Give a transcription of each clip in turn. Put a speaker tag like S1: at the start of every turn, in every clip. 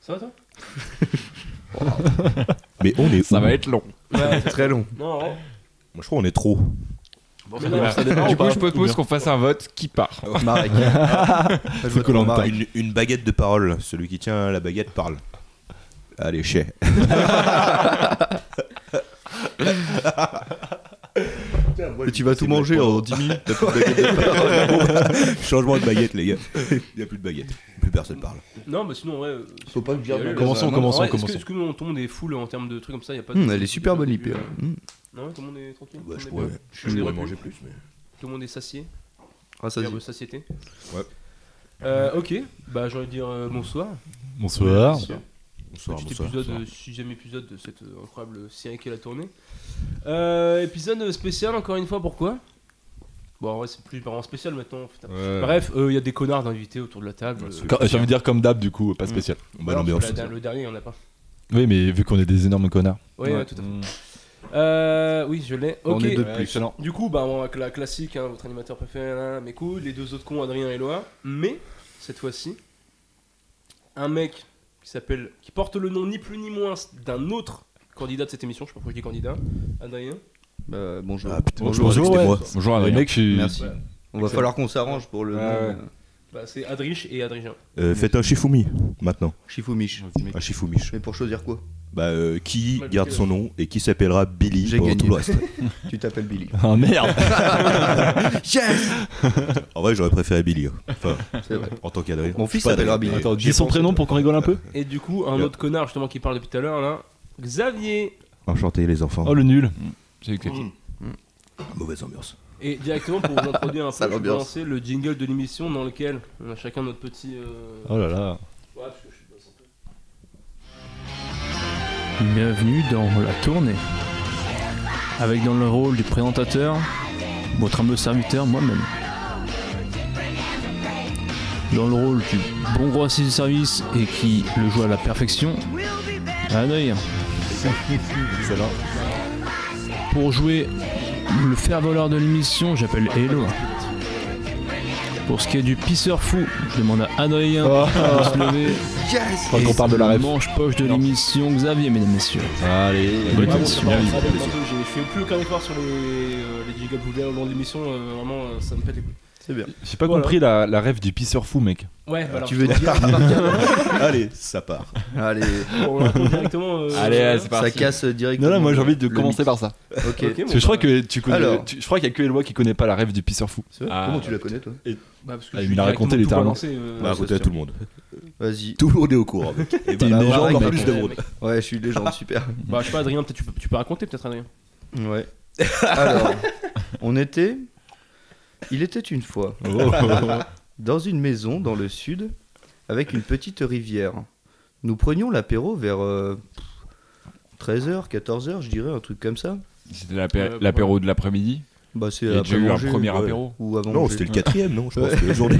S1: Ça va toi
S2: Mais on est. où
S3: être long.
S1: Ouais.
S4: Très long.
S1: non, ouais.
S2: Moi, je crois qu'on est trop.
S1: Mais non, ça dépend.
S3: Du
S1: ou
S3: coup,
S1: pas
S3: je propose qu'on fasse un vote qui part.
S4: Marek. Je vote pour
S2: Koh-Lanta.
S4: Marek.
S2: Une, une baguette de parole. Celui qui tient la baguette parle. Allez, chais.
S4: Mais tu vas tout manger en 10 minutes. t'as plus de baguette.
S2: Changement de baguette, les gars. Il n'y a plus de baguette. Plus personne parle.
S1: Non, mais sinon, ouais. euh,
S4: Faut pas me dire.
S1: y a-
S5: Commençons,
S1: en vrai,
S5: commençons,
S1: est-ce que-
S5: commençons.
S1: Est-ce que mon ton est full en termes de trucs comme ça y a pas de-
S4: Hum, elle est super bonne l'IPA. Hmm.
S1: Non, ouais, tout le monde est tranquille.
S2: Bah,
S1: tout
S2: je
S1: le monde est
S2: pourrais,
S1: bien.
S2: je
S1: Je l'ai
S2: pourrais
S1: repu.
S2: manger plus, mais.
S1: Tout le monde est sacié.
S4: Ah, ça
S1: Verbe
S4: dit.
S1: satiété.
S2: Ouais.
S1: Euh, ok, bah j'ai envie de dire euh, bonsoir.
S5: Bonsoir.
S2: Bonsoir,
S1: Petit
S2: bonsoir.
S1: épisode, euh, sixième épisode de cette euh, incroyable série qu'elle a tournée. Euh, épisode spécial, encore une fois, pourquoi Bon, en vrai, c'est plus vraiment spécial maintenant. putain. Bref, euh, il y a des connards d'invités autour de la table.
S2: Ouais,
S1: Euh,
S2: c'est-
S5: Quand- J'ai envie de dire comme d'hab, du coup, pas spécial.
S4: Bah
S2: Bonne
S1: alors,
S2: ambiance.
S1: la-
S4: hein.
S1: Le dernier, il n'y en a pas.
S5: Oui, mais vu qu'on est des énormes connards.
S1: Oui, ouais, tout à fait. Euh, oui, je l'ai. Ok.
S4: Bah, On est deux de
S5: Ouais,
S4: plus.
S5: excellent.
S1: Du coup, bah, on a cla- classique, hein, votre animateur préféré, là, mes couilles, les deux autres cons, Adrien et Loa. Mais, cette fois-ci, un mec qui s'appelle, qui porte le nom ni plus ni moins d'un autre candidat de cette émission, je sais pas pourquoi je dis candidat, Adrien.
S4: Bah, bonjour.
S2: Ah, putain,
S5: Bonjour,
S2: bonjour,
S5: ouais.
S2: excusez-moi.
S5: Bonjour, Adrien.
S4: Les
S5: Mec, je suis...
S4: Merci.
S1: Ouais.
S4: On va falloir qu'on s'arrange pour le
S5: Ouais,
S4: nom.
S5: ouais.
S1: Bah, c'est Adrich et Adrien.
S2: Euh, faites un shifumi maintenant.
S4: Chifoumich.
S2: Un shifoumiche.
S4: Mais pour choisir quoi
S2: Bah, euh, qui
S1: Ouais, parce
S2: garde
S1: que-
S2: son nom et qui s'appellera Billy
S4: J'ai
S2: pendant
S4: gagné.
S2: tout le reste
S4: Tu t'appelles Billy.
S5: Ah merde
S2: En vrai, j'aurais préféré Billy. hein. Enfin,
S4: C'est vrai.
S2: en tant qu'Adrien.
S4: Mon fils
S2: Pas
S4: s'appellera
S2: Adrien,
S4: Billy.
S2: mais-
S5: Attends, dis son prénom pour qu'on rigole un peu
S1: Et du coup, un
S2: Yep.
S1: autre connard, justement, qui parle depuis tout à l'heure, là, Xavier.
S2: Enchanté, les enfants.
S5: Oh, le nul.
S2: Mauvaise ambiance.
S1: Et directement, pour vous introduire un peu, je
S4: Sale
S1: vais
S4: ambiance.
S1: lancer le jingle de l'émission dans lequel on a chacun notre petit. euh,
S5: Oh là là.
S1: ouais, parce que je suis pas sympa.
S6: Bienvenue dans La Tournée. Avec dans le rôle du présentateur, votre humble serviteur moi-même. Dans le rôle du bon roi du service et qui le joue à la perfection, un œil. Pour jouer le fer voleur de l'émission, j'appelle Hello. Pour ce qui est du pisseur fou, je demande à Adrien
S5: Oh.
S6: de se lever.
S4: Yes
S5: Quand on parle de la
S6: le
S5: ref.
S6: manche poche de l'émission, Xavier, mesdames, messieurs.
S5: Allez,
S6: Bonne
S1: Ah bon,
S6: émission.
S1: c'est marrant, ça, bientôt, j'ai- Je fais plus aucun effort sur les, euh, les jingles vous voulez, au long de l'émission, euh, vraiment euh, ça me fait les couilles.
S4: C'est bien.
S5: J'ai pas
S1: Voilà.
S5: compris la, la rêve du pisseur fou, mec.
S1: Ouais, bah voilà.
S4: Tu veux dire
S2: Allez, ça part.
S4: Allez,
S1: on raconte directement. euh,
S3: Allez,
S1: sur-
S3: c'est
S4: ça
S3: parti.
S4: casse direct.
S5: Non, non, moi j'ai envie de
S4: le
S5: commencer
S4: mix.
S5: par ça.
S4: Ok.
S1: Ok, bon,
S5: Parce que je crois
S1: bah,
S5: que tu connais.
S4: Alors.
S5: tu- je crois qu'il y a que Eloi qui connaît pas la rêve du pisseur fou.
S4: C'est vrai
S3: Ah.
S4: Comment tu la connais toi
S1: bah, parce que
S5: Ah,
S1: je
S5: il
S1: vais
S5: l'a raconté,
S1: directement
S5: littéralement.
S1: tout balancer, euh,
S2: Bah, racontez à tout le monde.
S4: Vas-y.
S2: Tout le monde est au courant, mec. Et
S5: T'es une
S2: voilà,
S5: légende, hein.
S2: encore
S5: mec.
S2: plus de monde.
S4: Ouais, je suis une légende, super.
S1: Bah, je sais pas, Adrien, peut-être tu peux, tu peux raconter, peut-être, Adrien.
S4: Ouais. Alors, on était. Il était une fois
S2: Oh.
S4: dans une maison dans le sud avec une petite rivière. Nous prenions l'apéro vers euh, 13h, 14h, je dirais, un truc comme ça.
S3: C'était l'apé-
S1: Euh,
S3: l'apéro de l'après-midi.
S4: Bah, c'est
S3: Il y a
S4: après
S3: déjà eu un
S4: manger,
S3: premier
S4: ouais.
S3: apéro.
S4: Ou avant
S2: Non,
S4: manger.
S2: c'était le quatrième, non Je pense que la journée.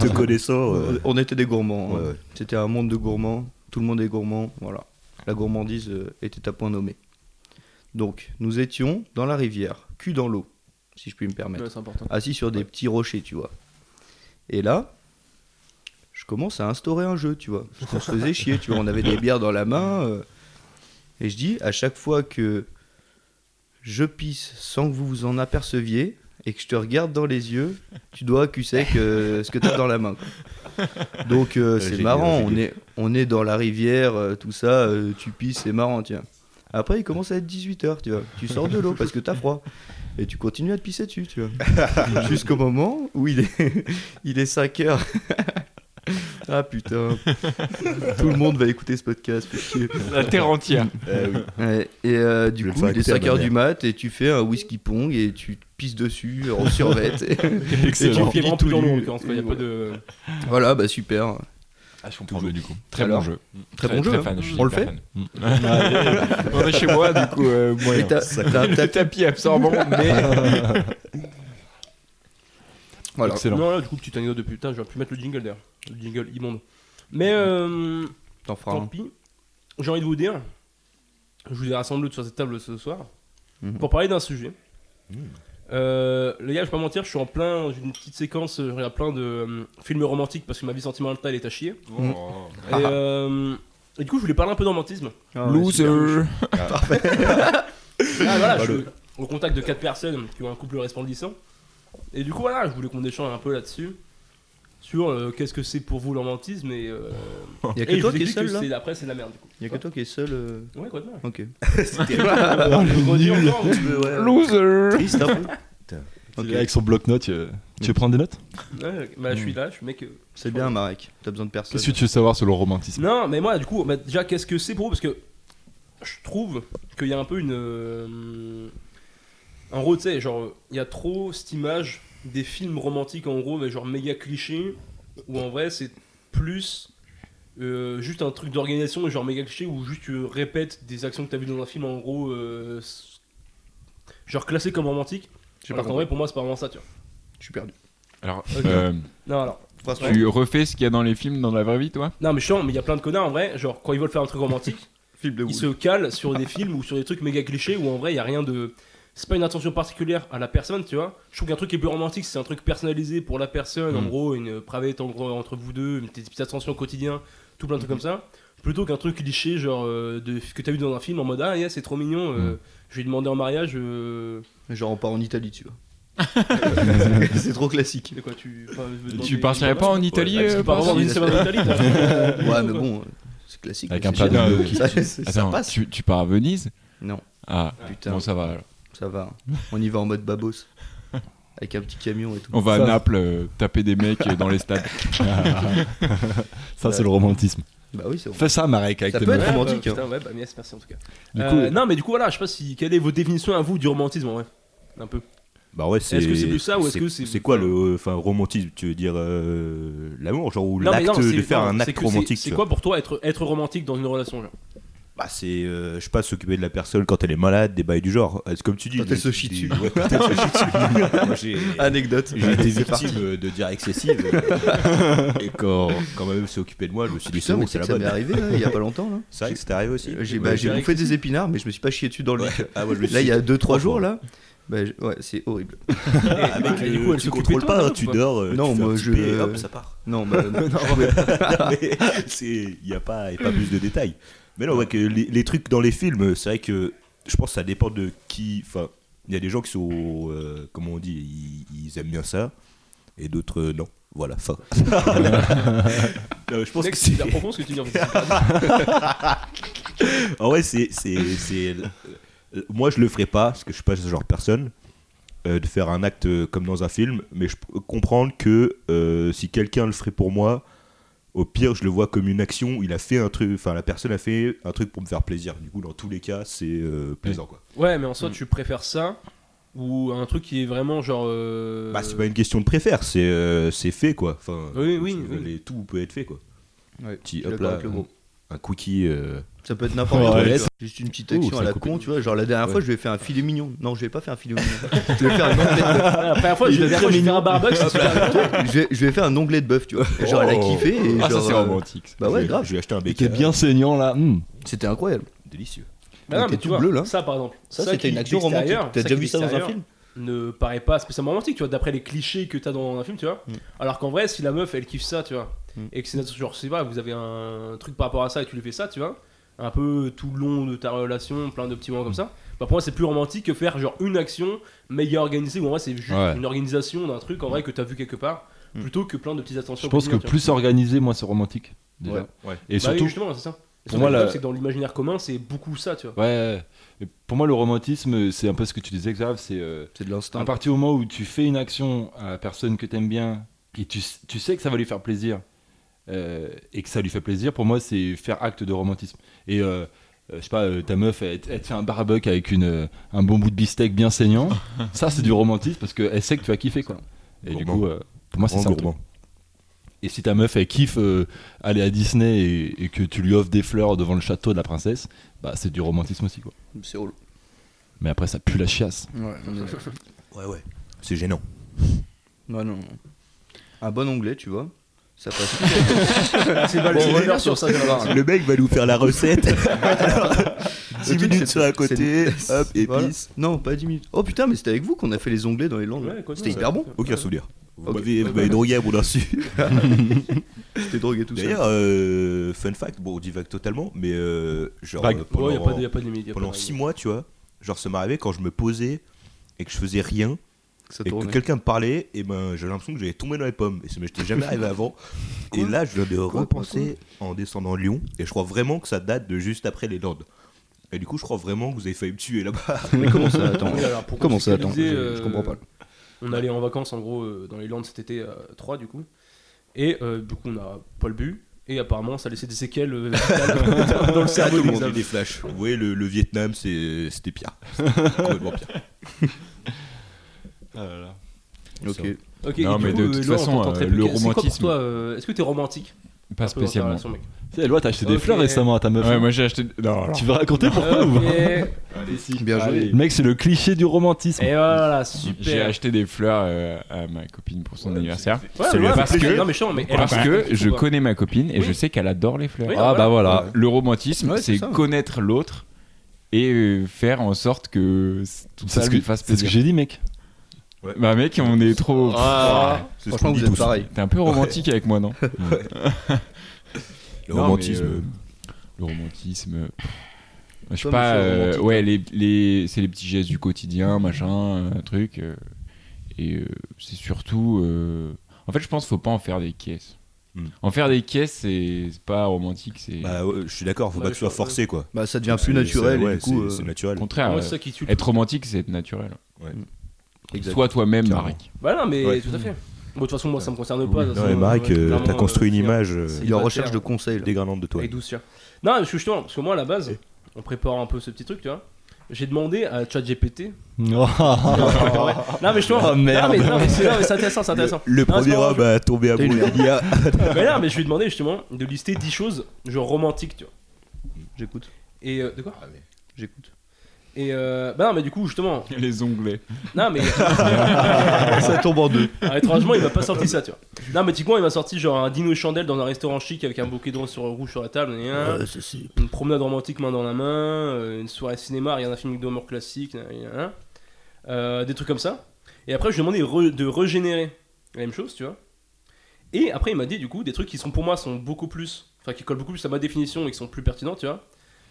S2: Te connaissant. euh,
S4: Euh, On était des gourmands. hein.
S2: Ouais, ouais.
S4: C'était un monde de gourmands. Tout le monde est gourmand. Voilà. La gourmandise euh, était à point nommé. Donc, nous étions dans la rivière, cul dans l'eau, si je puis me permettre.
S1: Ouais, c'est important.
S4: assis sur des petits rochers, tu vois. Et là, je commence à instaurer un jeu, tu vois. Parce qu'on se faisait chier, tu vois. On avait des bières dans la main. euh, et je dis, à chaque fois que je pisse sans que vous vous en aperceviez et que je te regarde dans les yeux, tu dois accuser que ce que tu as dans la main. quoi. Donc euh, c'est
S2: génial,
S4: marrant, on
S2: génial.
S4: est, on est dans la rivière, euh, tout ça, euh, tu pisses, c'est marrant, tiens. Après, il commence à être 18h, tu vois. Tu sors de l'eau parce que t'as froid. Et tu continues à te pisser dessus, tu vois. Jusqu'au moment où il est, il est 5h. ah putain. Tout le monde va écouter ce podcast. fais chier.
S3: La terre entière.
S2: eh oui.
S4: Ouais, et euh,
S2: Je
S4: du
S2: vais le
S4: coup,
S2: faire
S4: il est
S2: écouter à ma
S4: 5h du
S2: mère.
S4: mat et tu fais un whisky pong et tu te pisses dessus en survette. Et-
S1: C'est
S4: Excellent.
S1: vraiment tout
S4: Tout
S1: dans l'eau, en
S4: nu.
S1: l'occurrence, quoi, y a pas de.
S4: voilà, bah super.
S3: Ah, je comprends mieux du coup. Très
S4: Alors,
S3: bon jeu.
S4: Très, bon jeu. hein.
S3: fan, je suis
S4: On le
S3: hyper
S4: fait
S3: fan.
S5: Hmm.
S3: On est chez moi du coup. euh, moyen.
S4: Et t'as- t'as-
S3: Le
S4: t'as-
S3: tapis absorbant, mais.
S4: voilà.
S5: Excellent.
S1: Non, là, du coup, petite anecdote de putain, j'aurais pu mettre le jingle d'air. Le jingle immonde. Mais, euh,
S4: T'en feras
S1: tant
S4: un.
S1: pis, j'ai envie de vous dire, je vous ai rassemblé sur cette table ce soir
S4: Mhm.
S1: pour parler d'un sujet. Euh, les gars, je vais pas mentir, je suis en plein, j'ai une petite séquence, euh, je regarde plein de euh, films romantiques parce que ma vie sentimentale est à chier. Et, euh, Et du coup, je voulais parler un peu d'ormantisme.
S4: Ah ouais,
S5: Loser.
S1: Ah, voilà, je
S2: Bah, le-
S1: suis au contact de quatre personnes qui ont un couple resplendissant. Et du coup, voilà, je voulais qu'on échange un peu là-dessus. Sur euh, qu'est-ce que c'est pour vous l'ormantisme et. Euh,
S4: super. Y a
S1: et
S4: que
S1: je
S4: toi
S1: vous
S4: qui es
S1: explique que
S4: seul là
S1: c'est- Après, c'est de la merde du coup.
S4: Y a que toi qui es seul. euh,
S1: Ouais, quoi de mal.
S4: Ok. Ah, bah,
S1: On redit encore,
S4: Tu veux, ouais,
S5: Loser.
S4: Triste
S2: hein.
S4: un peu. Ok.
S5: Avec son bloc-notes, euh, tu veux prendre des notes
S1: Ouais, ok. bah, je suis là, je suis mec. euh,
S4: C'est bien, Marek. T'as besoin de personne.
S5: Qu'est-ce que tu veux savoir sur le romantisme
S1: Non, mais moi, du coup, bah, déjà, qu'est-ce que c'est pour vous Parce que je trouve qu'il y a un peu une. euh, en gros, tu sais, genre, il y a trop cette image des films romantiques, en gros, mais genre méga clichés, où en vrai, c'est plus. euh, juste un truc d'organisation, genre méga cliché, où juste tu répètes des actions que t'as vues dans un film, en gros, euh, s- genre classé comme romantique. Je sais pas, en vrai, pour moi, c'est pas vraiment ça, tu vois.
S4: Je suis perdu.
S3: Alors,
S1: Ok.
S3: euh,
S1: Non, alors.
S3: tu refais ce qu'il y a dans les films dans la vraie vie, toi
S1: Non, mais chiant, mais il y a plein de connards, en vrai, genre, quand ils veulent faire un truc romantique.
S4: Film de
S1: Ils se calent sur des films ou sur des trucs méga clichés où en vrai il y a rien de. C'est pas une attention particulière à la personne, tu vois. Je trouve qu'un truc qui est plus romantique, c'est un truc personnalisé pour la personne, en
S5: Mm.
S1: gros, une private en gros, entre vous deux, une petite, petite attention au quotidien, tout plein de trucs comme ça. Plutôt qu'un truc cliché, genre, euh, de, que t'as vu dans un film en mode Ah, yeah, c'est trop mignon, euh, je lui ai demandé en mariage. euh,
S4: Genre, on part en Italie, tu vois. c'est trop classique.
S1: de quoi tu. enfin, je veux
S3: Tu
S1: demander-
S3: partirais pas en Italie
S1: Parce que
S3: euh,
S1: tu pars
S3: par
S1: vraiment
S3: exemple
S1: d'une semaine en Italie, t'as-
S4: Ouais, mais bon, euh, c'est classique.
S5: Avec
S4: mais
S5: un
S4: c'est
S5: paddle,
S4: génial.
S5: euh, qui-
S4: Ça, c'est- ça
S3: Attends,
S4: passe.
S3: tu, tu pars à Venise
S4: Non,
S3: Ah,
S4: putain.
S3: bon, ça va. alors.
S4: Ça va. hein. On y va en mode babos. Avec un petit camion et tout.
S3: On va à
S5: Ça va.
S3: Naples euh, taper des mecs euh, dans les stades.
S5: Ça, c'est le romantisme.
S4: Bah oui, c'est vrai.
S5: Fais ça, Marek, avec
S4: Ça
S5: tes
S4: peut
S5: meufs.
S4: être
S1: Ouais, bah,
S4: romantique. hein.
S1: putain, ouais, bah, yes, merci en tout cas.
S5: Du
S1: Euh,
S5: coup,
S1: non, mais du coup, voilà, je sais pas si. Quelle est vos définitions à vous du romantisme en vrai Un peu.
S2: Bah ouais, c'est.
S1: Est-ce que c'est plus ça ou est-ce que c'est-
S2: C'est quoi le. Enfin, romantisme, tu veux dire euh, l'amour, genre, ou
S1: Non, mais
S2: l'acte
S1: non, c'est-
S2: de faire
S1: non,
S2: un
S1: c'est
S2: acte
S1: que c'est-
S2: romantique
S1: C'est
S2: tu
S1: quoi pour toi être, être romantique dans une relation genre
S2: Bah c'est, euh, je sais pas, s'occuper de la personne quand elle est malade, des bails du genre. Euh, C'est comme tu dis.
S4: Quand elle
S2: des-
S4: se chie
S2: des-
S4: dessus.
S2: ouais, quand elle se chie dessus. Moi, j'ai-
S4: Anecdote.
S2: J'ai été
S4: Ah, C'est parti.
S2: victime euh, de dire excessive. euh, et quand, quand ma meuf s'est occupée de moi, je me suis dit, c'est
S4: Putain,
S2: bon,
S4: mais
S2: c'est
S4: c'est
S2: la
S4: que ça m'est
S2: bonne.
S4: arrivé là, il y a pas longtemps là.
S2: C'est vrai que c'est arrivé aussi.
S4: Euh, J'ai bah,
S2: Ouais.
S4: j'ai
S1: direct.
S4: bouffé des épinards, mais je me suis pas chié dessus dans le lit. tu vois.
S2: Ah, moi, je me suis
S4: Là, il y a
S2: dit,
S4: 2-3
S2: franchement,
S4: jours là. Bah, je- ouais, c'est horrible. Bah,
S2: Ah, mec,
S1: Et du
S2: euh,
S1: coup, elle
S2: tu
S1: s'occupait de
S2: contrôles
S1: toi,
S2: pas,
S1: non,
S2: tu
S1: ou pas
S2: dors. euh,
S4: hein, Non,
S2: tu fais un
S4: moi,
S2: petit
S4: je-
S2: pé, et Hop, ça part.
S4: Non, bah, non,
S2: Non, mais c'est il y a pas y a pas plus de détails. Mais non, ouais, que les, les trucs dans les films, c'est vrai que je pense que ça dépend de qui. Enfin, il y a des gens qui sont, euh, comment on dit, ils, ils aiment bien ça, et d'autres euh, non. Voilà, fin. Non, je pense
S1: Mec,
S2: que
S1: c'est
S2: c'est.
S1: hyper profond ce que tu dis en fait.
S2: En vrai, c'est, c'est, c'est- euh, Moi, je le ferais pas, parce que je suis pas ce genre de personne, euh, de faire un acte euh, comme dans un film, mais je peux comprendre que euh, si quelqu'un le ferait pour moi, au pire, je le vois comme une action. Il a fait un truc, enfin, la personne a fait un truc pour me faire plaisir. Du coup, dans tous les cas, c'est euh, plaisant, quoi.
S1: Ouais, mais en
S2: Hmm.
S1: soi, tu préfères ça ou un truc qui est vraiment genre. euh,
S2: Bah, c'est pas une question de préfère, c'est, euh, c'est fait, quoi. Enfin,
S1: Oui, oui,
S2: c'est-
S1: oui.
S2: les- tout peut être fait, quoi.
S4: Ouais,
S2: Petit,
S4: je suis
S2: hop
S4: d'accord
S2: là,
S4: avec le gros.
S2: un cookie. euh,
S4: Ça peut être n'importe
S5: Ouais,
S4: quoi.
S5: ouais,
S4: tu vois.
S5: ça-
S4: Juste une petite
S5: Ouh,
S4: action
S5: ça
S4: à la
S5: coupe.
S4: con, tu vois. Genre la dernière fois, je lui ai fait un filet mignon. Non, je lui ai pas fait un filet mignon. je lui ai fait un onglet de bœuf.
S1: Ah, La première fois, je
S4: Il est
S1: l'avais
S4: très
S1: fait un barbucks. c'est super bien.
S4: Je lui ai- je lui ai fait un onglet de bœuf, tu vois. Et Genre elle a
S2: Oh.
S4: kiffé. Et
S3: Ah, ça
S4: genre,
S3: c'est
S4: euh,
S3: romantique. ça.
S4: Bah
S2: je
S4: ouais,
S2: vais-
S4: grave.
S2: Je vais acheter un bec.
S5: t'es bien saignant là. hmm.
S4: C'était incroyable.
S2: Délicieux.
S1: Bah non,
S4: était
S1: mais
S4: tout
S1: tu vois,
S4: bleu, là.
S1: ça par exemple.
S4: Ça, c'était
S1: qui,
S4: une action romantique.
S1: d'extérieur,
S4: T'as déjà
S1: qui,
S4: vu ça dans un
S1: d'extérieur,
S4: film
S1: Ne paraît pas spécialement romantique, tu vois, d'après les clichés que t'as dans un film, tu vois.
S4: Mm.
S1: Alors qu'en vrai, si la meuf elle kiffe ça, tu vois,
S4: Mm.
S1: et que c'est notre- genre, c'est pas, vous avez un truc par rapport à ça et tu lui fais ça, tu vois, un peu tout le long de ta relation, plein de petits moments
S5: Mm.
S1: comme ça, bah pour moi c'est plus romantique que faire genre une action méga organisée où en vrai c'est juste
S5: Ouais.
S1: une organisation d'un truc en vrai que t'as vu quelque part,
S4: Mm.
S1: plutôt que plein de petites attentions.
S5: Je pense que
S1: quotidiennes, tu vois.
S5: plus organisé, moins c'est romantique. Déjà.
S4: Ouais.
S2: Ouais.
S5: Et
S1: Bah oui,
S5: surtout,
S1: justement, c'est ça. Et
S5: pour
S1: surtout,
S5: moi,
S1: le
S5: la-
S1: truc, c'est que dans l'imaginaire commun, c'est beaucoup ça, tu vois.
S5: ouais. Et Pour moi, le romantisme, c'est un peu ce que tu disais, Xav. C'est euh,
S4: C'est de
S5: à
S4: l'instinct.
S5: partir du moment où tu fais une action à la personne que t'aimes bien et tu, tu sais que ça va lui faire plaisir euh, et que ça lui fait plaisir, pour moi, c'est faire acte de romantisme. Et euh, euh, je sais pas, euh, ta meuf, elle, te- elle te fait un barbecue avec une, euh, un bon bout de bistec bien saignant. ça, c'est du romantisme parce qu'elle sait que tu vas kiffer, quoi. Et du
S2: Gourmand.
S5: coup, euh, pour
S4: Ah,
S5: moi, c'est
S2: Grand
S5: ça. le
S2: gourmand.
S5: truc. Et si ta meuf, elle kiffe euh, aller à Disney et, et que tu lui offres des fleurs devant le château de la princesse, bah, c'est du romantisme aussi, quoi.
S4: C'est relou.
S5: Mais après, ça pue la chiasse.
S4: Ouais, mais-
S2: Ouais, ouais. C'est gênant.
S4: Bah non. non. Un bon onglet, tu vois. Ça passe.
S1: C'est pas
S4: Bon, on revient sur
S1: ça.
S4: Street Bar.
S2: Le mec va nous faire la recette. Alors, 10
S4: Le truc,
S2: minutes
S4: c'est-
S2: sur un
S4: c'est-
S2: côté, hop, épices.
S4: Voilà. Non, pas 10 minutes. Oh putain, mais c'était avec vous qu'on a fait les onglets dans les Landes.
S1: Ouais, quoi,
S4: c'était
S1: non,
S4: hyper
S1: ouais.
S4: bon.
S2: Aucun souvenir. Vous
S4: Ok.
S2: m'avez- vous m'avez drogué à mon insu.
S4: C'était drogué tout seul.
S2: D'ailleurs, euh, fun fact, bon, on divague totalement, mais euh, genre
S5: Vague.
S2: euh, pendant,
S1: Ouais, y a pas de- y a pas de limite. y a pas
S2: pendant
S1: de-
S2: six mois, tu vois, genre ça m'arrivait quand je me posais et que je faisais rien
S4: Ça
S2: et que
S4: tournait.
S2: quelqu'un me parlait, et ben j'avais l'impression que j'allais tomber dans les pommes. Et ça m'était jamais arrivé avant. et
S4: Quoi
S2: là, je viens de
S4: Quoi,
S2: repenser en descendant Lyon, et je crois vraiment que ça date de juste après les Landes. Et du coup, je crois vraiment que vous avez failli me tuer là-bas.
S4: Mais comment ça Attends.
S1: Oui, alors, pour
S4: Comment ça Attends. Je,
S1: contextualiser,
S4: je
S1: euh,
S4: comprends pas.
S1: On allait en vacances en gros euh, dans les Landes cet été à 3 du coup. Et euh, du coup on n'a pas le bu. Et apparemment ça a laissé des séquelles euh, vitales dans le cerveau.
S2: Tout le monde
S1: des
S2: a eu des flashs. Vous voyez, le, le Vietnam, c'est- c'était pire. C'était complètement pire.
S5: Ah là là.
S4: Ok.
S1: Ok,
S3: Non,
S1: et du
S3: mais
S1: coup,
S3: de
S1: euh,
S3: toute
S1: Eloi, on
S3: façon,
S1: t'entend très
S3: euh, le
S1: peu. C'est quoi pour
S3: romantisme-
S1: toi, euh, Est-ce que t'es romantique
S3: Pas
S1: un peu dans ta
S3: spécialement.
S1: relation, mec
S5: Tu sais, Eloi, Eh, t'as acheté des
S1: Ok.
S5: fleurs récemment à ta meuf. hein.
S3: Ouais, moi j'ai acheté. Non, alors.
S5: Tu veux raconter pourquoi ou pas
S1: Ok.
S5: Allez, si.
S4: Bien joué.
S5: Le mec, c'est le cliché du romantisme.
S1: Et voilà,
S3: J'ai
S1: super.
S3: acheté des fleurs euh, à ma copine pour son anniversaire.
S1: Ouais,
S3: C'est
S1: ouais,
S3: le
S1: ça
S3: parce
S1: fait plaisir.
S3: que-
S1: Non, mais chiant, mais elle a
S3: Parce
S1: pas-
S3: que
S1: faut
S3: je
S1: pas.
S3: connais ma copine et
S1: Oui.
S3: je sais qu'elle adore les fleurs.
S1: Oui,
S5: Ah bah voilà.
S3: Le romantisme,
S4: Ouais, c'est
S3: c'est
S4: ça.
S3: connaître l'autre et euh, faire en sorte que c- tout
S5: C'est
S3: ça
S5: ce
S3: lui
S5: que,
S3: fasse
S5: c'est ce que
S3: plaisir.
S5: j'ai dit, mec.
S3: Bah mec, on est trop.
S4: Ah,
S2: C'est ce qu'on
S4: Franchement,
S2: dit
S4: vous êtes
S2: tous.
S4: pareil.
S3: T'es un peu romantique avec moi, non
S2: Le
S3: Non, mais,
S2: romantisme.
S3: euh, le romantisme. euh, Je sais
S4: Toi,
S3: pas.
S4: monsieur
S3: euh,
S4: romantique,
S3: ouais, les, les- c'est les petits gestes du quotidien, machin, euh, truc. euh, et euh, c'est surtout. euh, en fait, je pense qu'il faut pas en faire des caisses.
S2: Hmm.
S3: En faire des caisses, c'est c'est pas romantique, c'est
S2: Bah, ouais, je suis d'accord, faut
S1: Ouais,
S2: pas que ce soit
S1: je-
S2: forcé quoi.
S4: Bah ça devient
S2: C'est-
S4: plus naturel.
S2: c'est-
S4: et
S2: ouais,
S4: du coup,
S2: c'est-
S4: euh,
S2: c'est
S3: au
S2: naturel.
S3: contraire.
S1: Moi,
S3: euh,
S1: c'est ça qui tue. le
S3: être romantique, c'est être naturel.
S4: exact.
S3: Soit toi-même,
S2: Clairement.
S3: Marek.
S1: Bah non, mais
S2: Ouais.
S1: tout à fait. Bon, de toute façon, moi, ça me concerne
S3: Oui.
S1: pas. de toute
S2: Non,
S1: façon,
S2: mais Marek,
S1: euh,
S2: euh,
S1: clairement,
S2: t'as construit
S1: euh,
S2: une
S1: c'est-
S2: image
S1: c'est-
S2: euh,
S4: Il est en recherche de
S1: Célibataire.
S4: conseils. là.
S2: dégradante de toi.
S1: Et douceur. Non, parce que justement, parce que moi, à la base, en préparant un peu ce petit truc, tu vois, j'ai demandé à ChatGPT.
S4: Ah,
S1: Non, mais justement.
S6: Oh, merde.
S1: Non, mais, non, mais c'est non, mais c'est intéressant, c'est intéressant.
S2: Le
S1: Non, c'est
S2: premier
S1: pas
S2: homme à tomber
S4: T'es une
S2: amoureux d'Ilia.
S1: grave. Mais non, mais je lui ai demandé justement de lister 10 choses, genre romantiques, tu vois.
S4: J'écoute.
S1: Et. euh, de quoi
S4: J'écoute.
S1: Et. euh, bah non, mais du coup, justement.
S3: Les onglets.
S1: Non, mais.
S4: ça tombe en deux.
S1: Ah, étrangement, il m'a pas sorti ça, tu vois. Non, mais typiquement, il m'a sorti genre un dino chandelle dans un restaurant chic avec un bouquet de roses sur rouge sur la table. et, hein,
S4: Ouais, ça, Ah, c'est-
S1: une promenade romantique main dans la main, euh, une soirée cinéma, regarder un film d'horreur classique, nan, nan, nan. Euh, des trucs comme ça. Et après, je lui ai demandé re- de régénérer la même chose, tu vois. Et après, il m'a dit du coup des trucs qui sont pour moi sont beaucoup plus, enfin qui collent beaucoup plus à ma définition et qui sont plus pertinents, tu vois.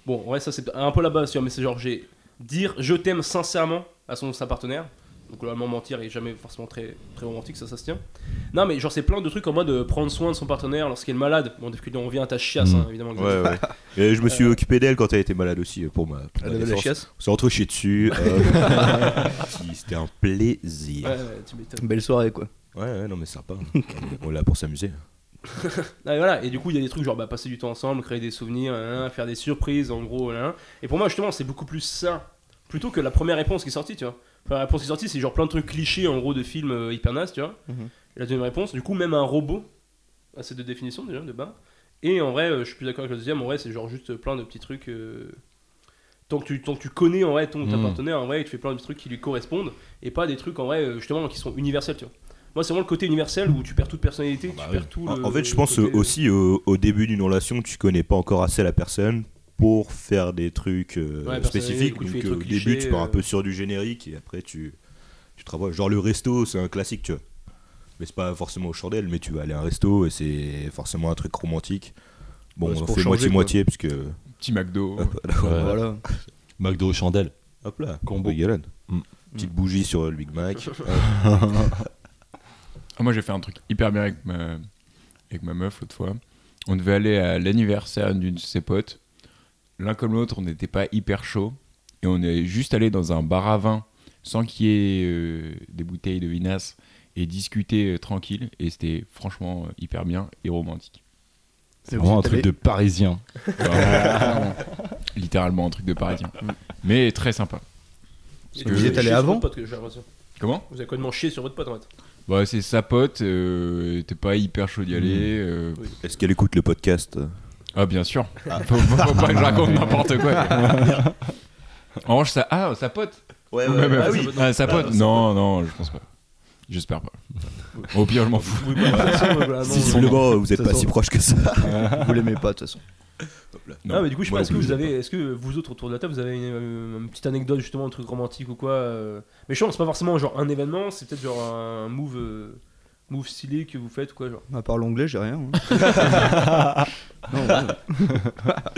S1: Bon, ouais, ça c'est un peu la base, tu vois, mais c'est genre j'ai dire je t'aime sincèrement à son sa partenaire. Donc globalement mentir est jamais forcément très très romantique, ça ça se tient. Non mais genre c'est plein de trucs en mode euh, prendre soin de son partenaire lorsqu'il est malade. Bon, depuis on revient à ta chiasse hein, évidemment.
S2: Ouais, ouais. Et je me suis occupé d'elle quand elle était malade aussi euh, pour ma. pour ma
S4: Elle avait la
S2: défense.
S4: chiasse.
S2: On s'est retrouvé dessus. euh, si, C'était un plaisir.
S1: Ouais, ouais, tu m'étonnes.
S4: Belle soirée quoi.
S2: Ouais, ouais, non, mais sympa. On est là pour s'amuser.
S1: Ah, et voilà, et du coup, il y a des trucs genre bah, passer du temps ensemble, créer des souvenirs, nan, nan, faire des surprises, en gros. nan, nan. Et pour moi, justement, c'est beaucoup plus ça plutôt que la première réponse qui est sortie, tu vois. Enfin, la réponse qui est sortie, c'est genre plein de trucs clichés, en gros, de films euh, hyper nazes, tu vois.
S4: Mhm.
S1: Et la deuxième réponse, du coup, même un robot, à ces deux définitions déjà, de bas. Et en vrai, euh, je suis plus d'accord avec la deuxième, en vrai, c'est genre juste plein de petits trucs. euh, Tant que, tu, tant que tu connais en vrai ton ta
S5: Mhm.
S1: partenaire, en vrai, et tu fais plein de trucs qui lui correspondent et pas des trucs en vrai, euh, justement, qui sont universels, tu vois. Moi, c'est vraiment le côté universel où tu perds toute personnalité,
S2: Ah bah
S1: tu
S2: oui.
S1: perds tout.
S2: En,
S1: le-
S2: en fait, je
S1: le
S2: pense
S1: côté,
S2: euh, aussi au, au début d'une relation, tu connais pas encore assez la personne pour faire des trucs euh,
S1: Ouais, personnalisé, du
S2: spécifiques.
S1: coup, tu
S2: Donc,
S1: fais des
S2: euh, au
S1: trucs
S2: début,
S1: clichés,
S2: tu pars un
S1: euh.
S2: peu sur du générique et après, tu, tu travailles. Genre, le resto, c'est un classique, tu vois. Mais c'est pas forcément aux chandelles, mais tu vas aller à un resto et c'est forcément un truc romantique. Bon,
S4: Ouais, c'est
S2: on
S4: pour
S2: fait
S4: changer,
S2: moitié-moitié, parce que.
S3: Petit McDo.
S5: Voilà.
S4: Voilà.
S5: McDo aux chandelles.
S2: Hop là,
S5: Combo.
S2: Galan.
S5: Mm.
S2: Petite bougie sur le Big Mac.
S3: Ah, moi, j'ai fait un truc hyper bien avec ma, avec ma meuf l'autre fois. On devait aller à l'anniversaire d'une de ses potes. L'un comme l'autre, on n'était pas hyper chaud. Et on est juste allé dans un bar à vin sans qu'il y ait euh, des bouteilles de vinasse et discuter euh, tranquille. Et c'était franchement euh, hyper bien et romantique.
S5: C'est vraiment un
S4: T'avais-
S5: truc de parisien.
S3: Vraiment, littéralement un truc de parisien. Mais très sympa.
S1: Et
S4: que-
S1: vous
S4: Vous
S1: êtes
S4: êtes allé avant
S1: avant Vous
S3: Comment
S1: avez complètement chié sur votre pote en fait.
S3: Bah, c'est sa pote, euh, t'es pas hyper chaud d'y aller. euh.
S2: Est-ce qu'elle écoute le podcast
S3: Ah, bien sûr. Faut, faut- faut pas que je raconte n'importe quoi. en revanche, ça... ah, sa pote.
S2: Ouais,
S4: Euh,
S3: Ouais, bah, ah, sa pote. non, non, je pense pas. J'espère pas. Au pire, je m'en fous.
S1: Oui, bah, de toute façon, ouais, bah, non, non.
S2: Visiblement, vous n'êtes
S4: Ça
S2: pas
S4: sent-
S2: si proche que ça.
S4: Vous l'aimez pas de toute façon.
S1: Non, Ah, mais du coup, je sais
S3: moi,
S1: pas, est-ce que
S3: ça me
S1: vous
S3: gêne
S1: avez, est-ce que vous autres autour de la table, vous avez une, euh, une petite anecdote justement, un truc romantique ou quoi euh, Mais je pense pas forcément genre un événement, c'est peut-être genre un move, euh, move stylé que vous faites ou quoi genre.
S4: À part l'anglais, j'ai rien. hein.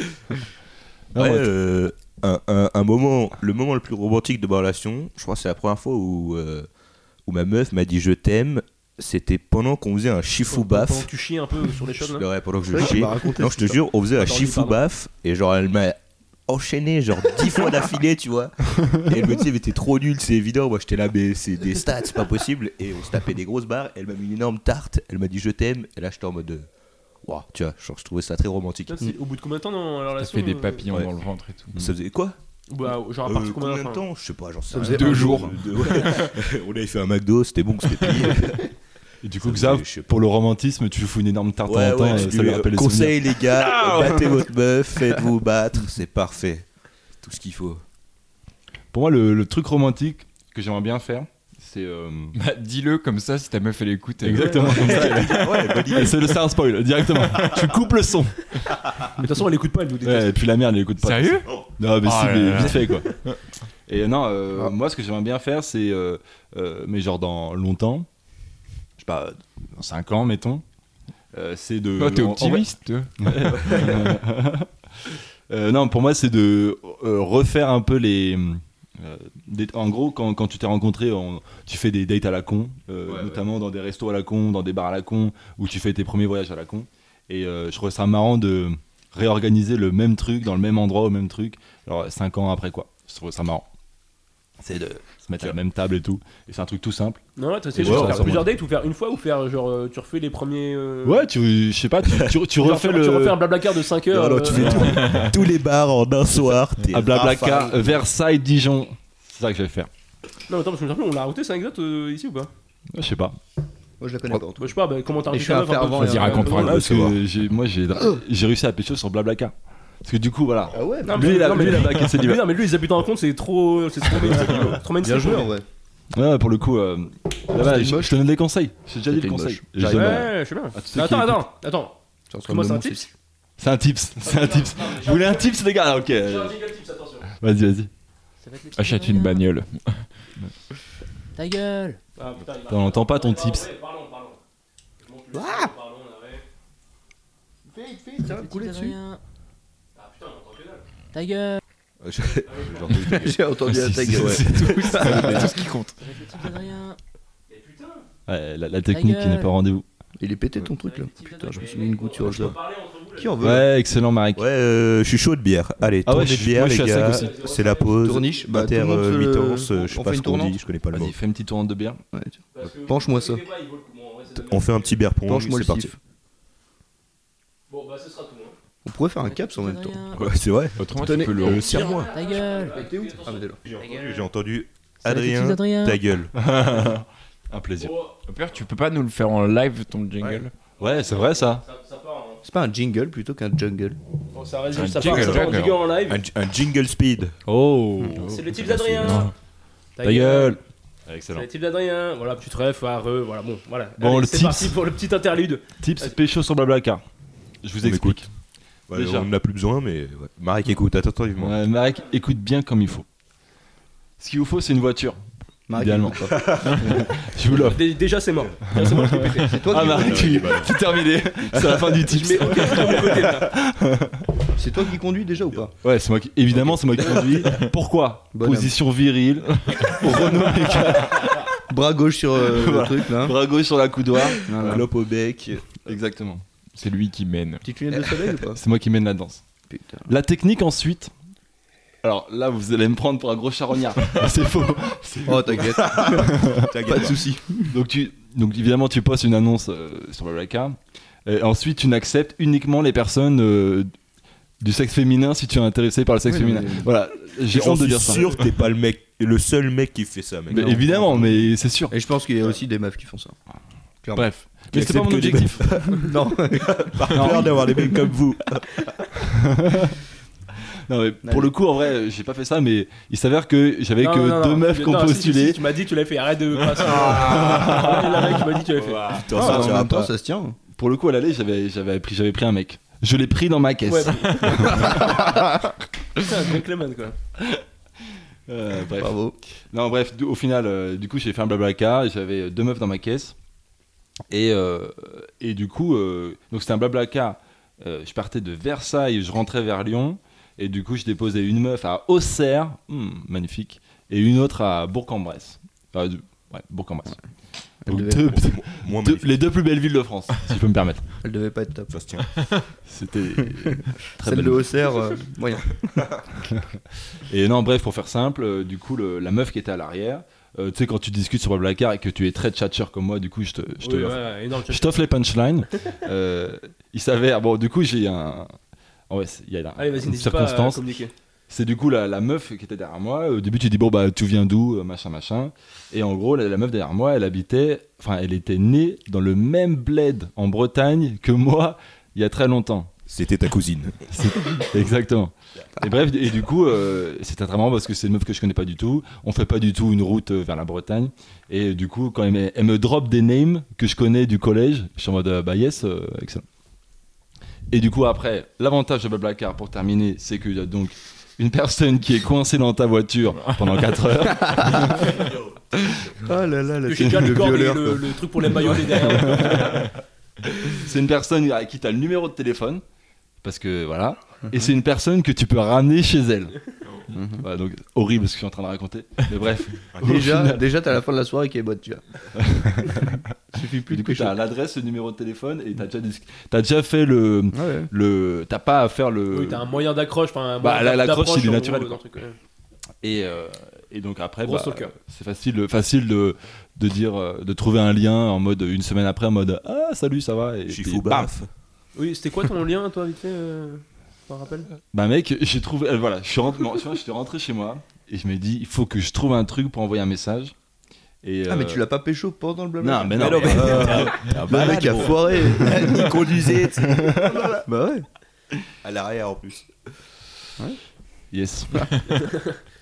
S2: Ouais, euh, un, un- un moment, le moment le plus romantique de ma relation, je crois que c'est la première fois où, euh, où ma meuf m'a dit je t'aime. C'était pendant qu'on faisait un chifou
S1: Pendant
S2: baf.
S1: que tu hein. chies un peu sur les choses. là.
S2: Ouais, pendant que je
S4: Ouais, tu
S2: chie.
S4: m'as raconté
S2: Non, je
S4: cette
S2: te jure, on faisait un
S1: Attends,
S2: chifou
S1: pardon.
S2: baf et genre elle m'a enchaîné genre 10 fois d'affilée, tu vois. Et elle me disait mais t'es trop nul, c'est évident. Moi j'étais là mais c'est des stats, c'est pas possible. Et on se tapait des grosses barres. Elle m'a mis une énorme tarte. Elle m'a dit je t'aime. Et là j'étais en mode de... Waouh, tu vois, genre, je trouvais ça très romantique.
S1: Là, c'est Au bout de combien de temps dans la
S3: Ça
S1: relation
S3: fait des
S1: euh,
S3: papillons
S2: ouais.
S3: dans le ventre et tout.
S2: Ça faisait quoi
S1: Bah, genre à
S2: Euh,
S1: partir combien,
S2: combien de
S1: enfin,
S2: temps Je sais pas, j'en sais
S4: Ça
S2: rien. Euh,
S4: faisait
S3: Deux un jours. jour.
S2: Deux- ouais. On avait fait un McDo, c'était bon, c'était payé.
S5: Et du coup,
S2: Ça,
S5: Xav,
S2: je sais pas.
S5: pour le romantisme, tu fous une énorme tarte
S2: Ouais,
S5: en temps,
S2: ouais,
S5: euh,
S2: tu dis,
S5: ça lui
S2: euh,
S5: rappelle les souvenirs.
S2: conseil les gars, battez votre meuf, faites-vous battre, c'est parfait. Tout ce qu'il faut.
S5: Pour moi, le, le truc romantique que j'aimerais bien faire, c'est. euh,
S3: Bah, dis-le comme ça si ta meuf elle écoute. elle-
S5: Exactement comme ça.
S2: Ouais, bonne idée.
S5: Et c'est le c'est un spoil directement. tu coupes le son.
S1: Mais de toute façon, elle écoute pas, elle nous déteste.
S5: Ouais, et puis la merde, elle écoute pas.
S3: Sérieux
S5: Non, mais
S3: Oh
S5: si,
S3: là
S5: mais
S3: là.
S5: vite fait quoi. Et non, euh, moi ce que j'aimerais bien faire, c'est. euh, euh, mais genre dans longtemps, je sais pas, dans 5 ans, mettons, euh, c'est de.
S3: Oh, t'es
S5: en- en-
S3: optimiste. toi.
S5: Euh, non, pour moi, c'est de euh, refaire un peu les. euh, des- en gros, quand, quand tu t'es rencontré, on- tu fais des dates à la con, euh, notamment dans des restos à la con, dans des bars à la con, où tu fais tes premiers voyages à la con. Et euh, je trouvais ça marrant de réorganiser le même truc, dans le même endroit, au même truc, alors 5 ans après quoi. Je trouve ça marrant. C'est de se mettre à la même table et tout. Et c'est un truc tout simple.
S1: Non, ouais, t'as- c'est
S5: Et
S1: juste
S5: ouais,
S1: faire
S5: ça,
S1: plusieurs dates ou faire une fois ou faire genre euh, tu refais les premiers. euh,
S5: Ouais, tu, je sais pas, tu, tu- tu
S1: genre,
S5: refais
S1: tu-
S5: le.
S1: Tu refais un blablacar de 5 heures.
S2: Alors, tu
S1: euh,
S2: fais tout- tous les bars en un soir. t'es
S5: à Blablacar,
S2: rafale.
S5: Versailles, Dijon. C'est ça que je vais faire.
S1: Non, attends, parce que je me rappelle, on l'a rajouté cette anecdote euh, ici ou pas
S5: Je sais pas.
S4: Moi, je la connais pas. en tout
S1: Je sais pas, bah, comment t'as
S4: Mais
S1: rencontré
S4: je suis un
S1: ta meuf, un peu,
S4: fervent,
S1: tu vois,
S3: vas-y, raconte,
S1: euh,
S3: raconte.
S1: non,
S5: Ah, parce que j'ai- moi j'ai j'ai réussi à pécho sur Blablacar. Parce que du coup voilà.
S4: cas. Ah ouais,
S1: Non, mais-
S5: Lui il a,
S1: non, mais-
S5: lui, il a plaqué ses
S1: Mais
S5: livres.
S1: non, mais lui, les habitants en compte, c'est trop. C'est trop mainstream. trop mainstream.
S4: bien joué en vrai.
S5: Ouais, pour le coup, euh, là, voilà, je, je te donne des conseils. J'ai déjà dit le
S4: C'était une
S5: conseil.
S4: moche.
S5: Je
S4: J'arrive.
S5: donne,
S1: Ouais,
S5: euh,
S1: je sais bien.
S5: à tous ceux
S1: Mais
S5: qui
S1: attends,
S5: écoutent.
S1: attends, attends. Parce que moi, c'est un tips.
S5: C'est un tips. C'est un tips. Vous voulez un tips les gars Alors, Ok.
S1: J'ai un
S5: euh,
S1: jingle tips, attention.
S5: Vas-y vas-y.
S1: Ça va être les petits
S3: Achète une
S1: moyens.
S3: bagnole.
S6: Ta gueule
S1: Ah, putain, il marche.
S5: On n'entend pas ton
S1: Pardon,
S5: tips.
S1: ouais, Pardon, pardon. Je monte le son, pardon, on avait-
S4: Vite, vite, ça va couler dessus.
S1: Ah, putain, on entend que dalle.
S6: Ta gueule
S4: J'ai Ah, entendu la tag. ouais.
S1: Mais putain,
S5: Ouais, la, la technique qui n'est pas au rendez-vous.
S4: Il est pété ton truc là. Putain, je me suis mis une
S1: on
S4: goutte sur
S1: peut
S4: le
S1: parler entre vous, là.
S4: Qui en veut
S5: Ouais, excellent Marek.
S2: Ouais, euh, je suis chaud de bière. Allez,
S5: Ah ouais,
S2: tournez
S5: je
S2: de
S5: suis-
S2: bière,
S5: moi, je
S2: les
S5: suis à
S2: gars.
S5: cinq
S2: C'est la pause.
S4: Tourniche, bah,
S2: Inter,
S4: tout le monde
S2: euh,
S4: se-
S2: 8 ans, euh, je sais
S4: on
S2: pas
S4: fait
S2: ce
S4: une
S2: qu'on dit,
S4: tournante
S2: je connais pas le mot.
S5: Vas-y, fais une petite tournante de bière.
S4: Ouais, tiens.
S1: Parce que-
S4: Penche-moi ça.
S1: Écoutez pas, il vaut le coup. Bon, en vrai, c'est dommage.
S2: On fait un petit bière pour
S4: Penche-moi le
S2: c'est parti.
S4: pif.
S1: Bon, bah, ce sera tout. hein.
S4: On pourrait faire un caps en même temps.
S2: Ouais, c'est vrai.
S3: Autrement,
S4: Tenez,
S3: tu peux le.
S4: euh,
S3: retirer.
S4: serre-moi.
S6: Ta gueule
S4: T'es où Ah, mais t'es là.
S2: J'ai entendu- J'ai entendu
S6: va, les petits
S2: Adrien,
S6: Adrien.
S2: ta gueule.
S5: Un plaisir.
S3: Au pire, tu peux pas nous le faire en live ton jingle
S5: Ouais, c'est vrai ça.
S1: Ça, ça part en.
S4: C'est pas un jingle plutôt qu'un jungle.
S1: Bon, ça résume,
S3: Un
S1: ça part
S3: jingle,
S1: ça part en
S3: jingle.
S1: jingle en live.
S2: Un, un jingle speed.
S5: Oh.
S1: C'est le tips d'Adrien.
S5: Ta gueule. Excellent.
S1: C'est le tips d'Adrien. Voilà, petit ref, ah, re, voilà, bon, voilà.
S5: Bon,
S1: Allez,
S5: le
S1: c'est
S5: tips.
S1: parti pour le petit interlude.
S5: Tips pécho sur Blablacar. Je vous
S2: On
S5: explique.
S2: Ouais,
S5: Déjà.
S2: Bah, on n'a plus besoin, mais ouais. Marek écoute attentivement.
S5: Ouais, Marek, écoute bien comme il faut. Ce qu'il vous faut, c'est une voiture.
S4: Marek,
S5: Idéalement.
S4: écoute pas.
S5: Je vous l'offre.
S1: Dé- Déjà, c'est mort. Déjà, c'est mort, je l'ai pété.
S4: C'est toi,
S5: Ah,
S4: qui-
S5: Marek, tu- c'est terminé. C'est la fin du
S1: Je
S5: tips.
S1: mets OK de mon côté. là.
S4: c'est toi qui conduis déjà ou pas
S5: Ouais, c'est moi qui. Évidemment, c'est moi qui conduis. Pourquoi
S4: Bonhomme.
S5: Position virile. Renault, les gars.
S4: Bras gauche sur euh, le truc là.
S5: Bras gauche sur la coudoir.
S2: Clope au bec.
S5: Exactement.
S3: C'est lui qui mène.
S4: Petite lunette de soleil ou pas
S5: C'est moi qui mène la danse.
S4: Putain.
S5: La technique ensuite. Alors là, vous allez me prendre pour un gros charognard. c'est faux.
S4: Oh t'inquiète, pas de soucis.
S5: Donc, tu, donc évidemment, tu postes une annonce euh, sur le Black Et ensuite, tu n'acceptes uniquement les personnes euh, du sexe féminin si tu es intéressé par le sexe
S4: Oui,
S5: féminin.
S4: mais-
S5: Voilà, j'ai
S2: J'en
S5: honte de
S2: suis
S5: dire ça.
S2: sûr que t'es pas le mec, le seul mec qui fait ça, mec.
S5: Mais
S4: Non.
S5: évidemment, mais c'est sûr.
S4: Et je pense qu'il y a aussi des meufs qui font ça.
S5: Bref. Mais c'était
S2: acceptes
S5: pas mon
S2: que des
S5: objectif.
S4: Non,
S2: Par peur d'avoir des mecs comme vous.
S5: Non, mais
S4: Allez.
S5: pour le coup, en vrai, euh, j'ai pas fait ça, mais il s'avère que j'avais
S1: Non,
S5: que
S1: non, non,
S5: deux
S1: non,
S5: meufs
S1: tu-
S5: qui ont
S1: non, si, si, si,
S5: postulé.
S1: Tu m'as dit que tu l'avais fait, arrête de. passer. Ouais, la mec, tu m'as dit que tu l'avais fait.
S2: Putain,
S4: Ah,
S2: ça
S4: en
S2: tira
S4: même temps,
S2: pas.
S4: ça se tient.
S5: Pour le coup, à l'aller, j'avais j'avais pris, j'avais pris un mec. Je l'ai pris dans ma caisse.
S1: Ouais. Putain, gentleman quoi.
S5: Euh, bref.
S4: Bravo.
S5: Non, bref, du- au final, euh, du coup, j'ai fait un blablacar, j'avais euh, deux meufs dans ma caisse. Et, euh, et du coup, euh, donc c'était un blablacar. Euh, je partais de Versailles, je rentrais vers Lyon. Et du coup, je déposais une meuf à Auxerre, hmm, magnifique, et une autre à Bourg-en-Bresse. Enfin, du- ouais, Bourg-en-bresse.
S4: Elle
S5: Donc,
S4: devait
S5: deux- deux-
S2: Moins magnifique.
S5: les deux plus belles villes de France, si je peux me permettre.
S4: Elle devait pas être top.
S2: Ça se tient.
S5: C'était très
S4: Celle
S5: belle.
S4: de Auxerre, euh, moyen.
S5: Et non, bref, pour faire simple, euh, du coup, le- la meuf qui était à l'arrière, euh, tu sais, quand tu discutes sur Blablacar et que tu es très tchatcheur comme moi, du coup, je te, je te
S1: Oui, ouais, énorme
S5: Je t'offre les punchlines. Euh, il s'avère, bon, du coup, j'ai un. oh ouais, c'est- il y a là,
S1: Allez, vas-y,
S5: une
S1: n'hésite pas euh, à
S5: circonstance.
S1: communiquer.
S5: c'est du coup la, la meuf qui était derrière moi. Au début, tu dis, bon, bah, tu viens d'où euh, Machin, machin. Et en gros, la, la meuf derrière moi, elle habitait. Enfin, elle était née dans le même bled en Bretagne que moi il y a très longtemps.
S2: C'était ta cousine.
S5: Exactement. Et bref, et du coup, euh, c'était très marrant parce que c'est une meuf que je connais pas du tout. On fait pas du tout une route euh, vers la Bretagne. Et du coup, quand elle me, elle me drop des names que je connais du collège, je suis en mode euh, bah yes, euh, excellent. Et du coup, après, l'avantage de Blablacar pour terminer, c'est qu'il y a donc une personne qui est coincée dans ta voiture pendant 4 heures.
S4: Ah là là, là,
S1: J'ai
S4: c'est
S1: déjà
S4: le
S1: le, corps et
S4: violeur.
S1: le, le truc pour les maillots derrière.
S5: C'est une personne à qui tu as le numéro de téléphone. Parce que voilà. Et c'est une personne que tu peux ramener chez elle. Voilà, donc horrible ce que je suis en train de raconter. Mais bref.
S4: quoi. Déjà, déjà t'as la fin de la soirée qui est bonne, tu vois. Il suffit plus
S5: Du
S4: de
S5: coup,
S4: pécho.
S5: t'as l'adresse, le numéro de téléphone et t'as déjà, dis- t'as déjà fait le.
S4: Ouais.
S5: le t'as pas à faire le.
S1: Oui, t'as un moyen d'accroche. enfin, un
S5: Bah,
S1: moyen
S5: là, l'accroche,
S1: d'approche,
S5: il est
S1: en gros,
S5: naturel,
S1: dans
S5: quoi.
S1: le truc, ouais.
S5: et, euh, et donc après,
S1: Gros
S5: bah,
S1: stalker.
S5: c'est facile, facile de, de dire. euh, de trouver un lien en mode. une semaine après, en mode. Ah, salut, ça va. Et puis,
S2: Chifou
S5: bam.
S2: baf.
S1: Oui, c'était quoi ton lien, toi, vite fait euh, Tu t'en rappelles
S5: Bah, mec, j'ai trouvé. euh, voilà, je suis rentré, bon, tu vois, j'étais rentré chez moi et je me dis, il faut que je trouve un truc pour envoyer un message. Et,
S4: Ah, mais
S5: euh,
S4: tu l'as pas pécho pendant le blabla
S5: Non, mais non. mais-
S4: euh,
S2: Ah,
S4: Le mec a foiré.
S2: Il conduisait
S4: bah ouais.
S2: à l'arrière en plus.
S5: yes.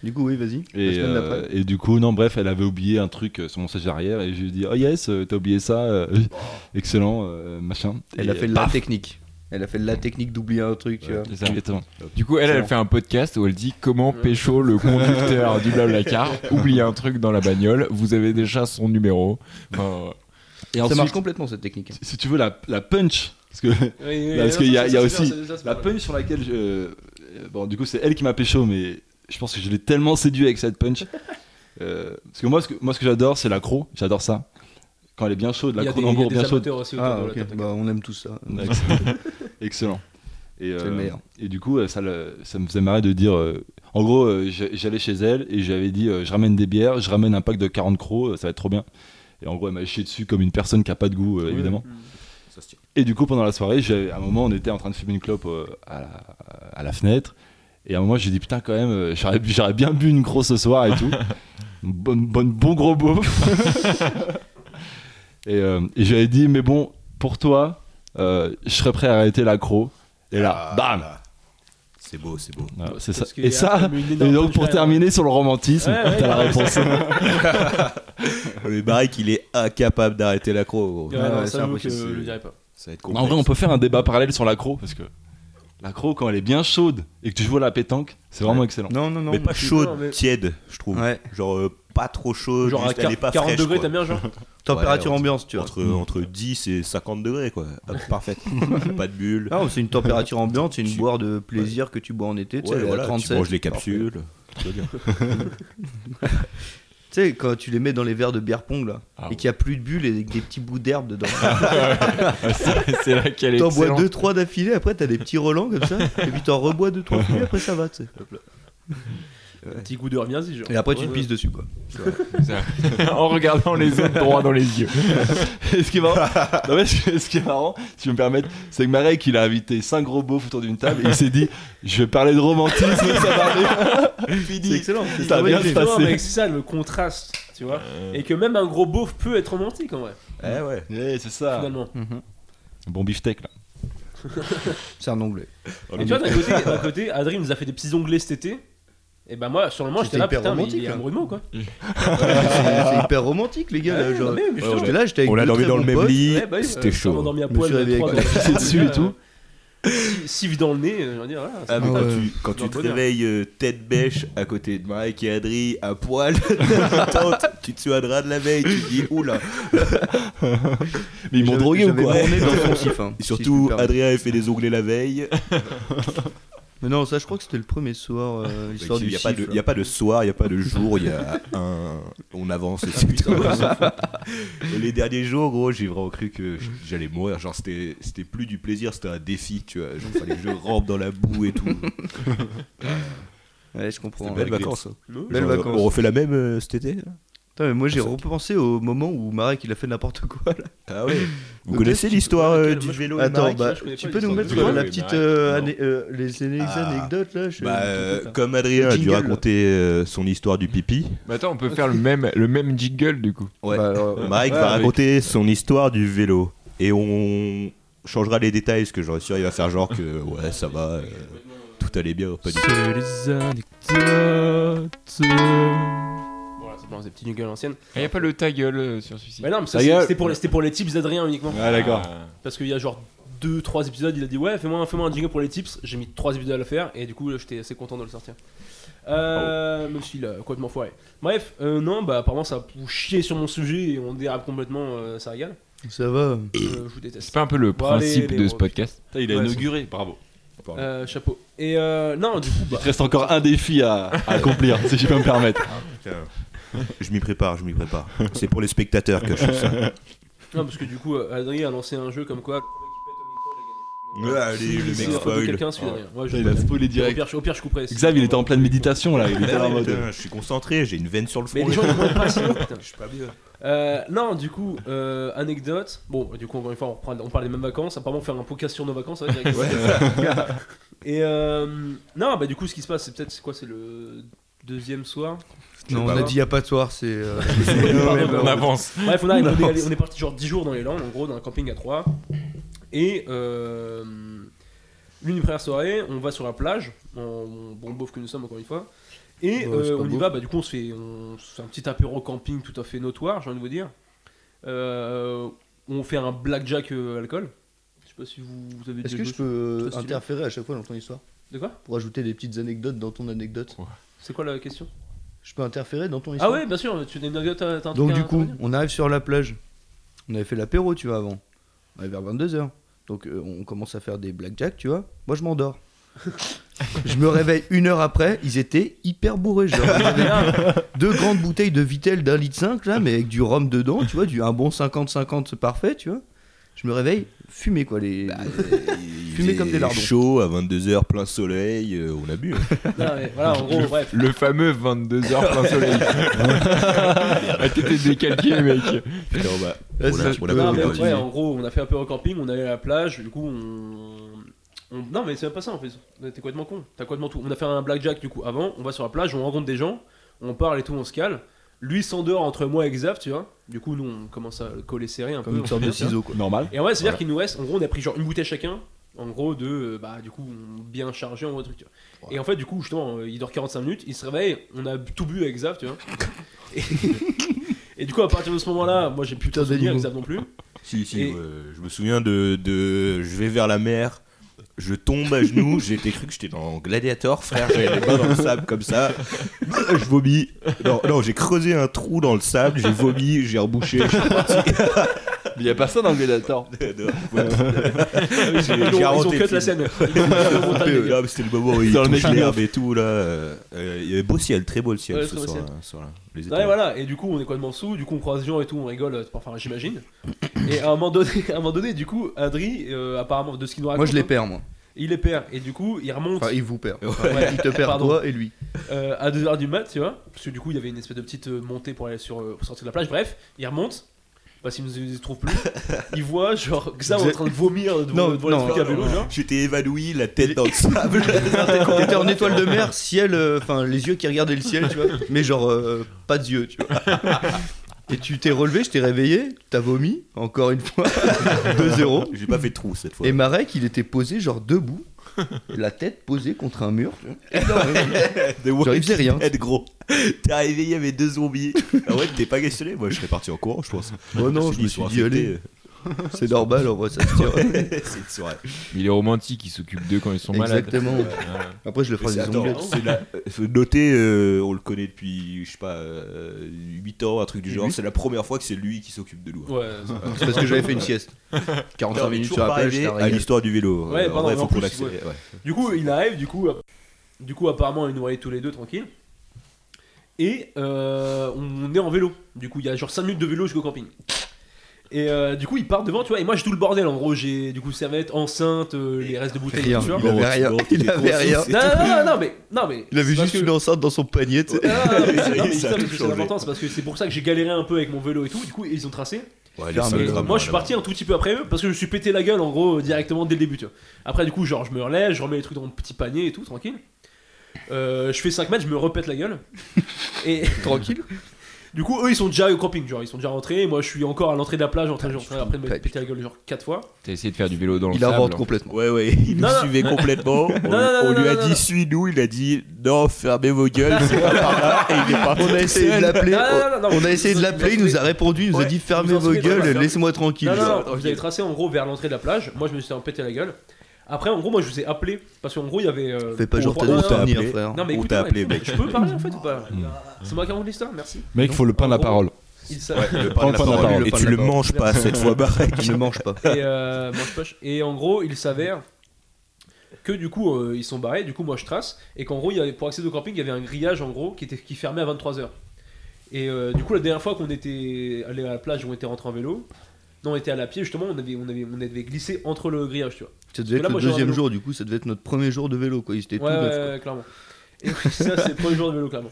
S4: Du coup, oui, vas-y. La
S5: Et,
S4: semaine
S5: euh,
S4: d'après.
S5: et du coup, non, bref, elle avait oublié un truc euh, sur mon siège arrière et je lui ai dit, oh yes, euh, t'as oublié ça, euh, oui, excellent, euh, machin.
S4: Elle
S5: Et,
S4: a fait de
S5: euh,
S4: la
S5: paf euh,
S4: technique. Elle a fait de la technique d'oublier un truc, tu vois.
S5: Exactement.
S3: Du coup, elle, elle
S4: Excellent.
S3: fait un podcast où elle dit comment pécho le conducteur du blablacar oublie un truc dans la bagnole, vous avez déjà son numéro. Enfin,
S5: Et
S4: Ça
S5: ensuite,
S4: marche complètement cette technique.
S5: si- si tu veux, la, la punch, parce que
S1: Oui, oui,
S5: Parce
S1: non,
S5: qu'il y a-
S1: ça,
S5: il y a
S1: ça,
S5: aussi
S1: c'est- ça, c'est
S5: la
S1: pas mal.
S5: punch sur laquelle je. euh, Bon, du coup, c'est elle qui m'a pécho, mais je pense que je l'ai tellement séduit avec cette punch. Euh, parce que moi, ce que, moi, ce que j'adore, c'est l'accro, j'adore ça. Quand elle est bien chaude,
S1: Il y a
S5: l'accro
S1: des, il y a
S5: d'embourg
S1: des
S5: bien chaude.
S1: amateurs aussi autour
S4: Ah,
S1: de la
S4: ok.
S1: table.
S4: Bah, on aime tout ça.
S5: Excellent. Et, euh,
S4: C'est le meilleur.
S5: et du coup, euh, ça, le- ça me faisait marrer de dire. euh, en gros, euh, j'a- j'allais chez elle et j'avais dit euh, je ramène des bières, je ramène un pack de 40 crocs, euh, ça va être trop bien. Et en gros, elle m'a chié dessus comme une personne qui a pas de goût, euh, évidemment.
S2: Ça se tient.
S5: Et du coup, pendant la soirée, j'ai- à un moment, on était en train de fumer une clope euh, à, la, à la fenêtre. Et à un moment, j'ai dit putain, quand même, euh, j'aurais bu- j'aurais bien bu une grosse ce soir et tout. bonne, bonne, bon gros beauf. et euh, et j'avais dit, mais bon, pour toi, euh, je serais prêt à arrêter l'accro. Et là,
S2: Ah,
S5: bam
S2: là. C'est beau, c'est beau.
S5: Voilà, c'est ça.
S1: Parce qu'il y
S5: Et
S1: a
S5: ça,
S1: comme une
S5: et
S1: énorme
S5: donc pour
S1: punchline.
S5: terminer sur le romantisme,
S1: Ouais, ouais,
S5: t'as la
S1: ouais,
S5: réponse.
S2: Le Barrick, il est incapable d'arrêter l'accro. gros.
S1: Ouais,
S4: Ouais,
S1: non, ça,
S4: ouais, c'est
S1: j'avoue que
S4: impossible,
S1: je
S4: c'est-
S1: le dirais pas.
S2: Ça va être
S5: en vrai, on peut faire un débat parallèle sur l'accro, parce que l'accro, quand elle est bien chaude et que tu joues à la pétanque, c'est vraiment excellent.
S4: Non, non, non.
S2: mais pas
S1: je suis
S2: chaude,
S1: d'accord, mais-
S2: tiède, je trouve.
S4: Ouais.
S2: Genre euh, pas trop chaude,
S1: Genre à
S2: juste, elle est pas
S1: 40
S2: fraîche,
S1: degrés,
S2: quoi.
S1: t'aimes bien, genre
S4: Température
S2: Ouais,
S4: ambiance, tu vois.
S2: entre, entre 10 et 50 degrés, quoi. Hop, parfait. pas de bulle.
S4: Non, c'est une température ambiante, c'est une
S2: Tu-
S4: boire de plaisir que tu bois en été, tu sais,
S2: Ouais,
S4: à
S2: voilà, tu
S4: 37.
S2: manges les capsules. tout va bien.
S4: Tu sais, quand tu les mets dans les verres de bière pong, là,
S3: Ah
S4: et
S3: ouais.
S4: qu'il n'y a plus de bulles et avec des petits bouts d'herbe dedans.
S2: Ah
S3: c'est c'est là qu'elle est.
S4: t'en bois 2-3
S3: excellente.
S4: d'affilée, après t'as des petits relents comme ça, et puis t'en rebois 2-3 d'affilée, après ça va, tu sais.
S1: Un petit coup de reviens-y, genre.
S4: Et après tu
S1: Ouais,
S4: te
S1: ouais.
S4: pisses dessus, quoi.
S3: en regardant les autres droit dans les yeux.
S5: Et ce qui est marrant, non, mais ce ce qui est marrant, si je me permettre, c'est que Marek il a invité cinq gros beaufs autour d'une table et il s'est dit Je vais parler de romantisme, ça va aller.
S4: C'est excellent. c'est
S5: Ça
S4: une
S5: va bien
S4: bonne idée.
S5: se
S1: Non,
S5: passer.
S1: mais c'est ça le contraste, tu vois. Et que même un gros beauf peut être romantique en vrai,
S2: Eh ouais.
S1: Ah.
S5: Ouais, c'est ça.
S1: finalement.
S5: Bon beefsteak là.
S4: C'est un onglet.
S1: Et tu vois, d'un côté, d'un côté, Adrien nous a fait des petits onglets cet été. Et bah moi, sur le moment, j'étais
S4: C'était
S1: là,
S4: hyper
S1: putain, mais
S4: romantique,
S1: il est
S4: là.
S1: amoureux de moi, quoi.
S4: c'est c'est hyper romantique, les gars.
S1: Ouais,
S4: là, genre.
S1: non, mais- mais je te
S4: Alors,
S1: jure.
S4: j'étais là, j'étais avec
S2: On l'a
S4: deux
S2: dormi
S4: très
S2: dans
S4: bons
S2: le même
S4: potes.
S2: lit.
S1: Ouais, bah oui,
S2: C'était
S1: euh,
S2: chaud. hein.
S1: On a dormi à
S4: Je me
S1: poil,
S4: suis réveillé
S1: trois
S4: avec
S1: dans la
S4: la
S1: piscine
S4: dessus
S1: euh,
S6: et tout.
S1: si- Sif dans le nez, euh, je veux dire. voilà, c'est
S2: Ah, mais
S1: pas
S2: quand,
S1: mal.
S2: tu, quand
S1: Dans
S2: tu
S1: le
S2: te
S1: bonheur.
S2: réveilles euh, tête bêche à côté de Mike et Adri à poil, tente, tu te souviendras de la veille, tu te dis oula.
S4: Mais
S2: ils m'ont drogué ou quoi
S4: J'avais mon nez dans son sif, hein,
S2: Et
S4: si je
S2: surtout,
S4: puis me permettre.
S2: Adrien avait fait des onglets la veille.
S4: Mais non, ça, je crois que c'était le premier soir, euh, l'histoire
S2: Il
S4: du
S2: n'y a, pas
S4: sif.
S2: de-
S4: là.
S2: y a pas de soir, il n'y a pas de jour, il y a un. On avance et c'est tout. Les derniers jours, gros, j'ai vraiment cru que j'allais mourir. Genre, c'était c'était plus du plaisir, c'était un défi, tu vois. Genre, fallait que je rampe dans la boue et tout.
S4: Ouais, je comprends.
S2: C'était belles
S4: ouais.
S2: vacances. hein.
S1: Non.
S4: Belles
S2: Genre,
S4: vacances.
S2: On refait la même euh, cet été là
S4: Putain, mais moi, j'ai repensé au moment où Marek, il a fait n'importe quoi. là.
S2: Ah ouais Vous
S4: Donc,
S2: connaissez l'histoire
S1: Ouais,
S2: euh,
S1: laquelle
S2: du
S1: Moi, je-
S2: vélo et
S4: Attends,
S2: Marek
S4: bah,
S1: je connais pas
S4: tu peux
S1: l'histoire
S4: nous mettre
S3: du vélo,
S4: la
S3: mais
S4: petite
S3: Marek,
S4: euh,
S3: non.
S4: ané- euh, les, les
S2: Ah.
S4: anecdotes là je-
S2: Bah, euh,
S4: Putain.
S2: comme Adrien a dû
S4: Jingle.
S2: raconter euh, son histoire du pipi,
S3: Mais attends, on peut faire le même, le même jingle du coup.
S2: ouais.
S4: Bah, alors,
S2: Marek
S3: Ouais,
S2: va
S3: mais-
S2: raconter son histoire du vélo. Et on changera les détails, parce que j'en suis sûr, il va faire genre que ouais, ça va, euh, tout allait bien, pas du tout.
S6: C'est les anecdotes.
S1: Voilà, c'est bon, c'est des petits jingles anciennes.
S3: Il n'y a pas le ta gueule euh, sur celui-ci.
S1: Mais non, mais ça,
S5: Ta
S1: c'est-
S5: gueule.
S1: c'était pour, les- c'était pour les tips d'Adrien uniquement.
S5: Ah, d'accord.
S3: Ah.
S1: Parce qu'il y a genre 2-3 épisodes, il a dit Ouais, fais-moi un, fais-moi un jingle pour les tips. J'ai mis 3 épisodes à le faire et du coup, j'étais assez content de le sortir.
S5: Ah
S1: Euh, Même s'il a complètement foiré. Bref, euh, non, bah apparemment, ça a pou- chié sur mon sujet et on dérape complètement, euh, ça régale.
S4: ça va
S1: Euh, je vous déteste.
S3: C'est pas un peu le
S1: Bon, allez,
S3: principe
S1: les
S3: de
S1: gros,
S3: ce podcast
S5: Putain, il a
S1: Ouais,
S5: inauguré, bravo.
S1: Euh, chapeau. Et euh, non, du coup, bah,
S5: Il te reste encore un défi à, à accomplir, si je peux me permettre.
S2: Je m'y prépare, je m'y prépare. C'est pour les spectateurs que je fais ça.
S1: non, parce que du coup, euh, Adrien a lancé un jeu comme quoi.
S2: Ouais, allez, le
S1: Si
S2: mec
S1: la photo de
S2: spoil.
S1: quelqu'un, celui derrière. Moi, je-
S5: Putain, il a spoilé
S1: au
S5: direct.
S1: pire, je- au pire, je couperai.
S5: Xav, il était en pleine méditation là. Il était
S2: Ah,
S5: en mode. euh,
S2: putain, je suis concentré, j'ai une veine sur le front.
S1: Mais les gens ils comprennent pas sinon, putain.
S2: Je suis pas bien.
S1: Euh, non, du coup, euh, anecdote. Bon, du coup, encore une fois, on, reprend- on parle des mêmes vacances. Apparemment, faire un podcast sur nos vacances, ça va direct. Et euh, non, bah, du coup, ce qui se passe, c'est peut-être, c'est quoi, c'est le deuxième soir
S4: non on
S1: pas
S4: a
S1: grave.
S4: dit y a pas de soir c'est euh,
S1: Ouais,
S3: On
S1: bah,
S3: avance.
S1: Bref, on, arrive, on, est allé- on est parti genre 10 jours dans les Landes, en gros, dans un camping à 3. Et euh, l'une des premières soirées, on va sur la plage, en bon beauf que nous sommes, encore une fois. Et
S4: Ouais,
S1: euh,
S4: c'est pas
S1: on y
S4: beau.
S1: va, bah, du coup, on se fait, on se fait un petit apéro camping tout à fait notoire, j'ai envie de vous dire. Euh, on fait un blackjack euh, alcool. Je sais pas si vous, vous avez
S4: est-ce
S1: déjà
S4: que
S1: joué
S4: je peux
S1: Très
S4: euh,
S1: stylé.
S4: interférer à chaque fois dans ton histoire
S1: De quoi
S4: pour ajouter des petites anecdotes dans ton anecdote
S1: C'est quoi la question
S4: je peux interférer dans ton
S1: Ah
S4: histoire
S1: ouais, bien sûr, tu as une anecdote, t'as- t'as un
S4: donc
S1: truc à-
S4: du coup
S1: à
S4: on arrive sur la plage on avait fait l'apéro tu vois avant on avait vers 22h donc euh, on commence à faire des blackjack tu vois moi je m'endors je me réveille une heure après, ils étaient hyper bourrés. Genre, ils avaient
S1: dire Ah,
S4: deux grandes bouteilles de Vitel d'un litre 5 là, mais avec du rhum dedans, tu vois, du un bon 50-50 c'est parfait, tu vois. Je me réveille, fumé quoi, les. Fumé comme des lardons.
S2: chaud à 22h, plein soleil, euh, on a bu. hein.
S1: Non, mais voilà, en gros, bref.
S3: Le fameux 22h plein soleil. Ah, T'étais décalqué, mec.
S2: Putain, bah,
S4: Ouais,
S2: on
S4: ça,
S2: a-
S4: tu
S2: on
S4: peux
S2: a
S1: Ah Non,
S2: pas
S1: mais
S4: avoir
S2: bu.
S1: ouais, en gros, on a fait un peu au camping, on allait à la plage, du coup, on. on- Non, mais c'est même pas ça en fait. T'es complètement con. T'as complètement tout. On a fait un blackjack du coup avant, on va sur la plage, on rencontre des gens, on parle et tout, on se cale. Lui s'endort entre moi et Xav, tu vois. Du coup, nous, on commence à le coller serré un
S4: Comme
S1: peu.
S4: une sorte
S1: on
S4: de
S1: fait ça.
S4: ciseau quoi.
S5: Normal.
S1: Et en vrai, c'est-à-dire qu'il nous reste, en gros, on a pris genre une bouteille chacun, en gros, de, euh, bah, du coup, on- bien chargé en gros truc, tu vois. Et en fait, du coup, justement, euh, il dort 45 minutes, il se réveille, on a tout bu avec Xav, tu vois. Et, et du coup, à partir de ce moment-là, moi, j'ai plus
S4: Putain
S1: de souvenir,
S4: d'animaux.
S1: Xav non plus.
S2: Si, si,
S1: Et-
S2: ouais, je me souviens de, de- Je vais vers la mer, je tombe à genoux, j'étais cru que j'étais dans Gladiator, frère, j'avais les mains dans le sable comme ça. Je vomis. Non, non j'ai creusé un trou dans le sable, j'ai vomi, j'ai rebouché. je suis parti.
S5: Il y a pas ça dans Gladiator.
S2: Ouais.
S1: Ils
S2: J'ai-
S1: ont-
S2: j'ai
S1: ils ont,
S2: raconté le
S1: cut la
S2: film.
S1: scène. Ils ont- ils ont monté, les gars.
S2: Non, mais C'était le moment où il
S5: Dans le
S2: touche
S5: making
S2: l'herbe et tout là. euh, euh, il y avait beau ciel, très beau le ciel
S1: Ouais,
S2: ce
S1: très beau
S2: soir.
S1: ciel.
S2: hein, ce soir-là. Les
S1: Ouais,
S2: étoiles.
S1: voilà, et du coup on est complètement sous, du coup on croise des gens et tout, on rigole, euh, enfin j'imagine. Et à un moment donné, à un moment donné du coup, Adri, euh, apparemment de ce qu'il nous raconte,
S4: Moi je les
S1: hein,
S4: perds moi.
S1: il les perd, et du coup il remonte
S4: Enfin, il vous perd.
S1: Ouais.
S4: Il te perd
S1: Pardon.
S4: toi et lui.
S1: euh, à 2h du mat, tu vois, parce que du coup il y avait une espèce de petite euh, montée pour aller sur, euh, pour sortir de la plage, bref, il remonte, parce qu'il ne nous trouve plus, il voit genre Xav en train de vomir devant,
S4: Non,
S1: devant
S4: non,
S1: les trucs à vélo, genre.
S2: J'étais évanoui, la tête dans le sable.
S4: On était en étoile de mer, ciel, euh, enfin les yeux qui regardaient le ciel, tu vois. Mais genre euh, pas de yeux, tu vois. Et tu t'es relevé, je t'ai réveillé, t'as vomi, encore une fois, 2-0.
S2: J'ai pas fait de trou cette fois.
S4: Et Marek, il était posé, genre debout, la tête posée contre un mur. Et il dormait.
S2: The Walking
S4: faisait rien.
S2: Dead, gros. T'es arrivé, il y avait deux zombies. Ah ouais, t'es pas questionné Moi, je serais parti en courant, je pense.
S4: Oh non,
S2: Ils
S4: je me
S2: sont
S4: suis dit, allez,
S2: infectés.
S4: c'est normal, on voit ça se tire.
S2: C'est une soirée.
S3: Il est romantique, il s'occupe d'eux quand ils sont malades.
S4: Exactement. Après, je le ferai
S2: C'est-
S4: des
S2: attends,
S4: ongles.
S2: c'est la- euh, Notez, euh, on le connaît depuis, je sais pas, 8 ans, un truc du genre. C'est la première fois que c'est lui qui s'occupe de nous.
S1: Ouais, c'est-
S4: C'est parce que j'avais fait une sieste. 45
S2: Non, mais
S4: minutes
S2: toujours
S4: sur la
S2: pas
S4: plage,
S2: arrivé
S4: j'étais
S2: à
S4: arrivé.
S2: l'histoire du vélo.
S1: Ouais,
S2: Euh,
S1: pardon,
S2: en vrai,
S1: mais
S2: faut
S1: en
S2: qu'on
S1: plus,
S2: l'accélère, ouais.
S1: Du coup, il arrive, du coup, euh, du coup apparemment, il nous voyait tous les deux tranquille. Et euh, on est en vélo. Du coup, il y a genre 5 minutes de vélo jusqu'au camping. Et euh, du coup, il part devant, tu vois. Et moi, j'ai tout le bordel. En gros, j'ai du coup serviette, enceinte, euh, les restes de bouteilles,
S4: Rien.
S1: tu vois.
S4: Il avait rien.
S2: Bon, t'étais
S4: Il avait
S2: trop
S4: rien.
S2: sauce.
S1: Non, non, non, non, mais. Non, mais
S4: Il avait
S1: c'est parce
S4: juste
S1: que-
S4: une enceinte dans son panier, tu sais.
S1: Ouais, non, non, mais c'est- non, mais
S2: Ça
S1: c'est ça,
S2: a tout
S1: parce que c'est
S2: changé.
S1: important, c'est parce que c'est pour ça que j'ai galéré un peu avec mon vélo et tout. Du coup, ils ont tracé.
S2: Ouais, les
S4: Ferme
S2: seuls
S1: Et
S4: le
S2: drames,
S1: moi, je suis
S2: là-bas.
S1: parti un tout petit peu après eux parce que je me suis pété la gueule en gros euh, directement dès le début. tu vois. Après, du coup, genre, je me relève, je remets les trucs dans mon petit panier et tout, tranquille. Euh, je fais 5 mètres, je me repète la gueule. Et
S4: Tranquille.
S1: du coup, eux ils sont déjà au camping, genre ils sont déjà rentrés. et Moi je suis encore à l'entrée de la plage en train, de-
S4: Ah,
S1: en train- après de me
S4: putain.
S1: péter la gueule, genre 4 fois.
S3: T'as essayé de faire du vélo dans le
S4: Il
S3: sable.
S4: invente complètement.
S2: Ouais, ouais, il nous
S1: Non, non.
S2: suivait complètement. On,
S1: non, non,
S2: on lui a
S1: non,
S2: dit
S1: non.
S2: suis-nous, il a dit non, fermez vos gueules, c'est pas par là. Et il est parti.
S4: On a
S2: tout
S4: essayé de
S2: seul.
S4: l'appeler.
S1: Non, non, non, non,
S4: On
S1: vous-
S4: a essayé de
S1: vous-
S4: l'appeler. Il nous a répondu. Il nous a
S1: Ouais,
S4: dit
S1: vous
S4: fermez
S1: en
S4: vos
S1: souvenez pas,
S4: gueules.
S1: fermez-
S4: Laissez-moi tranquille.
S1: Non, non,
S4: genre.
S1: non, vous avez tracé en gros vers l'entrée de la plage. Moi je me suis pété la gueule. Après, en gros, moi je vous ai appelé parce qu'en gros il y avait. euh,
S4: Fais pas genre
S1: on-
S4: t'as
S1: non,
S4: des
S1: non, non,
S4: souvenirs,
S2: appelé.
S4: frère.
S1: non, mais
S2: On
S1: écoutez,
S2: t'a
S1: ouais,
S2: appelé,
S1: écoute,
S2: mec.
S1: Je peux parler en fait ou pas
S4: Hmm.
S1: C'est moi qui raconte l'histoire, merci.
S5: Mec, faut le pain de la parole.
S1: Il s'a-
S2: Le
S5: Prends le
S2: pain de la parole. Et
S4: pain
S2: tu
S4: de
S2: le
S4: la parole.
S2: manges pas cette fois, Barek.
S4: Tu ne manges pas.
S1: et euh, mange poche. Et en gros, il s'avère que du coup, euh, ils sont barrés. Du coup, moi, je trace. Et qu'en gros, il y avait, pour accéder au camping, il y avait un grillage en gros qui, était, qui fermait à 23h. Et euh, du coup, la dernière fois qu'on était allé à la plage, on était rentré en vélo. Non, on était à la pied, justement, on avait, on avait, on avait glissé entre le grillage, tu vois.
S4: Ça devait
S1: Parce que là,
S4: être le
S1: moi, j'aurais
S4: deuxième
S1: vélo.
S4: jour. Du coup, ça devait être notre premier jour de vélo. Quoi. Ils étaient tout
S1: Ouais,
S4: neufs.
S1: ouais, clairement. Et oui, ça, c'est le premier jour de vélo, clairement.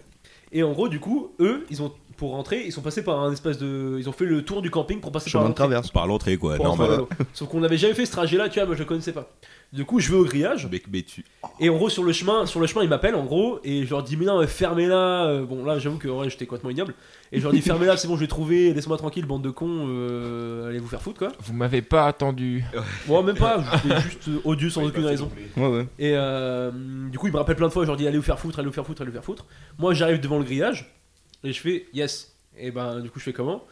S1: Et en gros, du coup, eux, ils ont, pour rentrer, ils sont passés par un espèce de. Ils ont fait le tour du camping pour passer par
S4: Chemin de
S1: l'entrée.
S4: traverse.
S2: Par l'entrée, quoi,
S1: pour rentrer en
S2: normal.
S1: vélo. Sauf qu'on n'avait jamais fait ce trajet-là, tu vois, moi je le connaissais pas. Du coup, je vais au grillage,
S2: Mec, mais tu.
S1: Et en gros sur le chemin, sur le chemin, ils m'appellent en gros et je leur dis mais non, fermez là. Bon là, j'avoue que ouais, j'étais complètement ignoble. Et je leur dis fermez là, c'est bon, je vais trouver. Laisse-moi tranquille, bande de cons. euh, allez vous faire foutre quoi.
S3: Vous m'avez pas attendu.
S1: Bon même pas, j'étais juste euh, odieux sans aucune raison.
S4: Ouais, ouais.
S1: Et euh, du coup, ils me rappellent plein de fois. Je leur dis allez vous faire foutre, allez vous faire foutre, allez vous faire foutre. Moi, j'arrive devant le grillage et je fais yes. Et ben du coup, je fais comment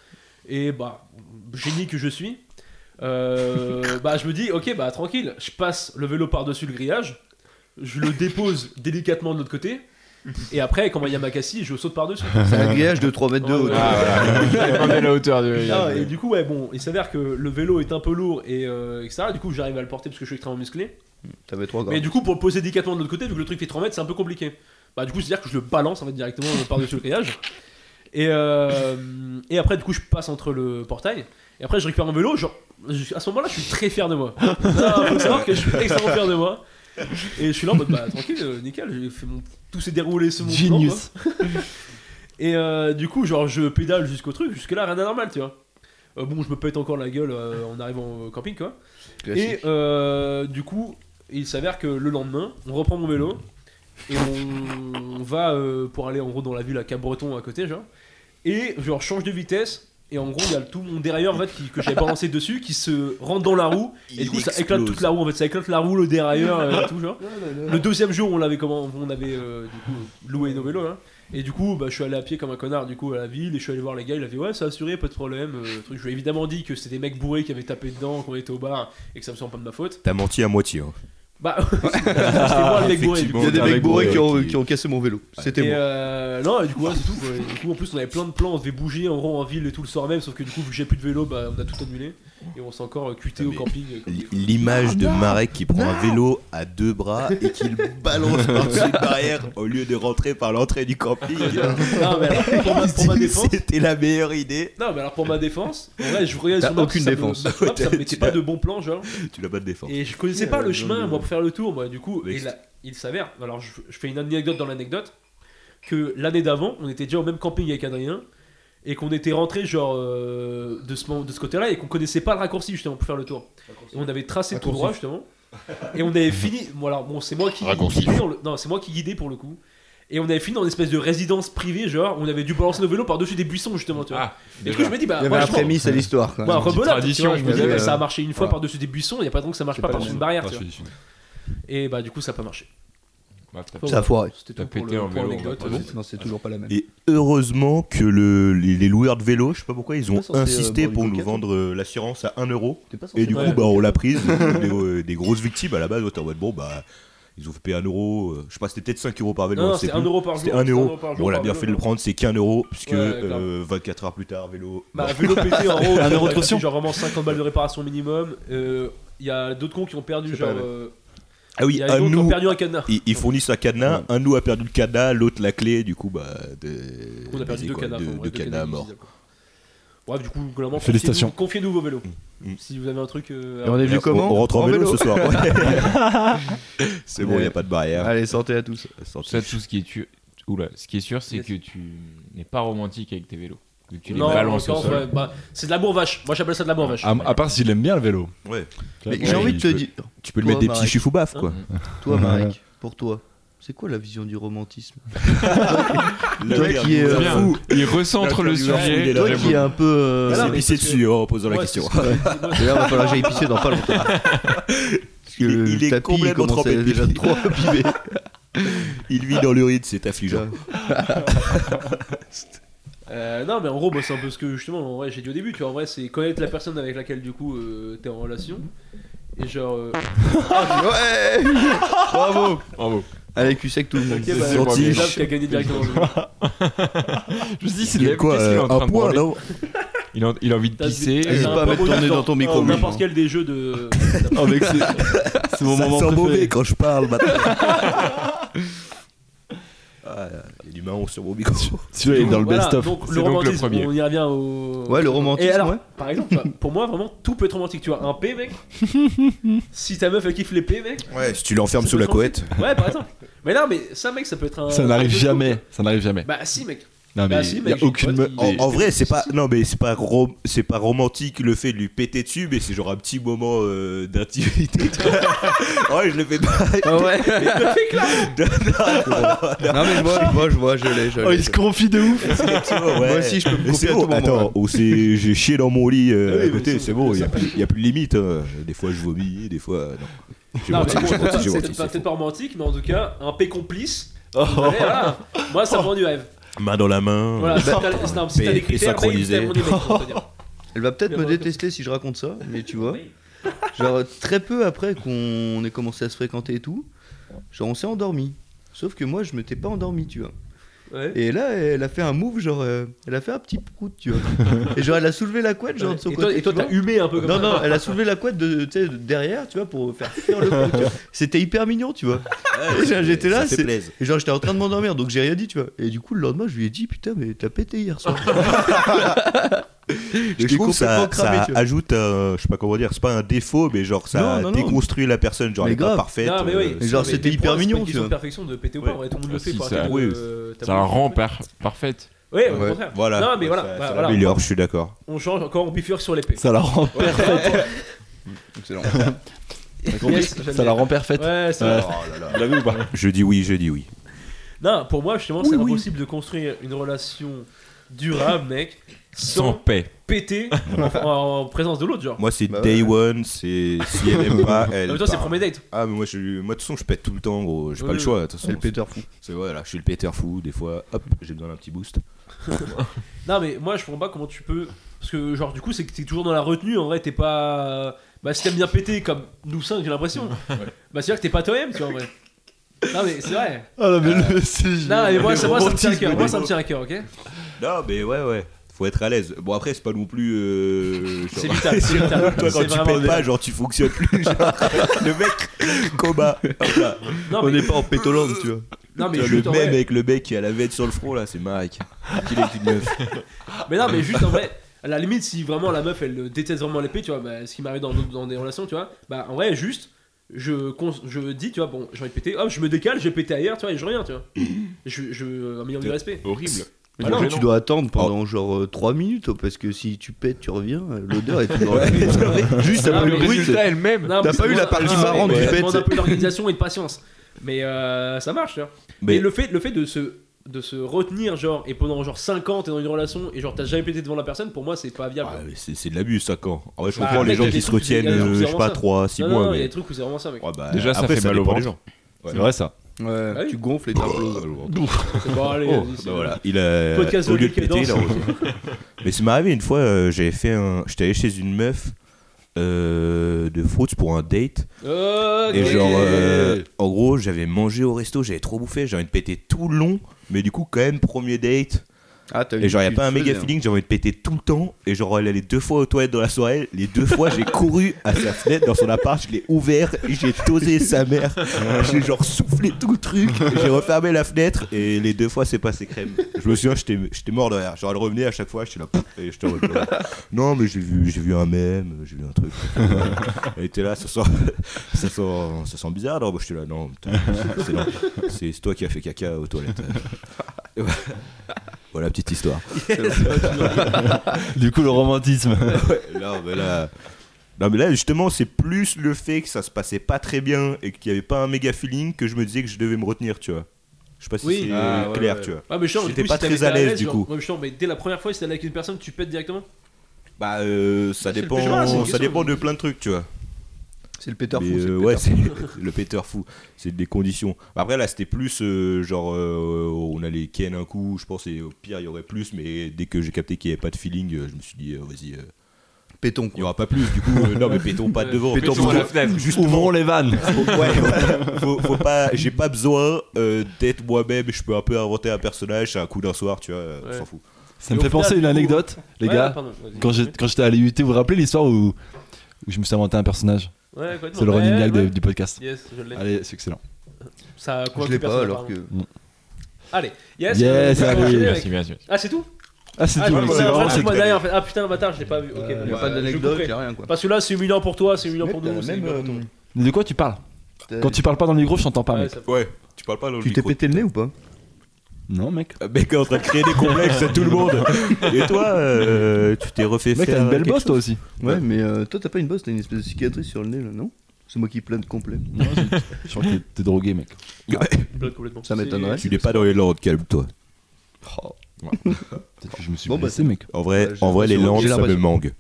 S1: Et bah génie que je suis. euh, bah je me dis ok bah tranquille je passe le vélo par dessus le grillage je le dépose délicatement de l'autre côté, et après, quand il y a ma cassie, je saute par-dessus.
S4: C'est un grillage de 3 mètres de
S1: Ouais,
S4: haut. Ah,
S1: ouais.
S4: tu vois.
S3: J'ai pas mis la hauteur du
S1: Ah, et du coup, ouais, bon, il s'avère que le vélo est un peu lourd et euh, etc. Du coup, j'arrive à le porter parce que je suis extrêmement musclé.
S4: T'avais 3
S1: Mais
S4: grammes.
S1: du coup, pour le poser délicatement de l'autre côté, vu que le truc fait 3 mètres, c'est un peu compliqué. Bah, du coup, c'est-à-dire que je le balance en fait, directement euh, par-dessus le grillage. Et, euh, et après, du coup, je passe entre le portail. Et après, je récupère mon vélo. Genre, je- à ce moment-là, je suis très fier de moi. Non, faut savoir que je suis extrêmement fier de moi. Et je suis là en mode, bah, tranquille, euh, nickel, j'ai fait mon... tout s'est déroulé selon mon plan,
S6: Genius.
S1: quoi. et euh, du coup, genre, je pédale jusqu'au truc. Jusque-là, rien d'anormal, tu vois. Euh, bon, je me pète encore la gueule euh, en arrivant au camping, quoi.
S4: Classique.
S1: Et euh, du coup, il s'avère que le lendemain, on reprend mon vélo et on, on va euh, pour aller en gros dans la ville à Cap-Breton à côté, genre. Et genre, change de vitesse. Et en gros, il y a tout mon dérailleur en fait, qui- que j'avais balancé dessus qui se rentre dans la roue. et du coup, ça éclate toute la roue en fait. Ça éclate la roue, le dérailleur euh, et tout, genre. Le deuxième jour, on l'avait comment On avait euh, du coup loué nos vélos. hein. Et du coup, bah, je suis allé à pied comme un connard du coup à la ville et je suis allé voir les gars. Il a fait ouais, c'est assuré, pas de problème. euh, truc. Je lui ai évidemment dit que c'était des mecs bourrés qui avaient tapé dedans, qu'on était au bar et que ça me semble pas de ma faute.
S2: T'as menti à moitié. hein.
S1: Bah, c'était moi le mec bourré. Du coup.
S4: Il y a des
S3: Bon,
S4: mecs bourrés
S2: bourré
S4: qui ont,
S2: qui-
S4: qui ont cassé mon vélo. C'était
S1: Et
S4: moi.
S1: euh, non, et du coup, ouais, c'est tout. quoi. Et du coup, en plus, on avait plein de plans. On devait bouger en rond en ville et tout le soir même. Sauf que du coup, vu que j'ai plus de vélo, bah, on a tout annulé. Et on s'est encore euh, cuté au
S2: Mais-
S1: camping. euh, comme des
S2: L-
S1: fous.
S2: L'image de Marek qui prend un vélo à deux bras et qui le balance par-dessus une barrière au lieu de rentrer par l'entrée du camping.
S1: non, mais alors, Ah, pour ma, pour ma défense.
S2: C'était la meilleure idée.
S1: Non, mais alors pour ma défense, en vrai, je regardais
S4: T'as
S1: sur ma
S4: aucune défense.
S1: ça me, ça me mettait
S2: Tu
S1: pas
S2: l'as-
S1: de bons plans, genre.
S2: Tu l'as pas de défense.
S1: Et je connaissais pas le chemin, moi, pour faire le tour, moi, du coup.
S2: Mais
S1: Et
S2: c'est-
S1: là, il s'avère, alors je, je fais une anecdote dans l'anecdote, que l'année d'avant, on était déjà au même camping avec Adrien, et qu'on était rentré, genre, euh, de ce, moment- de ce côté-là, et qu'on connaissait pas le raccourci, justement, pour faire le tour. Et on avait tracé tout droit, justement. Et on avait fini. Bon, alors, bon, c'est moi qui.
S3: Raccourci.
S1: qui guidais, on le- Non, c'est moi qui guidais pour le coup. Et on avait fini dans une espèce de résidence privée, genre, où on avait dû balancer nos vélos par-dessus des buissons, justement, tu vois.
S3: Ah,
S1: et du coup, je me dis, bah,
S4: Il y avait
S1: moi,
S4: la
S1: je prends-
S4: prémisse à l'histoire. quand
S1: bah,
S4: même.
S3: petite
S1: rebelote, tu
S3: tradition,
S1: vois, je me dis,
S4: mais,
S1: bah,
S4: euh,
S1: ça a marché une fois
S3: voilà.
S1: par-dessus des buissons, il n'y a pas de raison que ça marche pas par-dessus une barrière, tu vois. Et bah, du coup, ça a pas marché.
S4: Ça a foiré. Ah
S1: C'était
S3: Bah,
S1: tout
S3: T'as
S1: pour
S3: pété
S1: le-
S3: un
S1: pour
S3: vélo,
S1: l'anecdote.
S3: on va pas
S4: Non, c'est toujours pas la même.
S2: Et heureusement que le- les, les loueurs de vélo, je sais pas pourquoi, ils ont
S4: Pas censé,
S2: insisté
S4: euh, boire
S2: pour
S4: du
S2: nous
S4: coca,
S1: hein.
S4: toi.
S2: vendre euh, l'assurance à 1 euro.
S4: T'es pas censé
S2: Et du
S4: parler.
S1: vrai.
S2: coup, bah, on l'a prise. des, euh, des grosses victimes à la base. On était en mode, bon, bah, ils ont fait payer 1 euro. euh, Je sais pas, c'était peut-être 5 euros par vélo.
S1: Non,
S2: on
S1: non,
S2: sait
S1: c'est
S2: plus.
S1: 1 euro par jour.
S2: C'était 1
S1: c'est
S2: euro.
S1: par jour
S2: Bon, on a
S1: par
S2: bien
S1: vélo,
S2: fait de le
S1: donc.
S2: prendre, c'est qu'un euro, puisque
S1: Ouais, ouais, grave.
S2: euh, 24 heures plus tard, vélo.
S1: Bah, vélo pété en gros,
S7: Un euro de
S1: t'as
S7: caution.
S1: pris Genre vraiment 50 balles de réparation minimum. Euh, Il y a d'autres cons qui ont perdu,
S4: C'est pas
S1: genre.
S4: la même.
S1: euh,
S2: Ah
S1: Il
S2: oui,
S1: y a
S2: un
S1: d'autres qui ont
S2: nous.
S1: perdu un cadenas.
S2: Ils, ils fournissent un cadenas, un nous a perdu le cadenas, l'autre la clé, du coup, bah. de-
S1: On a perdu
S2: des-
S1: deux
S2: quoi,
S1: cadenas. enfin, ouais,
S2: deux cadenas morts.
S1: inutilisables, quoi. Bref, du coup, globalement,
S7: Félicitations.
S1: confiez-nous confiez-nous vos vélos.
S2: Mm.
S1: Si vous avez un truc. euh,
S4: Et on est venu
S2: Alors,
S4: comment
S2: On rentre en vélo, ce soir. ouais. c'est bon, il
S4: Ouais.
S2: n'y a pas de barrière.
S4: Allez, santé à tous.
S3: Ça, tout ce qui est, tu... Oula, ce qui est sûr, c'est
S1: Yes.
S3: que tu n'es pas romantique avec tes vélos. Que tu les
S1: non,
S3: balances au
S1: encore,
S3: sol.
S1: ouais, bah, c'est de l'amour vache. Moi, j'appelle ça de l'amour vache.
S5: À, à part s'il aime bien le vélo.
S2: Ouais.
S4: Mais
S5: Ouais,
S4: J'ai envie
S5: il
S4: de te
S5: peut-
S4: dire,
S2: Tu peux lui
S4: Toi,
S2: mettre des
S4: Marek.
S2: petits chifoubaffes, quoi.
S4: toi,
S5: Ouais.
S4: Marek, pour toi, c'est quoi la vision du romantisme
S1: Hein
S2: Le
S4: Toi
S2: mec,
S4: qui es,
S2: il nous
S4: euh,
S2: a
S3: Bien. Il recentre le
S2: L'intervieweur fou, il
S3: sujet.
S2: est là.
S4: Toi qui est un peu. euh,
S1: Ah
S2: C'est
S1: non, mais
S2: pissé
S1: parce que-
S2: dessus hein, en posant la
S1: Ouais,
S2: question.
S1: c'est ce que- moi,
S4: D'ailleurs, il va falloir que j'aille pisser dans pas longtemps.
S2: Il,
S4: Le
S2: il est
S4: tapis, il
S2: complètement
S4: commence à
S2: trempé de
S4: déjà
S2: pipi.
S4: trop à piver.
S2: Il vit dans l'urine, c'est affligeant.
S1: Euh, non, mais en gros, moi, c'est un peu ce que justement, en vrai, j'ai dit au début, tu vois, en vrai, c'est connaître la personne avec laquelle, du coup, euh, t'es en relation. Et genre. euh,
S4: Ouais Bravo
S3: Bravo.
S4: Allez, tu sais que tout le monde.
S1: ok, bah,
S2: C'est gentil.
S1: c'est Jab qui a gagné directement.
S3: Je me dis, c'est
S2: Il est quoi
S3: qu'est-ce qu'il est
S2: euh,
S3: en train
S2: Un
S3: de
S2: point,
S3: branler
S2: non
S3: il, a- il a envie de
S1: T'as-
S3: pisser.
S1: t'as
S4: N'hésite
S1: un
S4: pas à
S1: peu
S4: mettre ton
S1: bonheur
S4: nez dans ton micro, oui.
S1: N'importe quel des jeux de.
S5: Ah, mec, c'est c'est mon
S2: Ça
S5: moment
S2: sent mauvais
S5: préféré.
S2: quand je parle maintenant. Ah, Il y a du marron sur mon micro.
S5: Celui-là, il est dans le
S1: Voilà,
S5: best-of.
S1: donc,
S3: C'est
S1: le
S3: donc le
S1: romantisme,
S3: premier.
S1: on y revient au.
S4: Ouais, le romantisme,
S1: Et alors,
S4: ouais.
S1: par exemple, enfin, pour moi, vraiment, tout peut être romantique. Tu vois, un P, mec. si ta meuf, elle kiffe les P, mec.
S2: Ouais, si tu l'enfermes
S1: Ça
S2: sous
S1: peut
S2: la
S1: être
S2: couette.
S1: Ouais, par exemple. Mais non, mais ça, mec, ça peut être un.
S5: Ça n'arrive jamais. Ça n'arrive jamais.
S1: Bah, si, mec.
S5: Non, mais
S1: bah, si,
S5: il
S1: mec,
S5: n'y a
S1: j'ai
S5: aucune Oh,
S1: une
S5: meuf.
S1: pote
S2: En, en vrai, c'est pas
S1: Si,
S2: non mais c'est pas rom- c'est pas romantique le fait de lui péter dessus, mais c'est genre un petit moment euh, d'intimité. ouais, je le fais pas.
S1: Ah
S4: ouais Non, mais je vois, je vois, je vois, je l'ai, je l'ai.
S7: Oh, il se confie de ouf.
S2: Exactement, ouais.
S4: Moi aussi, je peux me
S2: Et c'est
S4: couper à
S2: bon,
S4: tout moment.
S2: attends, on s'est- j'ai chié dans mon lit euh,
S1: Ah oui,
S2: à côté,
S1: mais
S2: c'est bon, il
S1: ça
S2: n'y a, plus de limite. hein. Des fois je vomis, des fois. euh, Non. J'ai
S1: Non,
S2: menti,
S1: mais bon,
S2: j'ai menti, j'ai
S1: c'est
S2: menti,
S1: peut-être pas-
S2: c'est
S1: peut-être
S2: faux.
S1: pas romantique, mais en tout cas, un P complice. Allez, voilà. Moi, ça me rend du rêve.
S2: Main dans la main.
S1: Voilà, si t'as si t'as- si t'as des
S2: P- P
S1: critères, mec,
S2: synchronisé.
S1: t'es mon mec, on va dire.
S4: Elle va peut-être
S1: Mais
S4: me
S1: bon,
S4: détester si je raconte ça, mais tu vois. Genre, très peu après qu'on ait commencé à se fréquenter et tout, genre, on s'est endormi. Sauf que moi, je m'étais pas endormi, tu vois.
S1: Ouais.
S4: Et là, elle a fait un move, genre, euh, elle a fait un petit prout, tu vois. Et genre, elle a soulevé la couette, genre, de son
S1: Et toi-
S4: côté.
S1: et toi,
S4: tu
S1: t'as
S4: vois.
S1: humé un peu comme
S4: Non,
S1: ça.
S4: non, elle a soulevé la couette de, tu sais, de derrière, tu vois, pour faire fuir le coup. tu vois. C'était hyper mignon, tu vois.
S2: Ouais,
S4: Genre, j'étais là,
S2: ça fait
S4: c'est-
S2: plaise.
S4: Et genre, j'étais en train de m'endormir, donc j'ai rien dit, tu vois. Et du coup, le lendemain, je lui ai dit, putain, mais t'as pété hier soir.
S2: Je
S4: J'étais
S2: trouve ça,
S4: complètement cramé,
S2: ça
S4: tu vois.
S2: ajoute un, je sais pas comment dire, c'est pas un défaut, mais genre ça
S4: Non, non, non.
S2: déconstruit la personne, genre
S4: Mais
S2: elle est pas
S4: grave.
S2: parfaite.
S1: Non, mais oui.
S2: euh,
S4: Et genre,
S1: Mais
S4: c'était
S1: des
S4: hyper
S1: points, c'est pas
S4: mignon,
S1: une question
S4: tu
S1: de
S4: vois.
S1: perfection de péter ou pas,
S2: Ouais.
S1: ouais, tout le monde
S3: Ah,
S1: le fait.
S3: si,
S1: faut
S3: ça-
S1: arrêter
S2: oui,
S1: de, euh,
S3: Ça un
S1: tabou.
S3: rend par- parfaite.
S1: Ouais, au
S4: Ouais.
S1: contraire.
S2: Voilà.
S1: Non, mais voilà,
S2: Ça-
S1: bah,
S2: ça
S1: voilà.
S2: l'améliore, je suis d'accord.
S1: On change encore, on bifurque sur l'épée.
S5: Ça la rend
S4: Excellent.
S1: Yes,
S5: Ça la rend parfaite.
S1: Ouais, ça va.
S5: Vous l'avez ou pas
S2: Je dis oui, je dis oui.
S1: Non, pour moi, justement, c'est impossible de construire une relation durable, mec,
S3: Sans
S1: sans
S3: paix.
S1: péter en, en présence de l'autre, genre.
S2: Moi, c'est
S4: Bah
S2: day one, c'est si elle aime pas, elle.
S1: Mais toi, c'est
S2: part.
S1: le premier date.
S2: Ah, mais moi, je... moi, de toute façon, je pète tout le temps, gros. J'ai
S1: Oui,
S2: pas le
S1: oui.
S2: choix, de toute
S4: C'est
S2: façon.
S4: le péteur fou.
S2: C'est voilà, je suis le péter fou. Des fois, hop, j'ai besoin d'un petit boost.
S1: Non, mais moi, je comprends pas comment tu peux. Parce que, genre, du coup, c'est que t'es toujours dans la retenue, en vrai, t'es pas. Bah, si t'aimes bien péter, comme nous cinq, j'ai l'impression. Bah, c'est-à-dire que t'es pas toi-même, tu vois, en vrai. Non, mais c'est vrai.
S7: Ah, non, mais
S2: Euh,
S7: le c'est-
S1: Non, mais moi, ça, moi, ça me tient à cœur.
S7: romantisme,
S1: Moi, ça me tient à cœur, ok
S2: Non, mais ouais, ouais. Faut être à l'aise. Bon, après, c'est pas non plus. euh, genre-
S1: C'est vital, c'est vital.
S2: Toi, quand
S1: C'est
S2: tu
S1: vraiment
S2: pètes pas,
S1: vital.
S2: genre, tu fonctionnes plus. genre. le mec, coma. Hop là.
S1: Non,
S4: On
S1: mais,
S4: n'est pas en pétolande, tu vois.
S1: non, mais
S2: Tu vois,
S1: juste,
S2: le
S1: en
S2: même
S1: vrai-
S2: avec le mec qui a la veine sur le front, là, c'est Marek. Qu'il est une meuf.
S1: Mais non, mais juste en vrai, à la limite, si vraiment la meuf elle euh, déteste vraiment l'épée, tu vois, bah, ce qui m'arrive dans, d'autres- dans des relations, tu vois, bah en vrai, juste, je, cons- je dis, tu vois, bon, j'ai envie de péter, hop, je me décale, j'ai pété ailleurs, tu vois, et je reviens, tu vois. Je, je, un million de respect.
S3: Horrible.
S1: Ah non,
S4: tu dois attendre pendant genre 3 minutes oh, parce que si tu pètes, tu reviens, euh, l'odeur est toujours là. Juste
S1: Ah,
S4: après
S1: mais
S4: le bruit.
S3: résultat est le même.
S1: Non,
S4: T'as
S1: mais
S4: pas
S1: ça
S4: eu la
S1: demande-
S4: partie
S1: ah,
S4: marrante
S1: ouais,
S4: du
S1: Ça
S4: fait,
S1: demande
S4: c'est-
S1: un peu d'organisation et de patience. Mais euh, ça marche, tu vois.
S2: Mais-
S1: Et le fait, le fait de se de se retenir genre et pendant genre 5 ans t'es dans une relation et genre t'as jamais pété devant la personne pour moi c'est pas viable
S2: Ah, mais c'est c'est de l'abus ça quand. En vrai, je
S1: Ah,
S2: comprends les
S1: mec,
S2: gens
S1: il y a
S2: qui
S1: des
S2: se
S1: trucs, il y a
S2: retiennent,
S1: des gens qui
S2: euh,
S1: sont
S2: je sais pas,
S1: vraiment
S2: 3, 6
S1: non, non,
S2: mois.
S1: non, il y a
S2: mais-
S1: des trucs où c'est vraiment ça mec
S2: Ouais, bah,
S3: Déjà, ça
S2: après,
S3: fait mal au
S2: dépend des
S3: ventre.
S2: gens.
S5: C'est vrai ça.
S4: Ouais,
S1: Ah oui.
S4: Tu gonfles et t'imploses.
S1: C'est bon, allez,
S2: Oh,
S1: vas-y, c'est-
S2: bah voilà, il a
S1: Podcast
S2: au
S1: de
S2: lieu de
S1: Lucas
S2: péter, il a
S1: Dance.
S2: rosé. Mais c'est m'arrivé une fois, euh, j'avais fait un, j'étais allé chez une meuf euh, de fruits pour un date
S1: Ok.
S2: et genre, euh, en gros, j'avais mangé au resto, j'avais trop bouffé, j'avais envie de péter tout le long, mais du coup, quand même, premier date.
S4: Ah, t'as
S2: Et
S4: eu-
S2: genre, y a
S4: tu
S2: pas un
S4: le
S2: méga
S4: faisais, hein.
S2: feeling, j'ai envie de péter tout le temps. Et genre, elle allait deux fois aux toilettes dans la soirée. Les deux fois, j'ai couru à sa fenêtre dans son appart, je l'ai ouvert, et j'ai tosé sa mère. J'ai genre soufflé tout le truc, j'ai refermé la fenêtre. Et les deux fois, c'est passé crème. Je me souviens, j'étais j'étais mort de rire. Genre, elle revenait à chaque fois, j'étais là, pouf, et je te Non, mais j'ai vu, j'ai vu un mème, j'ai vu un truc. Elle était là, ça sent, ça sent, ça sent bizarre. Non, moi, j'étais là, Oh, non, putain, c'est- c'est non. c'est c'est toi qui as fait caca aux toilettes. Voilà, petite histoire.
S5: Du coup, le romantisme.
S2: Non mais là, non, mais là, justement, c'est plus le fait que ça se passait pas très bien et qu'il y avait pas un méga feeling que je me disais que je devais me retenir, tu vois. Je sais pas si
S1: Oui.
S2: c'est
S1: Ah,
S2: euh,
S1: ouais,
S2: clair,
S1: ouais.
S2: tu vois.
S1: Ouais, mais genre, du
S2: J'étais
S1: coup,
S2: pas
S1: si t'as
S2: très
S1: été
S2: à l'aise, du
S1: genre,
S2: coup.
S1: ouais, mais genre, mais dès la première fois, si t'es avec une personne, tu pètes directement.
S2: Bah, euh, ça
S1: C'est le
S2: dépend,
S1: pécho, là, c'est une
S2: ça
S1: question.
S2: dépend de plein de trucs, tu vois.
S4: C'est le Peter
S2: Mais,
S4: Fou. c'est
S2: euh,
S4: le
S2: ouais,
S4: Peter Fou.
S2: c'est le péteur fou. C'est des conditions. Après, là, c'était plus euh, genre, euh, on allait ken un coup, je pense, et au pire, il y aurait plus, mais dès que j'ai capté qu'il y avait pas de feeling, euh, je me suis dit, euh, vas-y, euh,
S4: Péton,
S2: il y
S4: quoi.
S2: aura pas plus, du coup, euh, non, mais pétons pas
S1: Ouais.
S2: devant.
S1: Pétons
S2: Pétons
S1: à
S2: pas-
S1: la
S5: fenêtre.
S2: Justement.
S5: Ouvrons les vannes.
S2: Ouais, voilà. faut, faut pas, j'ai pas besoin euh, d'être moi-même. Je peux un peu inventer un personnage à un coup d'un soir, tu vois. euh,
S1: Ouais.
S2: On s'en fout.
S5: Ça me
S1: Mais
S5: fait
S1: au final,
S5: penser à une
S1: du coup-
S5: anecdote, les
S1: Ouais,
S5: gars.
S1: pardon, vas-y.
S5: Quand j'ai- quand j'étais à l'IUT, vous vous rappelez l'histoire où, où je me suis inventé un personnage
S1: Ouais, complètement.
S5: C'est le running
S1: Ouais,
S5: gag de-
S1: ouais.
S5: du podcast.
S1: Yes, je l'ai.
S5: Allez, c'est excellent.
S1: Ça a
S4: Je
S1: convaincu
S4: l'ai pas
S1: personne,
S4: alors
S1: apparemment.
S4: que. bah,
S1: Allez, yes,
S5: Yes,
S1: on va
S5: allez.
S1: enchaîner avec-
S3: Merci, merci.
S1: Ah, c'est tout
S5: Ah, c'est
S1: Ah,
S5: tout.
S1: je
S5: mec,
S1: pensais
S5: C'est
S1: à la
S5: vraiment.
S1: phrase
S5: c'est-
S1: du mois dernier, en fait. Ah putain, le bâtard, je l'ai pas vu. Ok,
S4: Il
S1: bon,
S4: n'y a
S1: bah,
S4: pas
S1: je
S4: d'anecdote, il
S1: couperai.
S4: n'y a rien, quoi.
S1: Parce que là, c'est humiliant pour toi, c'est humiliant
S4: Mec,
S1: pour
S4: t'as
S1: nous.
S4: la
S1: c'est
S4: même,
S1: humiliant pour
S4: euh,
S1: tout
S5: De quoi tu parles
S4: T'as-
S5: Quand tu parles pas dans le micro, je t'entends
S1: le
S5: pas,
S1: monde. Ouais,
S5: mec.
S1: ça-
S2: Ouais, tu parles pas dans le
S4: Tu t'es pété le nez ou pas
S5: Non, mec.
S2: Mec, est en train de créer des complexes à tout le monde. Et toi, euh, tu t'es refait
S5: Mec,
S2: faire.
S5: t'as une belle
S2: quelque
S5: bosse, toi aussi.
S4: Ouais, mais euh, toi, t'as pas une bosse, t'as une espèce de cicatrice sur le nez, là, non C'est moi qui plaide complet.
S5: Je crois que t'es- t'es drogué, mec.
S1: Blood complètement.
S4: Ça m'étonnerait.
S2: chose Tu n'es pas dans les Landes, calme-toi.
S5: Oh, Peut-être que je me suis
S4: Bon, bah,
S5: blessé, mec.
S2: En vrai,
S4: Euh, j'ai
S2: en vrai les
S4: l'impression-
S2: Landes,
S4: j'ai
S2: ça me
S4: l'impression.
S2: mangue.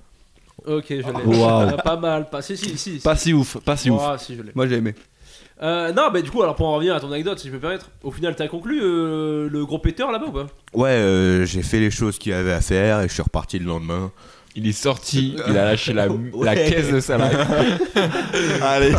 S1: C'est- Ok, je l'ai.
S5: Waouh.
S1: Ah, Pas mal, pas. Si, si, si.
S5: Pas si ouf, pas si ouf.
S1: Ah, si, je l'ai.
S4: Moi, j'ai aimé.
S1: Euh, non, mais du coup, alors pour en revenir à ton anecdote, si je peux me permettre, au final, t'as conclu euh, le gros péteur là-bas ou pas
S2: Ouais, euh, j'ai fait les choses qu'il y avait à faire et je suis reparti le lendemain.
S3: Il est sorti, il a lâché la,
S2: Ouais.
S3: la caisse de salade.
S5: Allez,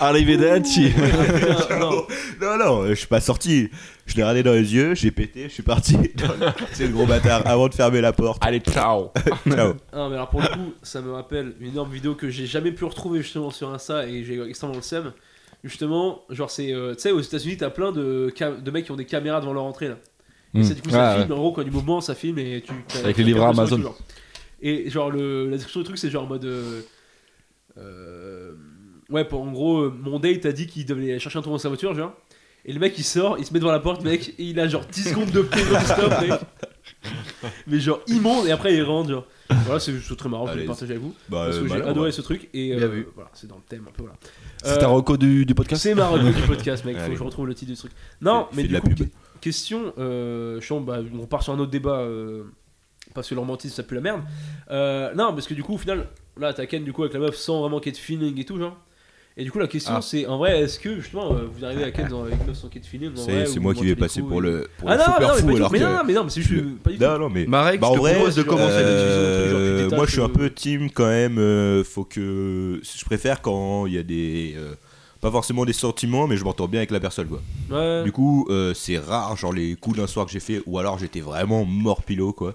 S5: arrivederci.
S1: Putain, non.
S2: Non, non, euh, je suis pas sorti. Je l'ai regardé dans les yeux, j'ai pété, je suis parti. C'est le gros bâtard avant de fermer la porte.
S3: Allez, ciao.
S2: Ciao.
S1: Non, mais alors pour le coup, ça me rappelle une énorme vidéo que j'ai jamais pu retrouver justement sur Insta et j'ai extrêmement le seum. Justement, genre c'est. euh, tu sais, aux États-Unis, t'as plein de, cam- de mecs qui ont des caméras devant leur entrée là. Et c'est du coup, ça
S5: Ah,
S1: filme, en gros, quand il y a du mouvement, ça filme et tu. t'as-
S5: Avec
S1: t'as
S5: les livres
S1: quelques
S5: Amazon.
S1: secondes, genre. Et genre, le, la description du truc, c'est genre en mode. euh, euh, ouais, pour, en gros, euh, mon date a dit qu'il devait aller chercher un tour dans sa voiture, genre. Et le mec il sort, il se met devant la porte, mec, et il a genre 10 secondes de play non-stop, mec. Mais genre immonde, et après il rentre, genre. Voilà, c'est juste très marrant, je voulais
S2: Allez.
S1: le partager avec vous.
S2: Bah,
S1: parce
S2: euh,
S1: que j'ai
S2: malin,
S1: adoré
S2: ouais.
S1: ce truc, et
S4: Bien
S1: euh,
S4: vu.
S1: voilà, c'est dans le thème un peu, voilà.
S5: C'est
S1: Euh,
S5: ta reco du, du podcast
S1: c'est ma revue du podcast, mec. Faut que
S2: Allez.
S1: je retrouve le titre du truc. Non,
S2: Fais-
S1: mais
S2: fais de
S1: du
S2: la
S1: coup,
S2: pub.
S1: que- question. euh, Sean, bah, on part sur un autre débat euh, parce que le romantisme ça pue la merde. Euh, non, parce que du coup, au final, là, t'as Ken du coup avec la meuf sans vraiment qu'il y ait de feeling et tout, genre. Et du coup, la
S2: Ah.
S1: question, c'est en vrai, est-ce que justement, euh, vous arrivez à Ken dans, avec une meuf sans qu'il y ait de feeling en
S2: Ça y est,
S1: vrai,
S2: C'est
S1: ou
S2: moi
S1: vous
S2: qui vais
S1: mentez les
S2: passer
S1: couilles
S2: pour le pour
S1: Ah
S2: le
S1: non, mais non, mais
S2: super
S1: pas
S2: fou
S1: du tout,
S2: alors
S1: mais
S2: que.
S1: non, non, mais non, mais c'est juste pas du tout.
S2: Non, non, mais.
S4: Marek,
S2: Bah,
S4: je
S2: en
S4: te
S2: vrai,
S4: propose de commencer la
S2: euh,
S4: discussion.
S1: genre, tu détaches
S2: moi je suis un
S1: le-
S2: peu team quand même. euh, faut que. Je préfère quand il y a des. euh, pas forcément des sentiments, mais je m'entends bien avec la personne quoi.
S1: Ouais.
S2: Du coup, euh, c'est rare, genre les coups d'un soir que j'ai fait, ou alors j'étais vraiment mort pilo quoi.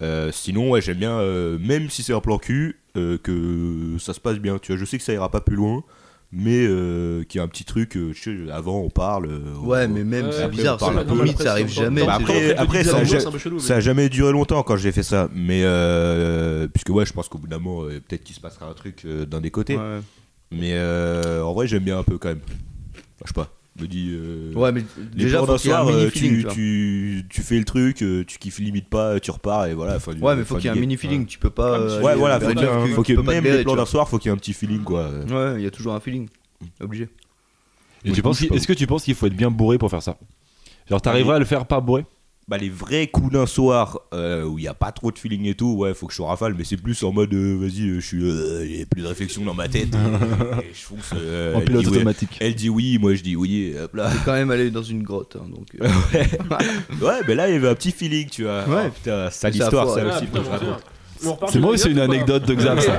S2: Euh, sinon, ouais, j'aime bien, euh, même si c'est un plan cul, euh, que ça se passe bien. Tu vois, je sais que ça ira pas plus loin, mais euh, qu'il y a un petit truc. euh, tu sais, avant, on parle. euh,
S4: Ouais,
S2: on-
S4: mais même,
S1: Ouais,
S4: c'est
S1: après,
S4: Ah, bizarre,
S2: on
S4: c'est
S2: parle
S4: la
S2: un peu.
S4: limite, ça arrive
S1: Dans-
S4: jamais.
S1: dans-
S2: Bah,
S4: c'est
S1: dans-
S2: après-
S4: genre-
S1: dans- dans-
S2: après,
S1: dans-
S2: ça
S1: dans-
S2: a-
S1: c'est un peu chelou, mais-
S2: Ça a jamais duré longtemps quand j'ai fait ça, mais euh, puisque ouais, je pense qu'au bout d'un moment, euh, peut-être qu'il se passera un truc euh, d'un des côtés.
S4: Ouais.
S2: Mais euh, en vrai, j'aime bien un peu quand même. Enfin, je sais pas. Je me dis. euh,
S4: Ouais, mais
S2: les
S4: déjà,
S2: plans
S4: faut
S2: d'un
S4: qu'il y ait un
S2: soir, euh,
S4: mini
S2: tu,
S4: feeling. tu vois.
S2: tu- tu fais le truc, euh, tu kiffes limite pas, tu repars et voilà. fin du-
S4: Ouais, mais
S2: fin
S4: faut qu'il y ait un
S2: du
S4: mini
S2: game.
S4: feeling. Tu peux pas.
S2: Ouais,
S4: euh,
S2: Ouais,
S4: aller
S2: voilà,
S4: vers
S2: faut
S4: une
S2: qu'il y ait
S4: meuf
S2: un- faut
S4: tu
S2: qu'il y ait
S4: peux pas te
S2: même
S4: blairer,
S2: les plans
S4: tu
S2: d'un soir, faut qu'il y ait un petit feeling quoi.
S4: vois. Ouais, il y a toujours un feeling. Obligé.
S5: Et tu penses, est-ce que tu penses qu'il faut être bien bourré pour faire ça Genre, t'arriveras à le faire pas bourré
S2: Bah, les vrais coups d'un soir euh, où il n'y a pas trop de feeling et tout, ouais, faut que je sois rafale, mais c'est plus en mode euh, vas-y, euh, je suis. euh, j'ai plus de réflexion dans ma tête. et je fonce. euh,
S5: en
S2: elle
S5: pilote
S2: dit oui-
S5: automatique
S2: Elle dit oui, moi je dis oui, et hop là.
S4: T'es quand même allé dans une grotte, hein, donc. euh,
S2: Ouais, mais là, il y avait un petit feeling, tu vois.
S4: Ouais.
S2: Oh, putain, sale
S4: C'est à
S2: histoire,
S4: fois,
S2: ça
S4: ouais.
S1: Ah,
S2: aussi.
S1: putain,
S2: faut que je
S1: j'en sais
S2: raconte.
S1: rien. On repart
S5: C'est
S1: sur
S5: moi ou c'est une
S1: ou pas
S5: anecdote de Xav ça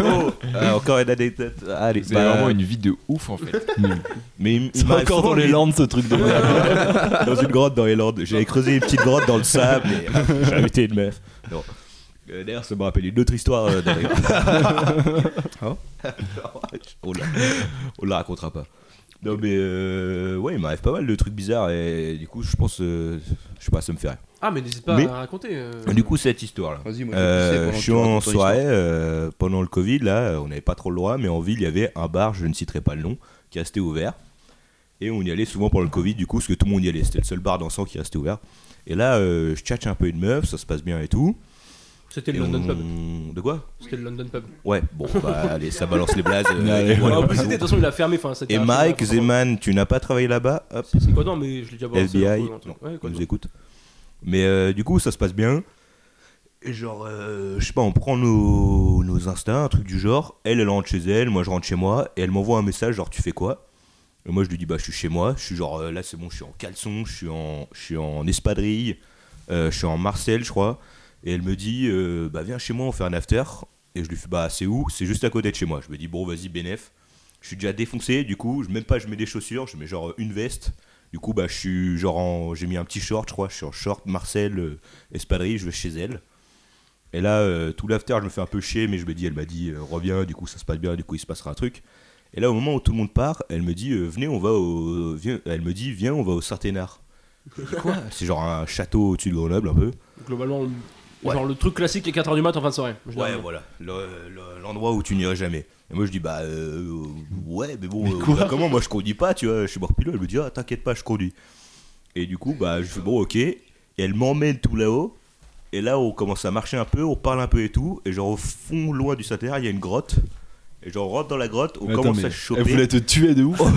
S2: Oh, euh, encore une anecdote. Allez,
S3: C'est
S2: bah,
S3: vraiment une vie de ouf en fait.
S2: Mais il- il
S5: C'est
S2: m'arrive
S5: encore
S2: souvent
S5: dans les
S2: de-
S5: Landes ce truc de merde.
S2: dans une grotte dans les Landes. J'avais creusé une petite grotte dans le sable et ah, j'avais été une meuf. Non. Euh, D'ailleurs, ça me rappelle une autre histoire. euh, dans les-
S4: Hein
S2: on, la, on la racontera pas. Non, mais euh, ouais, il m'arrive pas mal de trucs bizarres et du coup, je pense, euh, je sais pas, ça me fait rire.
S1: Ah, mais n'hésite pas
S2: Mais- Ah,
S1: à raconter. euh.
S2: Du coup, cette histoire là.
S4: Vas-y,
S2: Euh,
S4: moi vais pisser pendant
S2: je
S4: que
S2: suis
S4: tu
S2: en
S4: racontes ton histoire.
S2: soirée euh, pendant le Covid, là, on n'avait pas trop le droit, mais en ville, il y avait un bar, je ne citerai pas le nom, qui restait ouvert. Et on y allait souvent pendant le Covid, du coup, parce que tout le monde y allait. C'était le seul bar dansant qui restait ouvert. Et là, euh, je tchatche un peu une meuf, ça se passe bien et tout.
S1: C'était le
S2: Et
S1: London
S2: on-
S1: Pub.
S2: De quoi
S1: C'était le London Pub.
S2: Ouais, bon, bah, allez, ça balance les blazes. euh,
S5: Allez,
S2: voilà.
S1: Ouais, en plus, c'était- de toute façon, il a fermé. Enfin, c'était
S2: Et
S1: un-
S2: Mike Zeman, tu n'as pas travaillé là-bas Hop,
S1: C'est quoi, non, mais je l'ai déjà balancé,
S2: FBI,
S1: un peu, un truc. Ouais,
S2: non,
S1: quoi,
S2: ils nous
S1: non.
S2: écoutent. Mais euh, du coup, ça se passe bien. Et genre, euh, je sais pas, on prend nos, nos instincts, un truc du genre. Elle, elle rentre chez elle, moi je rentre chez moi, et elle m'envoie un message, genre, tu fais quoi Et moi je lui dis, bah je suis chez moi, je suis genre, euh, là c'est bon, je suis en caleçon, je suis en, je suis en espadrille, euh, je suis en Marcel, je crois. Et elle me dit, euh, bah viens chez moi, on fait un after. Et je lui fais, bah c'est où C'est juste à côté de chez moi. Je me dis, bon, vas-y, bénef. Je suis déjà défoncé, du coup, je, même pas, je mets des chaussures, je mets genre une veste. Du coup, bah, je suis genre en- j'ai mis un petit short, je crois, je suis en short, Marcel, euh, espadrille, je vais chez elle. Et là, euh, tout l'after, je me fais un peu chier, mais je me dis, elle m'a dit, euh, reviens, du coup, ça se passe bien, du coup, il se passera un truc. Et là, au moment où tout le monde part, elle me dit, euh, venez, on va au, viens- elle me dit, viens, on va au Saint-Hénard. Je dis, Quoi C'est genre un château au-dessus de Grenoble, un peu.
S1: Globalement,
S2: Ouais.
S1: genre le truc classique, les 4h du mat en fin de soirée.
S2: Ouais,
S1: généralement.
S2: voilà, Le- le- l'endroit où tu n'irais jamais. Et moi je dis, bah euh, ouais, mais bon, euh, bah, comment Moi je conduis pas, tu vois, je suis mort pilote. Elle me dit, ah t'inquiète pas, je conduis. Et du coup, bah je fais, bon, ok. Et elle m'emmène tout là-haut. Et là, on commence à marcher un peu, on parle un peu et tout. Et genre, au fond, loin du satellite, il y a une grotte. Et genre, on rentre dans la grotte, on
S5: Attends,
S2: commence
S5: mais
S2: à choper.
S5: Elle voulait te tuer de
S7: Oh,
S5: ouf.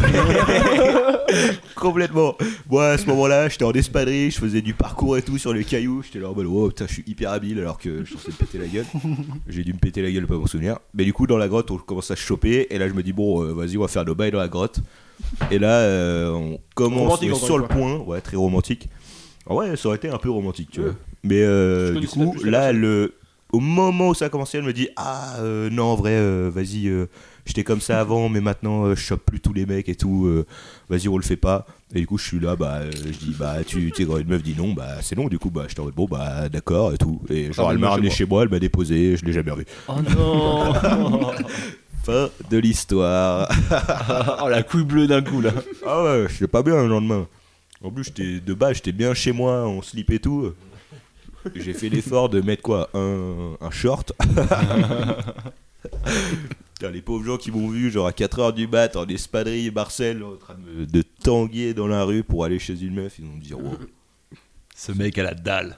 S2: Complètement. Moi, à ce moment-là, j'étais en espadrille, je faisais du parcours et tout sur les cailloux. J'étais là en mode, wow, putain, je suis hyper habile alors que je suis censé me péter la gueule. J'ai dû me péter la gueule, pas mon souvenir. Mais du coup, dans la grotte, on commence à se choper. Et là, je me dis, bon, euh, vas-y, on va faire nos bails dans la grotte. Et là, euh, on commence
S1: Romantique,
S2: on est
S1: encore
S2: sur
S1: une
S2: le point. Ouais, très romantique. Ah Ouais, ça aurait été un peu romantique, tu vois. Mais euh,
S1: Je
S2: du
S1: connaissais
S2: coup,
S1: la- je
S2: là,
S1: connaissais.
S2: le... au moment où ça a commencé, elle me dit, ah, euh, non, en vrai, euh, vas-y. euh, J'étais comme ça avant, mais maintenant euh, je chope plus tous les mecs et tout. euh, Vas-y, on le fait pas. Et du coup, je suis là, bah, euh, je dis, bah, tu tu sais, quand une meuf dit non, bah, c'est non. Du coup, bah, je t'en bon, bah, d'accord et tout. Et genre, elle m'a ramené chez moi, elle m'a déposé, je l'ai jamais revu.
S6: Oh non
S2: Fin de l'histoire.
S5: oh la couille bleue d'un coup là.
S2: ah ouais, j'étais pas bien le lendemain. En plus, j'étais de base, j'étais bien chez moi, on slip et tout. J'ai fait l'effort de mettre quoi un, un short Putain, les pauvres gens qui m'ont vu, genre à 4h du mat, en espadrille, Marcel, en train de, me- de tanguer dans la rue pour aller chez une meuf, ils vont me dire wow.
S5: Ce mec à la dalle.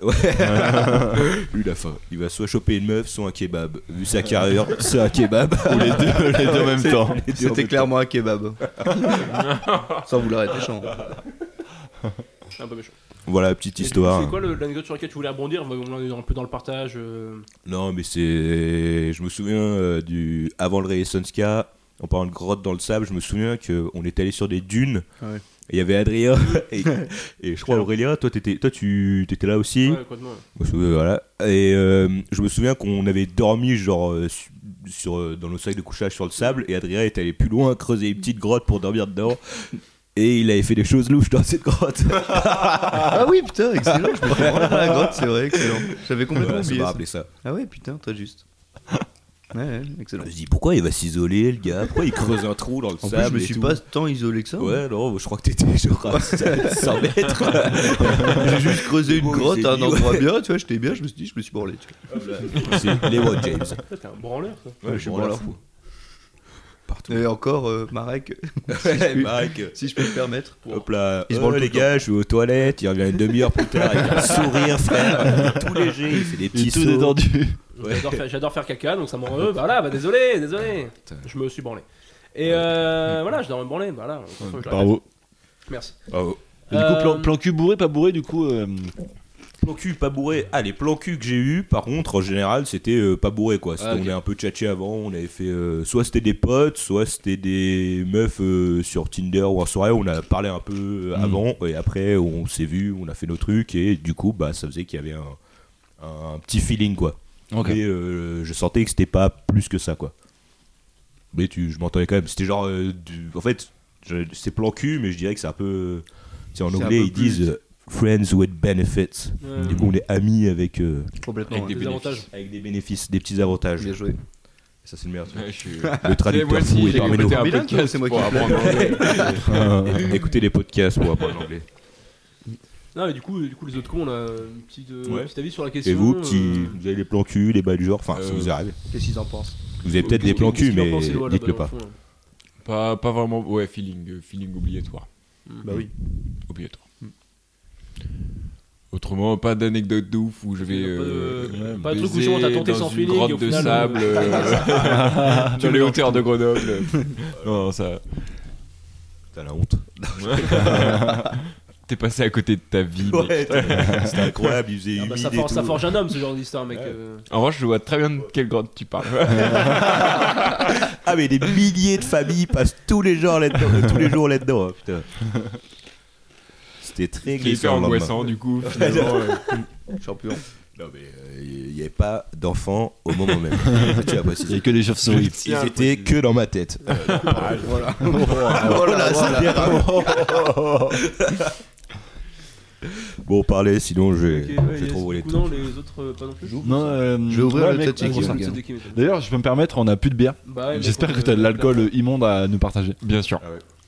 S2: Lui, la fin. Il va soit choper une meuf, soit un kebab. Vu sa carrière, c'est un kebab.
S5: Ou les deux, les deux en même temps.
S2: Les deux en
S4: C'était
S2: même
S4: clairement un kebab. Sans vouloir être méchant.
S1: C'est un peu méchant.
S2: temps. Voilà, petite
S1: Et du coup,
S2: histoire.
S1: C'est quoi le- l'anecdote sur laquelle tu voulais rebondir On est un peu dans le partage. euh,
S2: Non, mais c'est. Je me souviens euh, du. Avant le Reissenska, en parlant de grotte dans le sable, je me souviens qu'on était allé sur des dunes.
S4: Ouais.
S2: Et il y avait Adrien. et, et je crois Aurélien, toi, t'étais- toi tu étais là aussi.
S1: Ouais, complètement, ouais.
S2: Je me souviens, voilà. Et euh, je me souviens qu'on avait dormi genre euh, su- sur, euh, dans nos sacs de couchage sur le sable et Adrien est allé plus loin creuser une petite grotte pour dormir dedans. Et il avait fait des choses louches dans cette grotte.
S4: Ah oui, putain, excellent. Je me suis rendu dans la grotte, c'est vrai, excellent. J'avais complètement
S2: Voilà, ça
S4: oublié.
S2: m'a
S4: ça.
S2: rappelé ça.
S4: Ah ouais, putain, très juste. Ouais, ouais,
S2: Je
S4: excellent.
S2: me dis pourquoi il va s'isoler le gars Pourquoi il creuse un trou dans le
S4: En
S2: sable
S4: plus, je me
S2: et
S4: suis
S2: tout
S4: pas tant isolé que ça.
S2: Ouais, non, je crois que t'étais genre à 100 mètres.
S4: J'ai juste creusé une
S2: Bon, il
S4: grotte
S2: s'est
S4: à un
S2: dit,
S4: endroit bien, tu vois, j'étais bien, je me suis dit, je me suis branlé. tu vois.
S2: C'est les Watt James.
S1: Putain, T'es un branleur, toi.
S2: Ouais, je suis
S4: bon,
S2: branleur
S4: alors.
S2: fou.
S4: Et encore, euh, Marek,
S2: Ouais, Mike,
S4: si je peux me permettre.
S2: Hop là,
S4: Il se
S2: Oh,
S4: branle tout
S2: les
S4: le temps.
S2: gars, je vais aux toilettes. Il revient une demi-heure plus tard avec un sourire, frère. Tout léger, il fait des
S5: Il
S2: petits
S5: est tout
S2: sauts.
S5: détendu.
S1: J'adore faire- J'adore faire, caca, donc ça m'en rend heureux. Voilà, bah désolé, désolé. bah Je me suis branlé. Et euh, voilà, je dois me branler. Voilà, encore une fois, je le répète.
S7: Bravo.
S1: Merci.
S2: Bravo.
S7: Et Du coup, plan,
S1: Euh,
S7: plan cul bourré, pas bourré, du coup. euh,
S2: Plan cul, pas bourré. Ah, les plans cul que j'ai eu, par contre, en général, c'était euh, pas bourré quoi. C'était-
S5: Ah, ok.
S2: On est un peu tchatché avant, on avait fait. euh, soit c'était des potes, soit c'était des meufs euh, sur Tinder ou en soirée, on a parlé un peu euh, avant, et après on s'est vu, on a fait nos trucs, et du coup, bah, ça faisait qu'il y avait un, un petit feeling quoi.
S5: Ok.
S2: Mais euh, je sentais que c'était pas plus que ça quoi. Mais tu, je m'entendais quand même. C'était genre. euh, du- en fait, je- c'est plan cul, mais je dirais que c'est un peu. C'est en
S4: C'est un
S2: anglais,
S4: peu
S2: ils disent euh, friends with benefits.
S1: Ouais.
S2: Du coup, on est amis avec, euh,
S4: Complètement.
S3: Euh, Avec
S4: ouais.
S3: des
S1: Des avantages.
S2: avec des bénéfices, des petits avantages.
S4: Bien joué.
S2: Ça, c'est le meilleur truc.
S3: Ouais, je suis-
S1: Ah,
S2: Le traducteur
S3: aussi,
S2: fou est
S3: j'ai
S2: parmi
S3: écouté
S2: nous.
S3: un
S4: Bilingue,
S3: podcast
S4: c'est moi qui
S3: pour
S4: plaide.
S3: apprendre l'anglais.
S1: Ah,
S2: Euh, Écoutez les podcasts pour apprendre l'anglais.
S1: Non, mais du coup, du coup, les autres cons, on a une petite, euh,
S2: Ouais.
S1: petit avis sur la question.
S2: Et vous,
S1: euh,
S2: petits, vous avez les plans cul, les bas du genre, enfin, ça
S3: Euh,
S2: vous arrive.
S4: Qu'est-ce qu'ils en pensent
S2: Vous avez peut-être
S1: euh, qu'est-ce
S2: des plans
S1: qu'il
S2: cul,
S1: en
S2: mais
S1: pense, Eloi, là-bas,
S2: dites-le
S1: dans le
S2: pas.
S1: fond, là
S3: Pas, pas vraiment. Ouais, feeling, euh, feeling obligatoire.
S1: Mm.
S3: Mm.
S4: Bah oui.
S3: Obligatoire. Autrement, pas d'anecdote de ouf où je vais.
S1: Pas de-
S3: euh,
S1: pas de truc où
S3: baiser
S1: justement t'as tenté
S3: dans
S1: sans
S3: une
S1: feeling et
S3: grotte
S1: au
S3: de
S1: final, euh,
S3: sable. euh, dans les hauteurs de Grenoble. non, ça.
S2: T'as la honte.
S3: T'es passé à côté de ta vie. mec.
S2: Ouais, c'était incroyable, il faisait
S1: Ah, bah,
S2: humide
S1: ça,
S2: et
S1: forge, ça
S2: tout.
S1: forge un homme, ce genre d'histoire, mec. euh.
S3: En revanche, je vois très bien de quelle grotte tu parles.
S2: Ah mais des milliers de familles passent tous les jours là-dedans, tous les jours là-dedans. oh, putain. C'était très
S3: C'est
S2: glissant. le
S3: hyper
S2: lendemain.
S3: angoissant, du coup. finalement, euh.
S4: Champion.
S2: Non mais euh, il n'y avait pas d'enfants au moment même. Tiens, bah,
S7: Il y a
S2: c'est-
S7: que des chauves-souris.
S2: Ils étaient que dans ma tête.
S4: Euh, Voilà. Voilà, c'est bien.
S2: Bon, parlez, sinon j'ai
S1: Ok, ouais,
S2: j'ai
S1: yes.
S2: trop volé.
S1: Du coup, non, les autres, euh, pas non plus.
S7: Non, euh,
S4: Je vais ouvrir
S7: ouais,
S4: le
S7: mec,
S4: chat
S1: Ah,
S4: qui
S7: gros,
S1: c'est
S7: ça.
S4: regarde.
S1: c'est des qui, mais ça.
S7: D'ailleurs, je peux me permettre, on a plus de bière.
S1: Bah, ouais, mais
S7: J'espère
S1: contre,
S7: que t'as de
S1: euh,
S7: l'alcool immonde à nous partager.
S3: Bien sûr.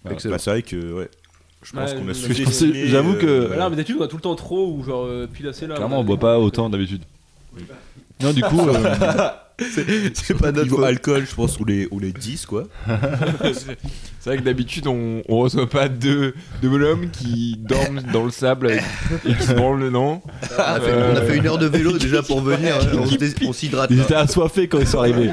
S2: Bah, c'est vrai que, ouais. Je pense
S1: Ouais,
S2: qu'on
S1: mais
S2: a
S1: je pensais-
S2: sous-estimé,
S7: j'avoue que-
S2: euh,
S1: Voilà, bah, mais d'habitude, on a tout le temps trop ou genre euh, pile assez là.
S7: Clairement, on boit pas autant d'habitude.
S1: bah.
S7: Non, du coup, euh,
S2: C'est pas notre niveau alcool, je pense, on les, on les 10, quoi.
S3: C'est vrai que d'habitude, on, on reçoit pas deux, deux bonhommes qui dorment dans le sable avec- et qui se branlent le nom.
S4: Ah, fait-
S3: Euh,
S4: on a fait une heure de vélo déjà pour venir. hein. On se dé- On s'hydrate.
S7: ils
S4: là.
S7: étaient assoiffés quand ils sont arrivés.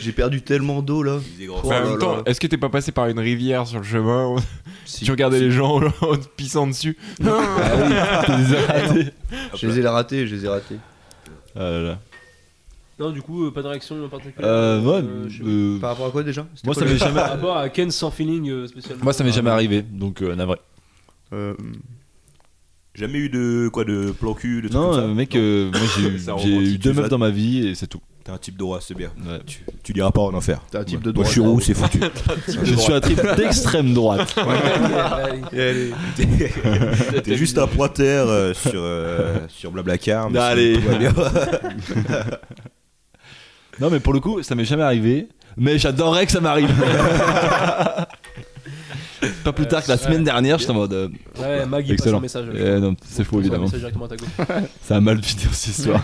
S4: J'ai perdu tellement d'eau là. Oh
S3: en
S4: là
S3: même temps,
S4: là.
S3: est-ce que t'es pas passé par une rivière sur le chemin
S4: Si.
S3: Tu regardais les gens en te pissant dessus
S4: Je les ai ratés, je les ai ratés.
S7: Ah là là.
S1: Non, du coup, euh, pas de réaction particulière.
S7: Euh, ouais,
S1: euh, je sais
S7: euh,
S4: Par rapport à quoi déjà C'était
S7: moi,
S4: quoi
S7: ça
S4: le-
S7: m'est
S1: pas.
S7: jamais,
S1: Par rapport à Ken sans feeling euh, spécialement.
S7: moi, ça m'est jamais arrivé, donc euh, navré.
S4: Euh,
S2: Jamais eu de, quoi, de plan cul, de trucs
S7: Non,
S2: comme ça.
S7: euh, mec, euh, moi j'ai eu,
S2: Ça
S7: j'ai eu
S2: romantique,
S7: deux
S2: tu vas-
S7: meufs dans ma vie et c'est tout.
S1: euh,
S2: T'es un type droit, c'est bien.
S7: Ouais.
S2: Tu, tu diras pas en enfer.
S4: T'as un type de
S2: Moi,
S4: droite.
S2: je suis roux, c'est foutu.
S7: Je suis un type d'extrême droite.
S2: T'es- T'es juste un pointeur euh, sur, euh, sur Blablacar. mais
S7: Allez.
S2: sinon, tout va bien.
S7: Non, mais pour le coup, ça m'est jamais arrivé. Mais j'adorerais que ça m'arrive. Pas plus tard que la semaine dernière, j'étais en mode. euh,
S1: Ouais, Maggie passe
S7: Excellent.
S1: son message. là.
S7: eh non, c'est faux
S1: Passe son
S7: évidemment.
S1: message directement à ta gauche.
S7: Ça a mal fini aussi ce soir.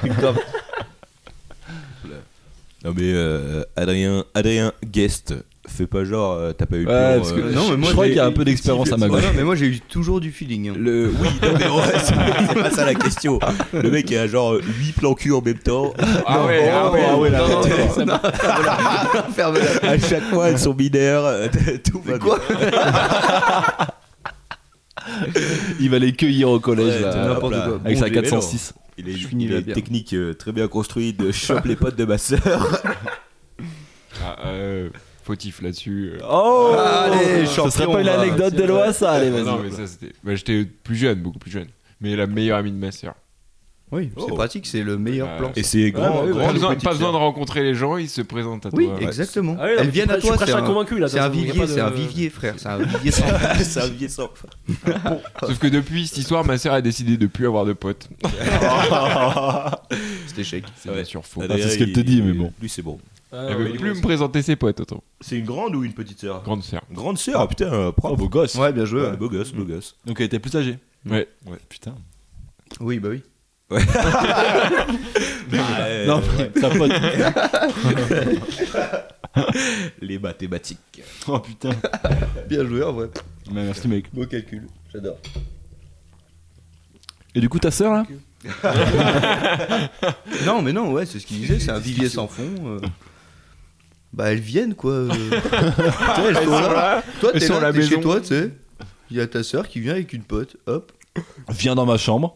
S2: Non, mais euh, Adrien, Adrien Guest, fais pas genre, euh, t'as pas eu le
S7: Ouais,
S2: plan,
S7: parce que-
S2: euh,
S4: Non, mais moi,
S7: je crois
S4: j'ai-
S7: qu'il y a un peu d'expérience à ma
S4: Ouais,
S7: gauche.
S4: non, mais moi j'ai eu toujours du feeling. hein.
S2: Le... Oui, non, mais ouais, c'est c'est pas ça la question. Le mec il a genre 8 plans cul en même temps.
S3: Ah ouais, ah ouais,
S7: ah ouais, là,
S3: non, non, non, ça m'a-
S4: Ferme-la.
S2: À chaque fois, elles sont binaires. euh, Tout va bien.
S4: quoi
S7: Il va les cueillir au collège
S2: Ouais,
S7: là,
S2: t'es
S7: hop
S2: n'importe
S7: là,
S2: quoi.
S7: avec
S2: Bon,
S7: sa
S2: j'ai les
S7: 406.
S2: Il a
S4: Je
S2: une
S4: finis la
S2: il a une
S4: bière.
S2: technique euh, très bien construite de chope les potes de ma sœur.
S3: Ah, euh, Fautif là-dessus.
S4: Ah,
S3: euh.
S7: Oh
S4: Allez,
S7: Ce
S4: champion,
S7: serait pas une
S4: va.
S7: anecdote
S1: C'est
S7: d'Eloi ça Allez,
S3: Ah non,
S7: vas-y.
S3: mais ça c'était. bah, J'étais plus jeune, beaucoup plus jeune. Mais la meilleure amie de ma sœur.
S4: Oui,
S2: Oh.
S4: c'est pratique, c'est le meilleur
S3: Ouais.
S4: plan.
S2: Et c'est
S1: grand-
S2: grand.
S1: ouais,
S3: Pas
S1: Grande
S3: besoin, pas besoin de rencontrer les gens, ils se présentent à
S4: Oui,
S3: toi.
S4: exactement.
S1: Ah oui, non, mais
S4: Elles
S1: je
S4: viennent
S1: suis
S4: à
S1: prêt- je
S4: toi,
S1: suis
S4: c'est
S1: prêt à
S4: un,
S1: convaincu, là,
S4: c'est un
S1: attention, y a
S4: vivier,
S1: pas de-
S4: c'est un vivier, frère, c'est un vivier sans fin.
S2: C'est un vieil sang.
S3: Sauf que depuis cette histoire, ma sœur a décidé de plus avoir de potes.
S4: C'est échec.
S3: C'est
S2: Ouais.
S3: bien sûr faux.
S7: c'est ce qu'elle te dit, mais bon.
S2: Lui, c'est bon.
S1: Ah,
S3: Elle
S1: ouais,
S3: veut
S1: ouais,
S3: plus
S1: ouais.
S3: me présenter ses potes, autant.
S2: C'est une grande ou une petite sœur
S3: Grande sœur.
S2: Grande sœur, ah, putain, euh,
S7: Oh,
S2: propre.
S7: beau gosse.
S4: Ouais, bien joué.
S2: Ouais,
S4: ouais.
S2: beau gosse, beau gosse.
S7: Donc elle était plus âgée.
S3: Ouais.
S7: Putain.
S4: Oui, bah oui.
S7: Non, mais sa pote.
S2: les mathématiques.
S7: Oh putain.
S4: Bien joué, en vrai.
S7: Mais merci mec.
S4: Beau calcul, j'adore.
S7: Et du coup ta sœur là
S4: Non, mais non, ouais, c'est ce qu'il disait, c'est un vivier sans fond. euh. bah elles viennent quoi. euh. Tu sais, elles sont là. Toi
S3: Elles
S4: t'es
S3: sont à
S4: là,
S3: la
S4: t'es chez
S3: maison.
S4: toi, tu sais. Il y a ta sœur qui vient avec une pote, hop.
S7: Viens dans ma chambre.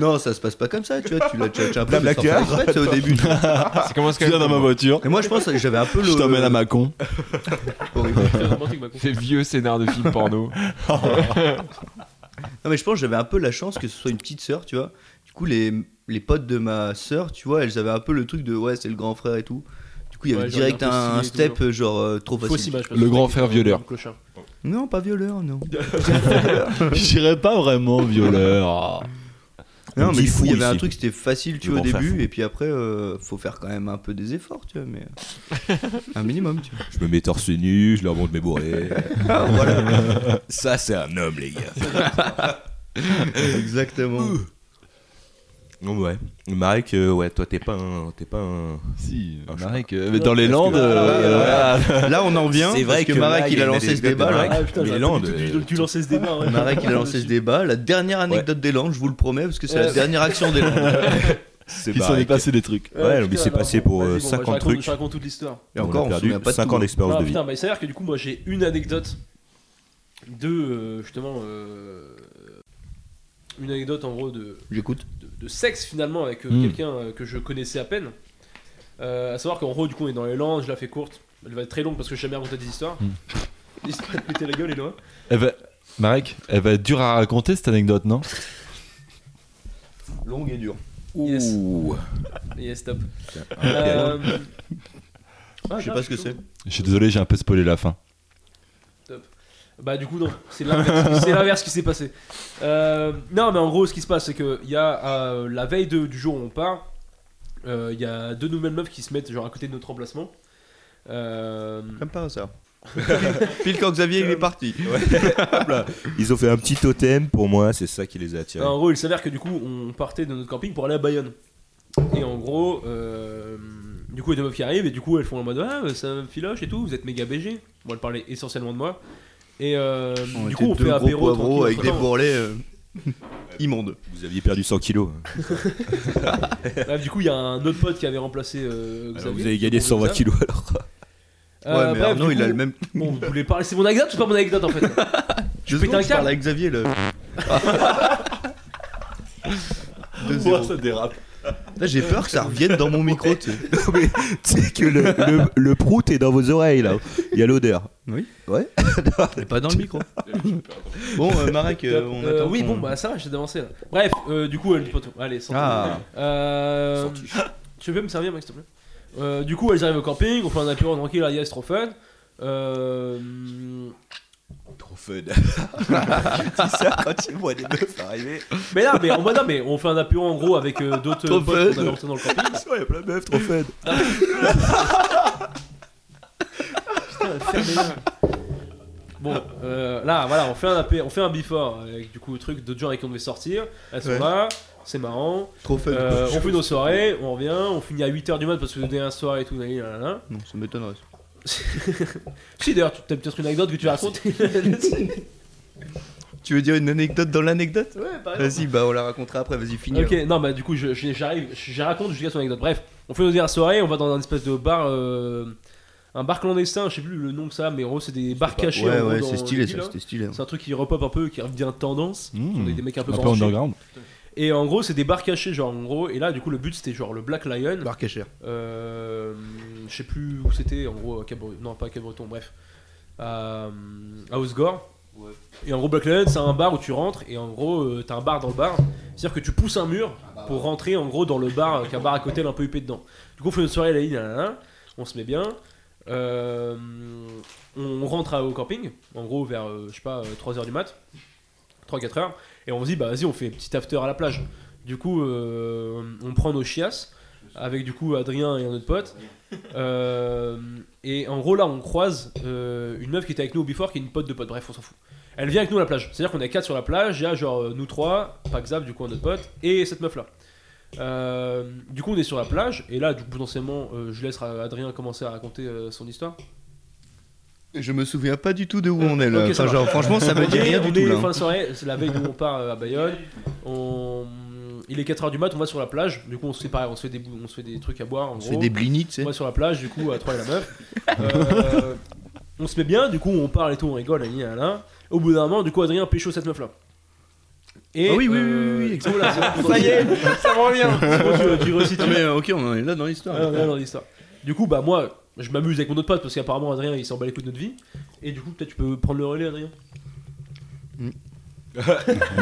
S4: Non, ça se passe pas comme ça, tu vois, tu l'as tchatché un peu.
S2: Blabla
S4: mais sans faire
S2: cœur.
S4: exprès, tu sais, au début.
S7: C'est comment Viens dans ma voiture.
S4: Et moi Oh je pense que j'avais un peu le.
S7: Je t'emmène à Macon.
S4: Horrible.
S3: C'est vieux scénar de film porno.
S4: Non mais je pense que j'avais un peu la chance que ce soit une petite sœur, tu vois. Du coup les, les potes de ma sœur, tu vois, elles avaient un peu le truc de ouais c'est le grand frère et tout. Du coup il y avait
S1: Ouais, genre,
S4: direct
S1: il y a un peu
S4: un,
S1: stylé et tout,
S4: step euh, genre euh, trop
S1: Fausse
S4: facile.
S1: image. parce
S7: Le
S1: que
S7: grand
S1: c'est
S7: frère
S1: un
S7: violeur.
S1: clochard.
S4: Non pas violeur non.
S7: Je dirais pas vraiment violeur. Ah,
S4: Non
S2: On
S4: mais
S2: dit
S4: du coup il y
S2: fou
S4: avait un
S2: ici.
S4: truc c'était facile tu
S2: Le
S4: vois au
S2: grand frère
S4: début
S2: fou.
S4: et puis après euh, faut faire quand même un peu des efforts tu vois mais un minimum tu vois.
S2: Je me mets torse nu, je leur montre mes bourrées. Ah,
S4: voilà
S2: Ça, c'est un homme, les gars.
S4: exactement.
S7: Oh,
S2: Donc, ouais. Marek, euh, ouais, toi, t'es pas un. T'es pas un...
S7: Si,
S2: Ah, je
S7: Marek, euh, mais dans les Landes. euh,
S4: Voilà. Là on en revient
S2: C'est vrai
S4: parce que,
S2: que là,
S4: Marek
S2: il
S4: il
S2: y
S4: a
S2: a
S4: lancé ce
S2: l'anecdote de
S4: débat là.
S2: Marek.
S1: Ah putain,
S2: Mais
S1: j'aurais
S2: les Landes,
S1: pas dû- dû-
S2: euh,
S1: dû lancer ce débat. ouais.
S4: Marek il a lancé ce débat, la dernière anecdote des Landes, je vous le promets parce que c'est la dernière action des Landes.
S2: C'est
S7: Il s'en est
S2: Marek.
S7: passé des trucs.
S2: Ouais, mais
S1: putain,
S2: c'est
S1: alors,
S2: passé pour,
S1: vas-y, bon,
S2: euh,
S1: bah, je
S2: 50
S1: raconte-
S2: trucs.
S1: Je raconte toute l'histoire.
S4: Et
S2: On a
S4: encore on, se
S2: perdu
S4: souvient pas de
S2: 5
S4: tout.
S2: ans d'expérience
S1: Ah
S2: de vie.
S1: putain, bah, il s'avère que du coup, moi j'ai une anecdote de euh, justement euh, une anecdote en gros de,
S4: J'écoute.
S1: de, de sexe finalement avec euh,
S4: Hmm.
S7: Mm.
S1: quelqu'un euh, que je connaissais à peine. Euh, à savoir qu'en gros, du coup, on est dans les Landes, je la fais courte. Elle va être très longue parce que j'ai jamais raconté des histoires.
S4: Hmm.
S1: N'hésite pas à te péter la gueule, Eloi.
S7: Elle va... Marek, elle va être dure à raconter cette anecdote, non
S4: Longue et dure.
S1: Yes. Yes, top. Euh, ah,
S4: Je sais
S1: grave,
S4: pas ce que
S1: chaud.
S4: c'est.
S7: Je suis désolé, j'ai un peu spoilé la fin.
S1: Bah du coup non, c'est l'inverse, c'est l'inverse qui s'est passé. Euh, non mais en gros ce qui se passe c'est que il y a euh, la veille de- du jour où on part, euh, il y a deux nouvelles meufs qui se mettent genre à côté de notre emplacement. Euh,
S4: Comme par hasard. Pile quand Xavier
S2: Euh,
S4: il est parti.
S2: Ils ont fait un petit totem pour moi, c'est ça qui les a attirés.
S1: en gros il s'avère que du coup on partait de notre camping pour aller à Bayonne. Et en gros, euh, du coup il y a deux meufs qui arrivent et du coup elles font en mode ah bah, ça me filoche et tout, vous êtes méga BG. Bon elles parlaient essentiellement de moi. Et euh, du coup on fait
S4: gros
S1: apéro
S4: poivrons
S1: tranquille,
S4: avec des
S1: entre-temps.
S4: bourrelets euh, immondes.
S2: Vous aviez perdu 100 kilos.
S1: Bref, Ah, du coup il y a un autre pote qui avait remplacé euh, Xavier.
S2: vous avez gagné
S1: Donc, on fait
S2: 120
S1: ça.
S2: kilos alors.
S1: Euh,
S4: ouais, mais
S1: bref,
S4: Arnaud
S1: du
S4: il a
S1: coup,
S4: le même.
S1: Bon, vous voulez parler. C'est mon anecdote ou pas mon anecdote en fait
S4: Je
S1: pètes un
S4: je parle
S1: câble.
S4: avec Xavier là. Deux zéro.
S7: dérape.
S4: Là j'ai peur que ça revienne dans mon micro. tu sais.
S2: Non mais tu sais que le, le, le prout est dans vos oreilles là. Il y a l'odeur.
S4: Mais pas dans le micro. Bon, euh, Marek, euh, on
S1: Euh,
S4: attend.
S1: Oui,
S4: ton-
S1: bon, bah ça va, j'ai avancé là. Bref, euh, du coup, elle dit pas tout. Allez, sans
S4: Ah.
S1: Euh, Tu peux me servir, mec, s'il te plaît Euh, Du coup, elles arrivent au camping, on fait un apéro tranquille, là, yes, trop fun. Euh,
S2: Trop fun. ça quand tu vois des meufs arriver.
S1: Mais là, mais, on, bah, non, mais on fait un apéro en gros avec euh, d'autres
S4: Trop
S1: euh, potes qu'on avait rencontrés
S4: fun.
S1: dans le camping.
S2: il y a plein de meufs trop fun.
S1: Putain, fermez-la. Bon, euh, là, voilà, on fait un apé- on fait un before avec du coup le truc d'autres gens avec qui on devait sortir. Elles sont
S4: Ouais.
S1: là, c'est marrant.
S4: Trop fun.
S1: Euh, on fait nos soirées, on revient, on finit à 8h du mat parce que c'était un soir et tout. nanani, nanana.
S4: Non, ça m'étonnerait.
S1: Si d'ailleurs, tu as peut-être une anecdote que tu racontes. ouais,
S4: Tu veux dire une anecdote dans l'anecdote
S1: par exemple.
S4: Vas-y, bah on la racontera après, vas-y, finis.
S1: Ok, non, bah du coup, je- je- j'arrive, je, je raconte jusqu'à son anecdote. Bref, on fait nos dernières soirées, on va dans un espèce de bar, euh, un bar clandestin, je sais plus le nom que ça, mais en gros, c'est des bars cachés.
S4: Ouais,
S1: en gros,
S4: ouais,
S1: dans
S4: c'est stylé
S1: les villes,
S4: ça,
S1: hein.
S4: c'était stylé. Hmm. hein.
S1: C'est un truc qui repop un peu, qui revient tendance. On est des mecs un peu
S7: Un peu
S1: branchés.
S7: underground.
S1: Et en gros, c'est des bars cachés, genre en gros. Et là, du coup, le but c'était genre le Black Lion.
S4: Bar Cacher.
S1: Euh, je sais plus où c'était, en gros, à Cabreton, non pas à Cabreton, bref, à, à Osgore. Et en gros, Black Lion, c'est un bar où tu rentres et en gros, euh, t'as un bar dans le bar. C'est-à-dire que tu pousses un mur pour rentrer en gros dans le bar, euh, qu'un bar à côté, un peu huppé dedans. Du coup, on fait une soirée à la ligne, nanana, on se met bien. Euh, on rentre à- au camping, en gros, vers, euh, je sais pas, 3h du mat, 3-4 heures. Et on se dit, bah vas-y, on fait une petite after à la plage. Du coup, euh, on prend nos chiasses avec du coup Adrien et un autre pote. Euh, et en gros là on croise euh, une meuf qui était avec nous au before qui est une pote de pote, bref on s'en fout. Elle vient avec nous à la plage, c'est-à-dire qu'on est quatre sur la plage, il y a genre euh, nous trois, pas Xav du coup un autre pote, et cette meuf là. du coup on est sur la plage et là du coup potentiellement euh, je laisse Adrien commencer à raconter euh, son histoire.
S4: Je me souviens pas du tout de où on est là.
S1: Ok, ça va.
S4: Enfin, Ah bah, genre, franchement, ça me dit
S1: Ok,
S4: rien
S1: on
S4: du tout
S1: est
S4: là.
S1: fin
S4: hein.
S1: de soirée, c'est la veille où on part euh, à Bayonne. On... Il est 4h du mat, on va sur la plage. Du coup, on se fait pareil, on se fait des, bou- on se fait des trucs à boire. En
S4: On se
S1: gros.
S4: fait des blinis, tu sais.
S1: On va sur la plage, du coup, à 3 et la meuf. Euh, on se met bien, du coup, on parle et tout, on rigole, et là. Au bout d'un moment, du coup, Adrien pécho cette meuf-là. Et
S4: Ah oui, oui,
S1: euh,
S4: oui, oui, oui,
S1: du coup, là, c'est- ça y est, ça me revient. Tu, tu resitues.
S4: Non, mais euh, ok, on en est là dans
S1: Ah,
S4: l'histoire.
S1: on est dans l'histoire. Du coup, bah moi, je m'amuse avec mon autre pote parce qu'apparemment Adrien il s'en bat les couilles de notre vie. Et du coup, peut-être tu peux prendre le relais, Adrien.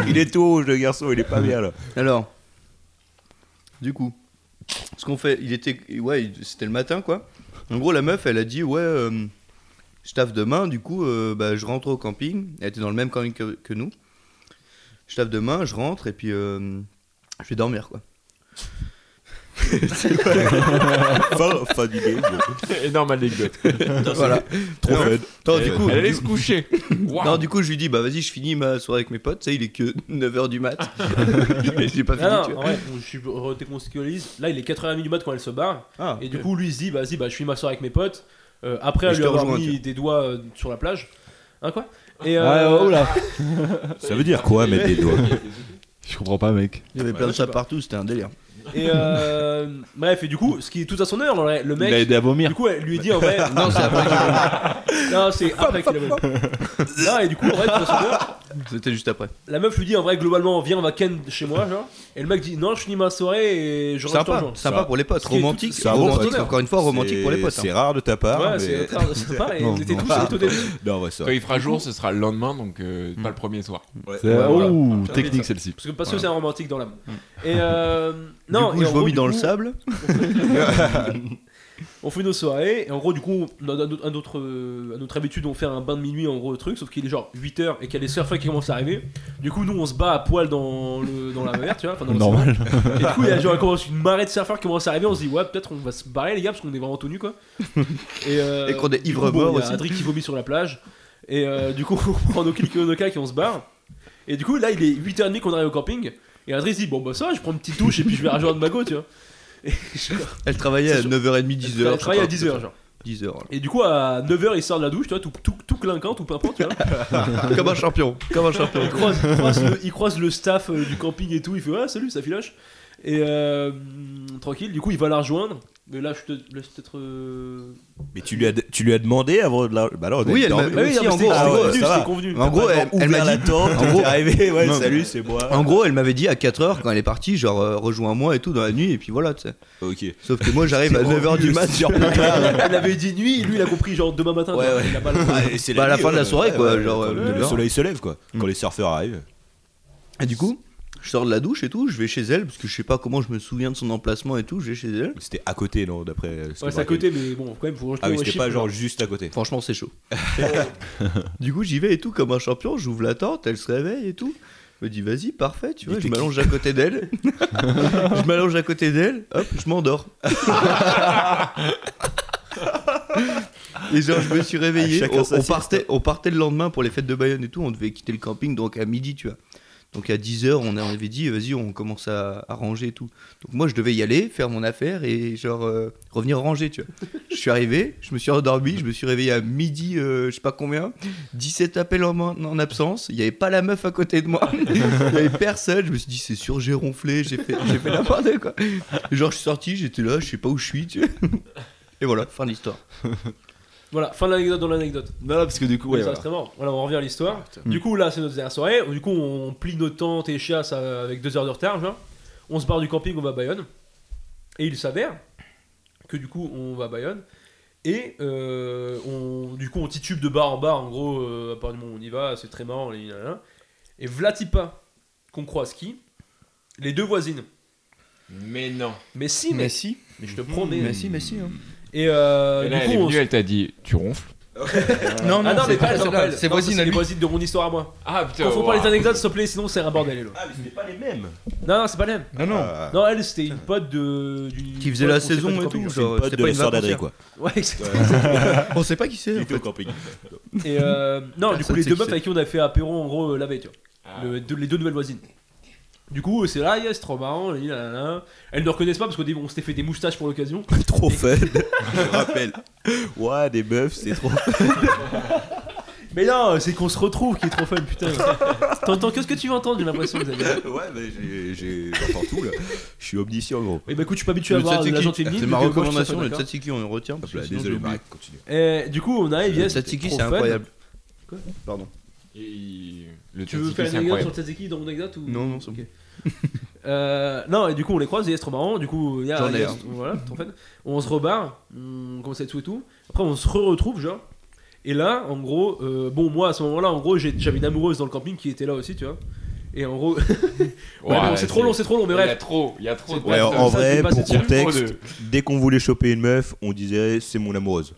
S2: Il est tout rouge, le garçon, il est pas bien là.
S4: Alors, du coup, ce qu'on fait, il était, ouais, il- c'était le matin quoi. En gros, la meuf, elle a dit, ouais, euh, je taffe demain, du coup, euh, bah, je rentre au camping. Elle était dans le même camping que, que nous. Je taffe demain, je rentre et puis euh, je vais dormir quoi.
S2: Fin, fin du game.
S3: Énorme anecdote.
S4: voilà.
S2: Trop fun.
S4: Attends, du coup,
S3: Elle allait se coucher.
S4: Non,
S3: Waouh.
S4: du coup, je lui dis, bah vas-y, je finis ma soirée avec mes potes. Ça, il est que 9h du mat. Mais J'ai pas fini,
S1: Ah
S4: tu
S1: non,
S4: vois.
S1: en vrai, je suis recontextualise. Là, il est 4h30 du mat quand elle se barre.
S4: Ah,
S1: Et du coup, lui il se dit, bah, vas-y, bah, je suis ma soeur avec mes potes. Euh, après,
S4: Mais
S1: elle
S4: je
S1: lui
S4: te
S1: avoir
S4: rejoins, tu
S1: mis
S4: vois.
S1: des doigts euh, sur la plage. Hein, quoi Et euh,
S5: Ah, oh là
S2: Ça veut dire quoi, mettre des doigts
S5: Je comprends pas, mec.
S4: il y avait plein de ça partout, c'était un délire.
S1: et, euh, bref, et du coup, ce qui est tout à son heure, en vrai, le
S5: Il a
S1: mec.
S5: aidé à vomir.
S1: Du coup, elle lui dit en vrai.
S4: Non, c'est après.
S1: non, c'est après qu'il a même. Non, et du coup, en vrai, tout à son heure,
S4: C'était juste après.
S1: La meuf lui dit en vrai globalement viens on va ken chez moi genre et le mec dit non je finis ma soirée et je rentre
S4: Sympa,
S1: rejoins.
S4: sympa pour les potes,
S1: Ce qui est
S4: romantique,
S2: tout- c'est un bon
S4: romantique
S1: bonheur.
S4: encore une fois, romantique pour les potes.
S2: C'est
S4: hein.
S2: rare de ta part.
S1: Ouais,
S2: mais-
S1: c'est notre- c'est sympa et
S2: Non,
S1: on était
S2: non,
S1: tous
S2: pas.
S1: étonnés.
S2: Non, ouais, c'est
S3: Quand
S2: vrai.
S3: Euh, il fera jour, ce sera le lendemain, donc euh, pas le premier soir.
S5: C'est-
S2: Ouais, voilà.
S5: Oh,
S7: Ah,
S5: technique celle-ci.
S1: Parce que parce que c'est un romantique dans l'âme. Et euh,
S4: Du
S1: non,
S4: coup,
S1: et en
S4: je
S1: gros,
S4: vomis
S1: du
S4: dans le
S1: coup,
S4: sable.
S1: On fait nos soirées et en gros du coup on a notre, notre, euh, notre habitude on fait un bain de minuit en gros le truc sauf qu'il est genre 8h et qu'il y a les surfeurs qui commencent à arriver. Du coup nous on se bat à poil dans, le, dans la mer tu vois. enfin, dans l'océan.
S5: Normal.
S1: Et du coup, il y a genre commence- une marée de surfeurs qui commence à arriver. On se dit, ouais, peut-être on va se barrer, les gars, parce qu'on est vraiment tout nus, quoi. Et, euh,
S4: Et qu'on est
S1: du coup,
S4: ivre
S1: bon,
S4: mort
S1: Il y a
S4: aussi.
S1: Adri qui vomit sur la plage. Et euh, du coup, on prend nos clics et nos cas qui on se barre. Et du coup, là, il est 8h30 qu'on arrive au camping. Et Adri se dit, bon, bah ça, va, je prends une petite douche et puis je vais rejoindre Mago, tu vois. Et genre,
S4: Elle travaillait à
S1: C'est
S4: 9h30, 10h.
S1: elle travaille à 10h, genre.
S4: 10h. voilà.
S1: Et du coup, à 9h, il sort de la douche, tu vois, tout, tout, tout clinquant, tout pimpant, tu vois.
S4: Ah, Comme un champion. Comme un champion.
S1: Il croise, il croise le, il croise le staff euh, du camping et tout. Il fait Ah, salut, ça filoche. Et euh, hum, tranquille, du coup, il va la rejoindre. Mais là, je te laisse peut-être. euh,
S2: Mais tu lui, as, tu lui as demandé avant de la. Bah non, on
S4: Oui,
S2: est
S4: elle
S2: dormi.
S4: m'a-
S1: Ah oui,
S4: aussi,
S1: non, mais
S4: en
S1: c'était-
S4: gros,
S1: c'était
S2: ah ouais,
S1: convenu, c'était convenu.
S2: ça va.
S4: En gros, elle,
S2: Ouvert
S4: elle m'a
S2: la
S4: dit.
S2: tente,
S4: en gros-
S2: t'es arrivé, ouais,
S4: Non, mais-
S2: salut, c'est moi.
S4: En gros, elle m'avait dit à 4h quand elle est partie, genre euh, rejoins-moi et tout dans la nuit, et puis voilà, tu sais.
S2: Ok.
S4: Sauf que moi j'arrive à 9h Bah, du mat, genre,
S1: elle avait dit nuit, lui il a compris genre demain matin.
S2: Ouais,
S1: genre,
S2: ouais.
S1: il a pas le-
S2: Ah, et c'est
S4: Bah, à la
S2: nuit,
S4: fin de la
S2: ouais,
S4: soirée,
S2: ouais,
S4: quoi,
S2: ouais,
S4: genre,
S2: quand
S4: euh, Mm.
S2: le
S4: dehors.
S2: soleil se lève, quoi. Quand les surfeurs arrivent.
S4: Et du coup, je sors de la douche et tout, je vais chez elle, parce que je sais pas comment je me souviens de son emplacement et tout, je vais chez elle.
S2: C'était à côté, non, d'après. euh, ce que
S1: Ouais, c'est à
S2: je me rappelle.
S1: côté, mais bon, quand même, faut
S2: Ah oui,
S1: retrouver un
S2: c'était pas
S1: chiffre,
S2: genre
S1: là.
S2: juste à côté.
S4: Franchement, c'est chaud. du coup, j'y vais et tout, comme un champion, j'ouvre la tente, elle se réveille et tout. Je me dis, vas-y, parfait, tu vois,
S2: Et
S4: je
S2: t'es
S4: m'allonge à côté d'elle. je m'allonge à côté d'elle, hop, je m'endors. et genre, je me suis réveillé.
S2: chacun
S4: On,
S2: sa
S4: on
S2: sieste.
S4: partait, on partait le lendemain pour les fêtes de Bayonne et tout, on devait quitter le camping donc à midi, tu vois. Donc à 10h, on avait dit, vas-y, on commence à, à ranger et tout. Donc moi, je devais y aller, faire mon affaire et genre euh, revenir ranger, tu vois. Je suis arrivé, je me suis endormi, je me suis réveillé à midi, euh, je sais pas combien, 17 appels en, main- en absence, il n'y avait pas la meuf à côté de moi, il n'y avait personne, je me suis dit c'est sûr, j'ai ronflé, j'ai fait, j'ai fait n'importe quoi. Et genre je suis sorti, j'étais là, je sais pas où je suis, tu vois. Et voilà, fin de l'histoire.
S1: Voilà, fin de l'anecdote dans l'anecdote.
S5: Non, non, parce que du coup,
S1: Ouais,
S5: ouais,
S1: ça
S5: voilà.
S1: reste mort. Voilà, on revient à l'histoire.
S3: Ah,
S1: du coup, là, c'est notre dernière soirée. Du coup, on plie nos tentes et chiasses euh, avec deux heures de retard. genre. On se barre du camping, on va à Bayonne. Et il s'avère que du coup, on va à Bayonne. Et euh, on, du coup, on titube de bar en bar. En gros, euh, à part du moment où on y va, c'est très marrant. Et, nanana. et Vlatipa, qu'on croise qui Les deux voisines.
S3: Mais non.
S1: Mais si, mais,
S4: si,
S1: mais je te promets.
S4: si, mais si. hein.
S1: Et, euh,
S3: Et là,
S1: du
S3: elle est
S1: coup, on
S3: venue,
S1: se-
S3: elle t'a dit Tu ronfles
S4: Non,
S1: Ah non, mais pas, elles, non, pas elles.
S4: c'est
S1: Non,
S4: voisine
S1: ça,
S4: à
S1: les
S4: lui.
S1: voisines de mon histoire à moi.
S3: Ah putain.
S1: Confonds pas
S3: waouh.
S1: les anecdotes, s'il te plaît, sinon c'est un bordel. Hello.
S2: Ah, mais c'était pas les mêmes.
S1: Non, non, c'est pas la même.
S4: Ah non.
S2: Ah,
S1: Non, elle, c'était une pote de. d'une-
S4: Qui faisait la
S1: on sait pas
S4: saison
S1: du
S4: et
S1: camping, quoi.
S4: tout,
S2: C'est une
S4: genre,
S2: pote de
S4: c'est pas
S2: la
S4: une hein.
S2: sœur d'Adré,
S4: vacancière.
S2: quoi.
S1: Ouais, exactement.
S4: On sait pas qui c'est.
S2: Il
S4: en
S2: était au
S4: fait.
S2: camping.
S1: Et euh, non, du coup,
S4: Personne
S1: les
S4: sait
S1: deux
S4: qui
S1: meufs
S4: c'est.
S1: avec qui on a fait apéro en gros euh, la veille, tu vois.
S3: Ah.
S1: Le- deux- les deux nouvelles voisines. Du coup, c'est là, yes, trop marrant. li, la, la, la. Elles ne reconnaissent pas parce qu'au début, on s'était fait des moustaches pour l'occasion.
S2: Trop fun. Je rappelle. Ouah, des meufs, c'est trop.
S1: Mais non, c'est qu'on se retrouve qui est trop fun, putain. T'entends que ce que tu veux entendre, j'ai l'impression, Xavier.
S2: ouais, mais j'ai- j'ai- j'entends tout là. Je suis omniscient, gros.
S1: Oui, bah écoute, je suis pas habitué à
S4: Le
S1: voir
S4: tzatziki.
S1: l'agent féminine.
S4: C'est
S1: donc,
S4: ma
S1: euh, moi, je suis
S4: recommandation,
S1: pas
S4: le
S1: d'accord.
S4: tzatziki, on le retient.
S2: Hop
S4: parce que
S2: là,
S4: sinon,
S2: Bah, désolé,
S4: je l'oublie.
S2: Marek, continue.
S1: Euh, du coup, on arrive,
S4: Le
S1: yes.
S4: tzatziki,
S1: trop
S4: c'est
S1: fun.
S4: incroyable.
S1: Quoi
S4: Pardon.
S3: Le
S1: Tu veux
S3: tzatziki,
S1: faire une anecdote
S3: c'est
S1: sur
S3: incroyable.
S1: le tzatziki dans mon anecdote ou...
S4: Non, non, c'est
S1: Ok. Euh, non, et du coup, on les croise, et c'est trop marrant. Du coup, il y a,
S4: J'en ai
S1: il y a-
S4: un.
S1: voilà, trop fun. On se rebarre, on commence à tout et tout. Après, on se re-retrouve, genre. Et là, en gros, euh, bon, moi à ce moment-là, en gros, j'ai- j'avais une amoureuse dans le camping qui était là aussi, tu vois. Et en gros, Ouais, bon, c'est trop long, c'est trop long, mais
S3: Il y a
S1: bref.
S3: trop, il y a trop. de
S2: Ouais, en-
S3: personnes.
S2: en
S1: ça,
S2: vrai,
S1: c'est pas
S2: pour
S1: cette-
S2: contexte,
S3: Trop
S2: dès qu'on voulait choper une meuf, on disait c'est mon amoureuse.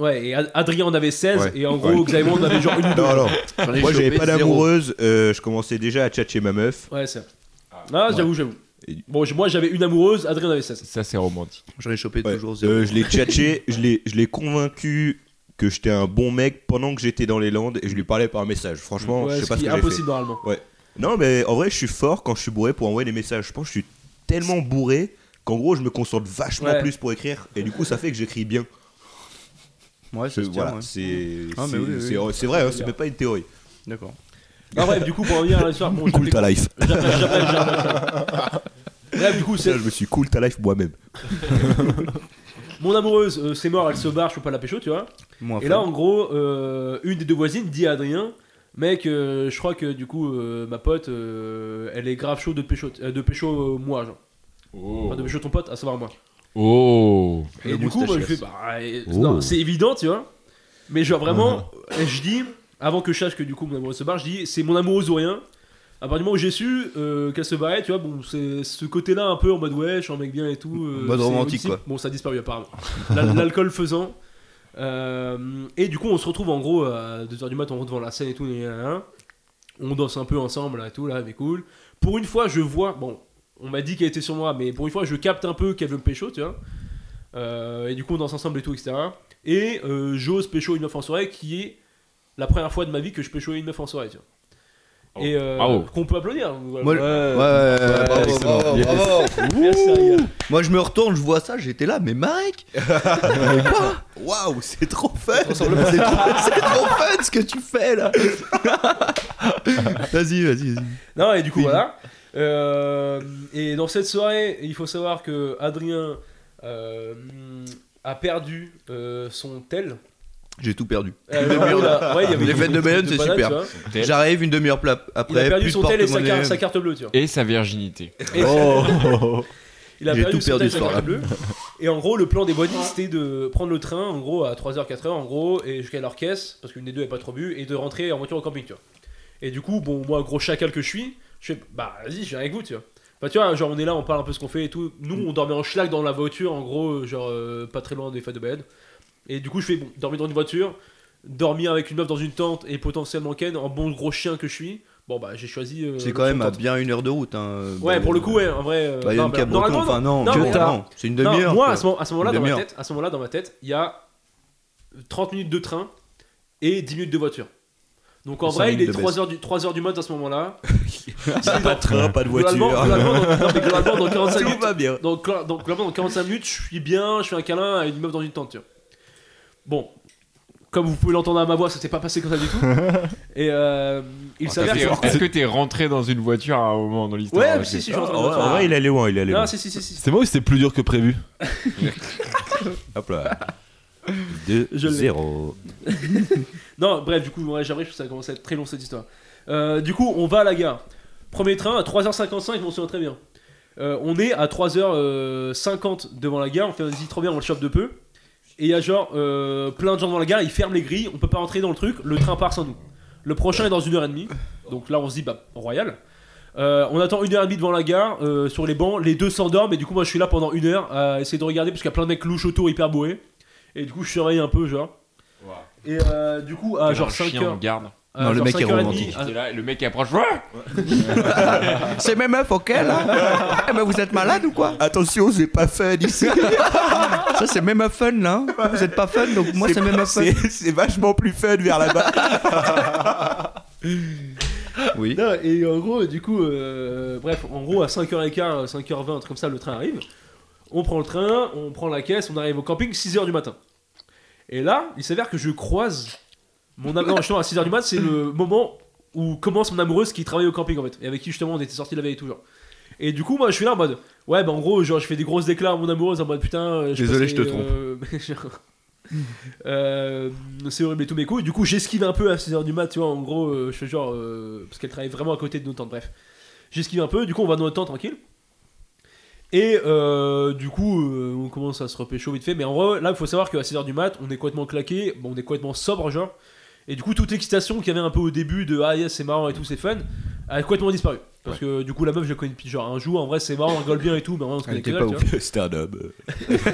S1: Ouais, et Ad- Adrien en avait 16,
S2: Ouais.
S1: et en gros,
S2: Ouais. Ah.
S1: Xavier on avait genre une ou deux.
S2: Non, non.
S4: J'en ai
S2: Moi,
S4: chopé
S2: j'avais pas
S4: zéro.
S2: d'amoureuse. euh, je commençais déjà à tchatcher ma meuf.
S1: Ouais, c'est Ah, j'avoue, j'avoue.
S2: Et-
S1: Bon, j- moi j'avais une amoureuse, Adrien en avait 16.
S3: Ça, c'est romantique.
S4: J'en ai chopé
S2: Ouais.
S4: toujours zéro.
S2: Euh, je l'ai tchatché, je l'ai, je l'ai convaincu que j'étais un bon mec pendant que j'étais dans les Landes et je lui parlais par message. Franchement,
S1: ouais,
S2: je sais
S1: ce
S2: pas ce
S1: qui est
S2: que j'ai fait.
S1: impossible normalement.
S2: Non, mais en vrai, je suis fort quand je suis bourré pour envoyer des messages. Je pense que je suis tellement bourré qu'en gros, je me concentre vachement
S1: Ouais.
S2: plus pour écrire. Et du coup, ça fait que j'écris bien.
S4: Ouais,
S2: C'est,
S4: ça se tient,
S2: voilà,
S4: ouais.
S2: c'est,
S4: Ah, mais
S2: c'est-
S4: oui, oui.
S2: c'est- c'est vrai, hein, c'est même pas une théorie.
S4: D'accord.
S1: Ah, bref, du coup, pour revenir à l'histoire, bon,
S2: Cool ta life.
S1: j'appelle, j'appelle, j'appelle. Bref, du coup,
S2: Ça,
S1: c'est
S2: je me suis cool ta life moi-même.
S1: mon amoureuse, euh, c'est mort, elle se barre, je peux pas la pécho, tu vois.
S4: Moins
S1: Et là, en gros, euh, une des deux voisines dit à Adrien Mec, euh, je crois que du coup, euh, ma pote, euh, elle est grave chaud de pécho, euh, de pécho euh, moi, genre.
S3: Oh.
S1: Enfin, de pécho ton pote, à savoir moi.
S3: Oh.
S1: Et
S4: Le Oh.
S1: du coup, moi, je
S4: moustachias.
S1: fais Bah, euh, non, c'est évident, tu vois. Mais genre, vraiment, euh,
S4: Uh-huh.
S1: je dis, avant que je sache que du coup, mon amoureuse se barre, je dis C'est mon amoureuse ou rien. À partir du moment où j'ai su euh, qu'elle se barrait, tu vois, bon, c'est ce côté-là un peu en mode ouais, je suis un mec bien et tout. euh,
S4: Mode
S1: c'est
S4: romantique,
S1: autistique.
S4: quoi.
S1: Bon, ça a disparu apparemment. L'al- L'alcool faisant. Euh, et du coup, on se retrouve en gros à 2h du mat, on rentre devant la scène et tout. et, euh, on danse un peu ensemble là, et tout, là, mais cool. Pour une fois, je vois. Bon, on m'a dit qu'elle était sur moi, mais pour une fois, je capte un peu qu'elle veut me pécho, tu vois. Euh, et du coup, on danse ensemble et tout, etc. Et euh, j'ose pécho une meuf en soirée qui est la première fois de ma vie que je pécho une meuf en soirée, tu vois.
S3: Oh.
S1: Et euh,
S3: Bravo.
S1: qu'on peut applaudir. Voilà.
S4: Moi, le- Ouais, ouais, ouais, bravo, bravo, bravo.
S1: Merci, les gars.
S4: Moi, je me retourne, je vois ça, j'étais là, mais Marek mais quoi Waouh, c'est trop fun C'est trop, c'est trop fun ce que tu fais là Vas-y, vas-y, vas-y.
S1: Non, et du coup,
S4: Oui.
S1: voilà. Euh, et dans cette soirée, il faut savoir que Adrien euh, a perdu euh, son tel.
S4: J'ai tout perdu.
S1: Euh,
S4: Les
S1: non,
S4: murs,
S1: là, ouais, il y avait
S4: les
S1: des
S4: fêtes de
S1: trucs
S4: Bayonne, c'est
S1: bananes,
S4: super.
S1: tu vois.
S4: J'arrive une demi-heure pla-
S1: Il a
S4: après,
S1: perdu
S4: plus de
S1: son tel et sa
S4: porte-monnaie.
S1: carte, sa carte bleue, tu vois.
S3: Et sa virginité.
S1: Et- il a
S4: J'ai
S1: perdu
S4: tout
S1: son
S4: perdu
S1: tel et
S4: ce
S1: sa carte
S4: soir-là.
S1: bleue. Et en gros, le plan des bodies, c'était de prendre le train, en gros, à 3h, 4h, en gros, et jusqu'à leur caisse, parce qu'une des deux n'avait pas trop bu, et de rentrer en voiture au camping, tu vois. Et du coup, bon, moi, gros chacal que je suis, je fais, bah, vas-y, je viens avec vous, tu vois. Bah, tu vois, genre, on est là, on parle un peu ce qu'on fait et tout. Nous, on dormait en schlag dans la voiture, en gros, genre, euh, pas très loin des fêtes de Bayonne. Et du coup, je fais, bon, dormir dans une voiture, dormir avec une meuf dans une tente, et potentiellement Ken, en bon gros chien que je suis. Bon, bah, j'ai choisi. euh,
S4: C'est quand même à
S1: l'option tente.
S4: bien une heure de route. Hein,
S1: Ouais,
S4: Bayonne.
S1: pour le coup, ouais, en vrai. euh,
S4: Bayonne,
S1: non, bah,
S4: Cap Breton,
S1: normalement,
S4: enfin non,
S1: Non,
S4: tu
S1: mais
S4: vois,
S1: alors-
S4: non, c'est une
S1: non,
S4: demi-heure.
S1: moi,
S4: quoi.
S1: à ce, moment, à ce moment-là,
S4: Une
S1: dans ma
S4: demi-heure.
S1: tête, à ce moment-là, dans ma tête, il y a 30 minutes de train et 10 minutes de voiture. Donc en
S4: Cinq
S1: vrai, il
S4: minutes
S1: est
S4: de
S1: 3 heures du 3 heures du mat à ce moment-là.
S2: pas de train, pas de
S1: Globalement,
S2: voiture.
S1: globalement, dans, non, mais globalement, dans 45
S2: Tout
S1: minutes,
S2: va bien.
S1: donc, cla- donc, globalement, dans 45 minutes, je suis bien, je fais un câlin à une meuf dans une tente. tu vois. Bon, comme vous pouvez l'entendre à ma voix, ça s'est pas passé comme ça du tout. Et euh,
S4: Ah,
S1: il
S3: Est-ce
S1: s'avère que-
S3: que- est-ce que t'es rentré dans une voiture à un moment dans l'histoire
S4: hein,
S1: Ouais,
S3: ok.
S1: si, si, je suis
S2: En
S1: rentré dans
S2: vrai,
S1: la voiture.
S2: en vrai, il allait loin, il allait
S1: Non,
S2: loin.
S1: si, si, si, si.
S5: C'est moi ou c'était plus dur que prévu
S2: Hop là. 2
S1: Je l'ai.
S2: 0
S1: Non, bref, du coup, ouais, j'arrive, je trouve que ça commence à être très long cette histoire. Euh, du coup, on va à la gare. Premier train à 3h55, je m'en souviens très bien. Euh, on est à 3h50 devant la gare, on fait vas-y, trop bien, on le chope de peu. Et il y a genre euh, plein de gens devant la gare, ils ferment les grilles, on peut pas rentrer dans le truc, le train part sans nous. Le prochain est dans une heure et demie, donc là on se dit bah royal. Euh, on attend une heure et demie devant la gare, euh, sur les bancs, les deux s'endorment, et du coup moi je suis là pendant une heure à essayer de regarder parce qu'il y a plein de mecs louches autour hyper bourrés. Et du coup je surveille un peu genre. Et euh, du coup à
S3: Quel
S1: genre
S3: un
S1: 5
S3: chien
S1: heures. Ah.
S3: en garde.
S1: à
S4: Non, le
S1: genre
S4: mec est
S1: 5h30,
S4: romantique.
S1: à-
S3: T'es là, le mec approche. Ouais
S4: C'est mes meufs, ok là Eh ben vous êtes malade ou quoi
S2: Attention, c'est pas fun ici.
S4: Ça c'est même fun là. hein. Vous êtes pas fun donc moi c'est même fun.
S2: C'est c'est vachement plus fun vers là-bas.
S4: Oui.
S1: Non, et en gros, du coup, euh, bref, en gros, à 5h15, 5h20, un truc comme ça, le train arrive. On prend le train, on prend la caisse, on arrive au camping, 6h du matin. Et là, il s'avère que je croise Mon amour, justement, à 6h du mat, c'est le moment où commence mon amoureuse qui travaille au camping en fait, et avec qui justement on était sortis la veille et tout genre. Et du coup, moi je suis là en mode, ouais, bah en gros, genre je fais des grosses déclats à mon amoureuse en mode putain, euh, je
S4: Désolé, je te
S1: euh, genre, euh, c'est horrible et tout, mais coups du coup, j'esquive un peu à 6h du mat, tu vois, en gros, euh, je fais genre, euh, parce qu'elle travaille vraiment à côté de nos tentes, bref. J'esquive un peu, du coup, on va dans notre tente tranquille. Et euh, du coup, euh, on commence à se repêcher vite fait. Mais en vrai, là, il faut savoir qu'à 6h du mat, on est complètement claqué, bon, on est complètement sobre, genre. Et du coup, toute l'excitation qu'il y avait un peu au début de ah yes, c'est marrant et tout, c'est fun, a complètement disparu. Parce que du coup, la meuf, je la connais depuis genre un jour, en vrai, c'est marrant, on rigole bien et tout, mais en vrai, on se connaît que
S4: était
S1: dalle,
S4: pas
S1: tu vois.
S2: C'était un homme.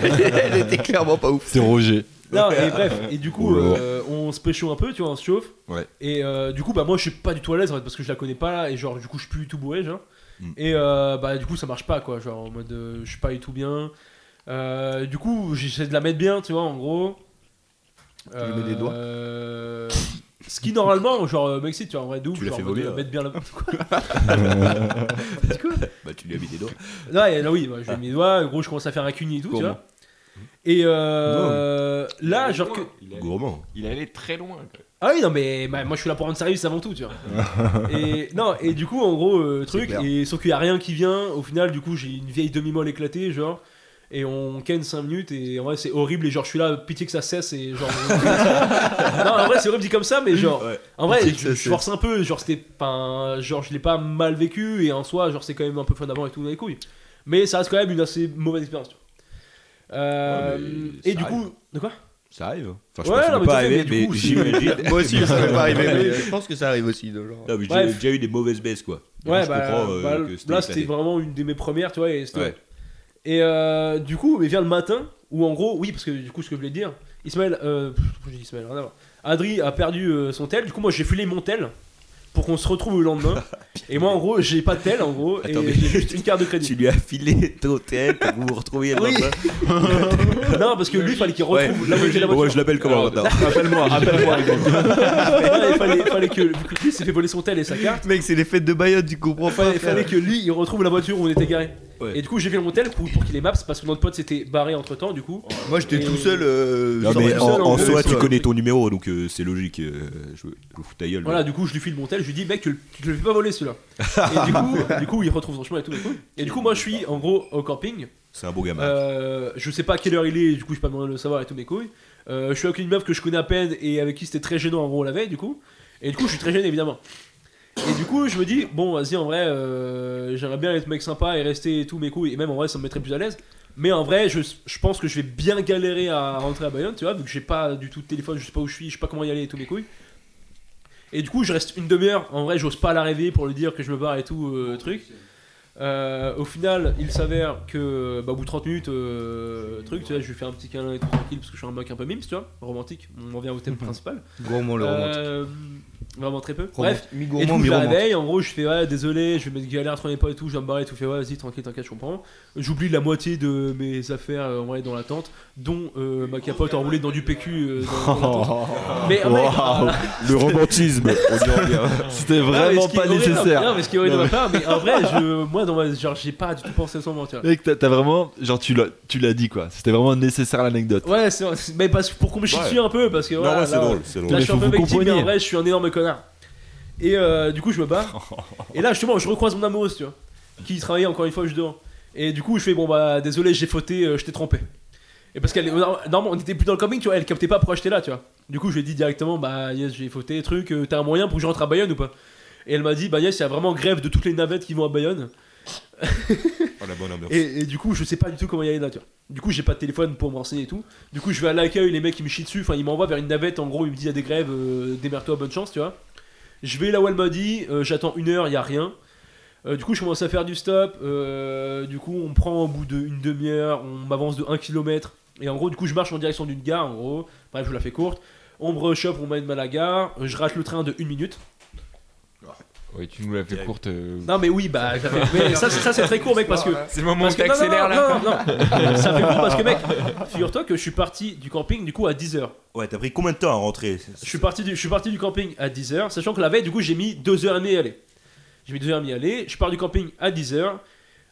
S4: Elle était clairement pas ouf.
S5: C'est Roger.
S1: Non, et bref, et du coup, euh, on se pécho un peu, tu vois, on se chauffe.
S2: Ouais.
S1: Et euh, du coup, bah moi, je suis pas du tout à l'aise en fait, parce que je la connais pas là, et genre, du coup, je suis plus du tout bourré, genre.
S2: Mm.
S1: Et euh, bah, du coup, ça marche pas, quoi. Genre, en mode, euh, je suis pas du tout bien. Euh, du coup, j'essaie de la mettre bien, tu vois, en gros.
S4: lui mets des doigts.
S1: Euh, Ce qui, normalement, genre, euh, m'excite, tu vois, en vrai, de ouf.
S2: Tu l'as
S1: genre,
S2: fait
S1: en mode,
S2: vomir,
S1: euh,
S2: ouais.
S1: Mettre bien la. Quoi
S2: Bah, tu lui as mis des doigts.
S1: Là, et là oui, bah, je lui mets les doigts, en gros, je commence à faire un cuni et tout, tu vois. Et euh, là, genre que.
S2: Gourmand.
S3: Il allait très loin.
S1: Ah oui, non, mais bah, moi je suis là pour rendre service avant tout, tu vois. et, non, et du coup, en gros, euh, truc,
S4: clair.
S1: et sauf qu'il n'y a rien qui vient, au final, du coup, j'ai une vieille demi-molle éclatée, genre, et on ken 5 minutes, et en vrai, c'est horrible, et genre, je suis là, pitié que ça cesse, et genre. non, en vrai, c'est horrible dit comme ça, mais genre,
S2: Ouais.
S1: en vrai,
S4: Pitié que ça
S1: je, je
S4: cesse.
S1: force un peu, genre, c'était pas. un- Genre, je l'ai pas mal vécu, et en soi, genre, c'est quand même un peu fun avant et tout, dans les couilles. Mais ça reste quand même une assez mauvaise expérience, tu vois. Euh,
S2: Ouais, mais
S1: et
S2: ça
S1: du coup, de quoi
S2: Ça arrive. hein. Enfin,
S1: Ouais,
S2: pense que
S1: non,
S2: ça peut
S1: mais tout à fait, mais du coup, si-
S4: Moi aussi, ça m'est pas arrivé, mais je pense que ça arrive aussi. de genre.
S2: Non, mais
S1: Bref.
S2: j'ai déjà eu des mauvaises baisses, quoi. Du coup,
S1: Ouais,
S2: je
S1: bah,
S2: comprends, euh,
S1: bah,
S2: que
S1: là
S2: éclaté.
S1: c'était vraiment une de mes premières, tu vois, et c'était-
S2: Ouais.
S1: Et euh, du coup, mais vient le matin, où en gros, oui, parce que du coup, ce que je voulais dire, Ismaël, euh, pff, j'ai dit Ismaël, rien à voir. Adri a perdu euh, son tel, du coup, moi j'ai filé mon tel pour qu'on se retrouve le lendemain. et moi, en gros, j'ai pas de tel, en gros,
S2: Attends,
S1: et
S2: mais-
S1: j'ai juste une carte de crédit.
S2: Tu lui as filé ton TL pour vous vous retrouviez
S1: Oui.
S2: là-bas.
S1: non, parce que lui, il fallait qu'il retrouve la moitié de la
S2: Ouais,
S1: voiture.
S2: je l'appelle comment maintenant
S5: Rappelle-moi, rappelle-moi.
S1: Ouais, il fallait, fallait que vu que lui s'est fait voler son tel et sa carte.
S4: Mec, c'est les fêtes de Bayonne, tu comprends
S1: Il fallait,
S4: pas.
S1: fallait que lui il retrouve la voiture où on était garé.
S2: Ouais.
S1: Et du coup j'ai fait le motel pour, pour qu'il ait maps parce que notre pote s'était barré entre temps du coup.
S4: Moi, j'étais tout seul. euh,
S2: Non,
S4: sans
S2: mais en,
S4: personne,
S2: en
S4: fait,
S2: soi,
S4: ouais.
S2: tu connais ton numéro, donc euh, c'est logique. euh, je je vous fous ta gueule.
S1: Voilà, du coup, je lui file mon tel, je lui dis, mec, tu le, tu te le fais pas voler celui-là. et du coup, du coup, il retrouve son chemin et tout. Et, tout. et du coup, moi, je suis en gros au camping.
S2: C'est un beau gamin.
S1: Euh, je sais pas à quelle heure il est, du coup, je pas besoin de le savoir et tous mes couilles. Euh, je suis avec une meuf que je connais à peine et avec qui c'était très gênant en gros la veille, du coup. Et du coup, je suis très gêné évidemment. Et du coup, je me dis, bon, vas-y, en vrai, euh, j'aimerais bien être mec sympa et rester et tout mes couilles. Et même en vrai, ça me mettrait plus à l'aise. Mais en vrai, je, je pense que je vais bien galérer à rentrer à Bayonne, tu vois, vu que j'ai pas du tout de téléphone, je sais pas où je suis, je sais pas comment y aller et tous mes couilles. Et du coup, je reste une demi-heure. En vrai, j'ose pas la rêver pour lui dire que je me barre et tout, euh, truc. Euh, au final, il s'avère que, bah, au bout de 30 minutes, euh, truc, tu vois, je lui fais un petit câlin et tout tranquille parce que je suis un mec un peu mimes, tu vois, romantique. On revient au thème principal.
S4: Gourmand le romantique.
S1: Euh, vraiment très peu. Bref.
S4: Bref,
S1: Et du
S4: mi-gourmand,
S1: coup, je la
S4: mi-romantique.
S1: réveille, en gros, je fais ouais, désolé, je vais mettre galère entre les pas et tout, je vais me barrer et tout, fait ouais, vas-y, tranquille, t'inquiète, je comprends. J'oublie la moitié de mes affaires euh, en vrai dans la tente, dont euh, ma capote enroulée dans du PQ euh, dans, dans la tente. Mais en vrai,
S2: Waouh, le romantisme. On y revient.
S5: C'était
S1: Non, mais
S5: vraiment
S1: ce qui
S5: pas
S1: est horrible-
S5: nécessaire.
S1: Non, mais ce qui est horrible de ma part, mais en vrai, je, moi, dans ma, genre, j'ai pas du tout pensé sans mentir.
S5: Mec, t'as t'as vraiment. Genre, tu l'as tu l'as dit quoi. C'était vraiment nécessaire l'anecdote.
S1: Ouais, c'est vrai, c'est- mais parce, pour qu'on me chie
S2: Ouais.
S1: dessus un peu, parce que voilà,
S2: Non, ouais, c'est
S1: là,
S2: drôle, c'est
S1: Là,
S2: drôle.
S1: je
S5: Mais
S1: suis un
S5: faut
S1: peu
S5: vous
S1: victime, mais en
S5: compreniez.
S1: vrai, je suis un énorme connard. Et euh, du coup, je me barre. et là, justement, je recroise mon amoureuse, tu vois, qui travaillait encore une fois juste devant. Et du coup, je fais bon, bah, désolé, j'ai fauté, euh, je t'ai trompé. Et parce qu'elle, normalement, on était plus dans le camping, tu vois, elle captait pas pourquoi j'étais là, tu vois. Du coup, je lui ai dit directement, bah, yes, j'ai fauté, truc, euh, t'as un moyen pour que je rentre à Bayonne ou pas Et elle m'a dit, bah, yes, il y a vraiment grève de toutes les navettes qui vont à Bayonne.
S2: Oh, la bonne ambiance.
S1: Et, et du coup, je sais pas du tout comment y aller là, tu vois. Du coup, j'ai pas de téléphone pour me renseigner et tout. Du coup, je vais à l'accueil, les mecs ils me chient dessus, enfin ils m'envoient vers une navette, en gros, ils me disent il y a des grèves, euh, démerde-toi, bonne chance, tu vois. Je vais là où elle m'a dit, euh, j'attends une heure, il y a rien. Euh, du coup, je commence à faire du stop. euh, du coup, on me prend au bout d'une demi-heure, on m'avance de 1 km. Et en gros, du coup, je marche en direction d'une gare, en gros. Bref, je vous la fais courte. On me rechoppe, on m'amène à la gare. Je rate le train de 1 minute.
S3: Ouais, tu nous l'as fait courte. euh,
S1: Non, mais oui, bah, j'avais- mais ça, c'est- ça, c'est très court, mec, parce que
S3: C'est le moment où
S1: Parce que- non,
S3: t'accélères
S1: non,
S3: là.
S1: non, non, non. ça fait court parce que mec, figure-toi que je suis parti du camping du coup à 10h.
S2: Ouais, t'as pris combien de temps à rentrer
S1: Je suis parti du, je suis parti du camping à 10h, sachant que la veille du coup j'ai mis 2h30 à aller. J'ai mis 2h30 à aller, je pars du camping à 10h.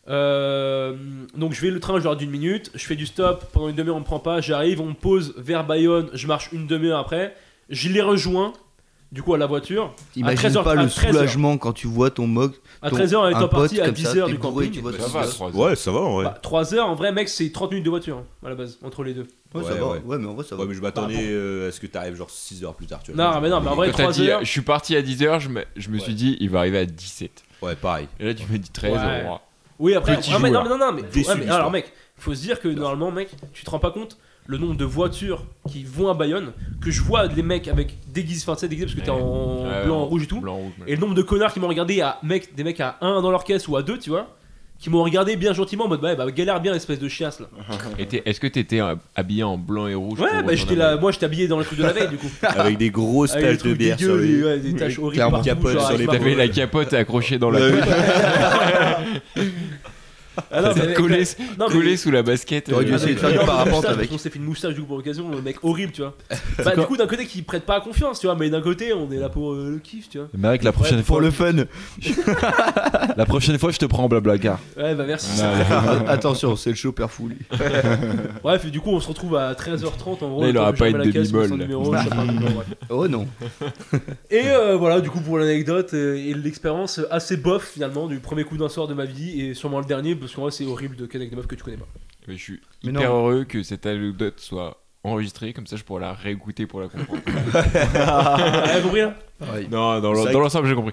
S1: Euh, donc je vais le train genre d'une minute, je fais du stop, pendant une demi-heure on me prend pas, j'arrive, on me pose vers Bayonne, je marche une demi-heure après, Je les rejoins, du coup, à la voiture.
S4: Imagine
S1: 13 heures-
S4: pas
S1: à
S4: le
S1: 13 heures.
S4: soulagement quand tu vois ton mug.
S1: À
S4: ton-
S1: 13h, on est
S4: un
S1: en partie
S4: pote
S1: à
S4: comme ça,
S1: 10h
S4: t'es
S1: du
S4: bourré,
S1: camping.
S4: tu vois
S3: Ça
S4: tout
S3: va,
S4: ça.
S3: trois heures.
S2: Ouais, ça va en vrai.
S1: Bah, 3 heures, en vrai, mec, c'est 30 minutes de voiture, hein, à la base, entre les deux.
S4: Ouais, ça
S2: Ouais,
S4: va.
S2: ouais.
S4: Ouais, mais en vrai, ça va.
S2: Ouais, mais je m'attendais euh, à ce que t'arrives genre 6 heures plus tard, tu vois.
S1: bah, Non, mais non, mais en vrai,
S3: Quand t'as
S1: 3
S3: dit,
S1: heures.
S3: je suis parti à 10h, je me, je me suis dit, il va arriver à 17.
S2: Ouais, pareil.
S3: Et là, tu me dis 13.
S1: Ouais.
S3: oh,
S1: Oui, après,
S3: Petit
S1: non, mais, non,
S3: joueur.
S1: mais non, non, mais,
S2: Déçu
S1: ouais, mais
S2: d'histoire.
S1: alors, mec, faut se dire que normalement, mec, tu te rends pas compte le nombre de voitures qui vont à Bayonne, que je vois les mecs avec déguisés, enfin, tu sais, déguisés parce que t'es
S3: Ouais.
S1: en
S3: Ouais,
S1: blanc,
S3: ouais.
S1: en rouge et tout.
S3: blanc, rouge.
S1: Et le nombre de connards qui m'ont regardé à mec, des mecs à 1 dans leur caisse ou à 2, tu vois, qui m'ont regardé bien gentiment en mode bah, bah galère bien espèce de chiasse là.
S3: Et t'es- Est-ce que t'étais euh, habillé en blanc et rouge
S1: Ouais,
S3: pour
S1: bah j'étais
S3: retourner
S1: là,
S3: à
S1: moi j'étais habillé dans le truc de la veille du coup.
S2: Avec des grosses
S1: Avec des
S2: taches de
S1: trucs
S2: bière sur
S1: dégueux, des,
S2: les. Mmh.
S1: ouais, des taches horribles
S4: clairement.
S1: partout,
S2: Capote
S1: genre,
S2: sur les
S1: avec
S3: Bayonne
S1: ma-
S3: T'avais la capote accrochée dans la
S2: Ouais,
S3: poche,
S1: Ah, non, mais-
S3: collée,
S1: non, mais-
S3: collée sous la basket.
S4: T'aurais dû
S3: euh,
S4: essayer de faire du
S1: Non,
S4: parapente
S1: moustache,
S4: avec.
S1: On s'est fait une moustache du coup pour l'occasion, le mec horrible, tu vois. Bah, du coup, d'un côté, qui prête pas à confiance, tu vois, mais d'un côté, on est là pour euh, le kiff, tu vois.
S7: Mais mec, la prochaine fois,
S4: Pour le fun.
S7: la prochaine fois, je te prends en blabla car.
S1: Ouais, bah merci.
S4: Attention, c'est le chopper fou lui.
S1: Bref, et du coup, on se retrouve à 13h30 en gros.
S3: Là, il
S1: on
S3: aura
S1: tombe jamais
S3: pas une
S1: à la caisse,
S3: demi-molle.
S1: sans numéro, je sais pas, bon, bref.
S4: Oh non.
S1: Et euh, voilà, du coup, pour l'anecdote euh, et l'expérience euh, assez bof finalement du premier coup d'un soir de ma vie et sûrement le dernier, parce qu'en vrai, c'est horrible de connaître avec des meufs que tu connais pas.
S3: Mais je suis
S4: Mais
S3: hyper heureux que cette anecdote soit enregistrée, comme ça je pourrais la réécouter pour la comprendre.
S1: Ah, vous compris là
S3: non, dans
S2: C'est
S3: l'en-
S2: vrai
S3: dans
S2: que-
S3: l'ensemble, j'ai compris.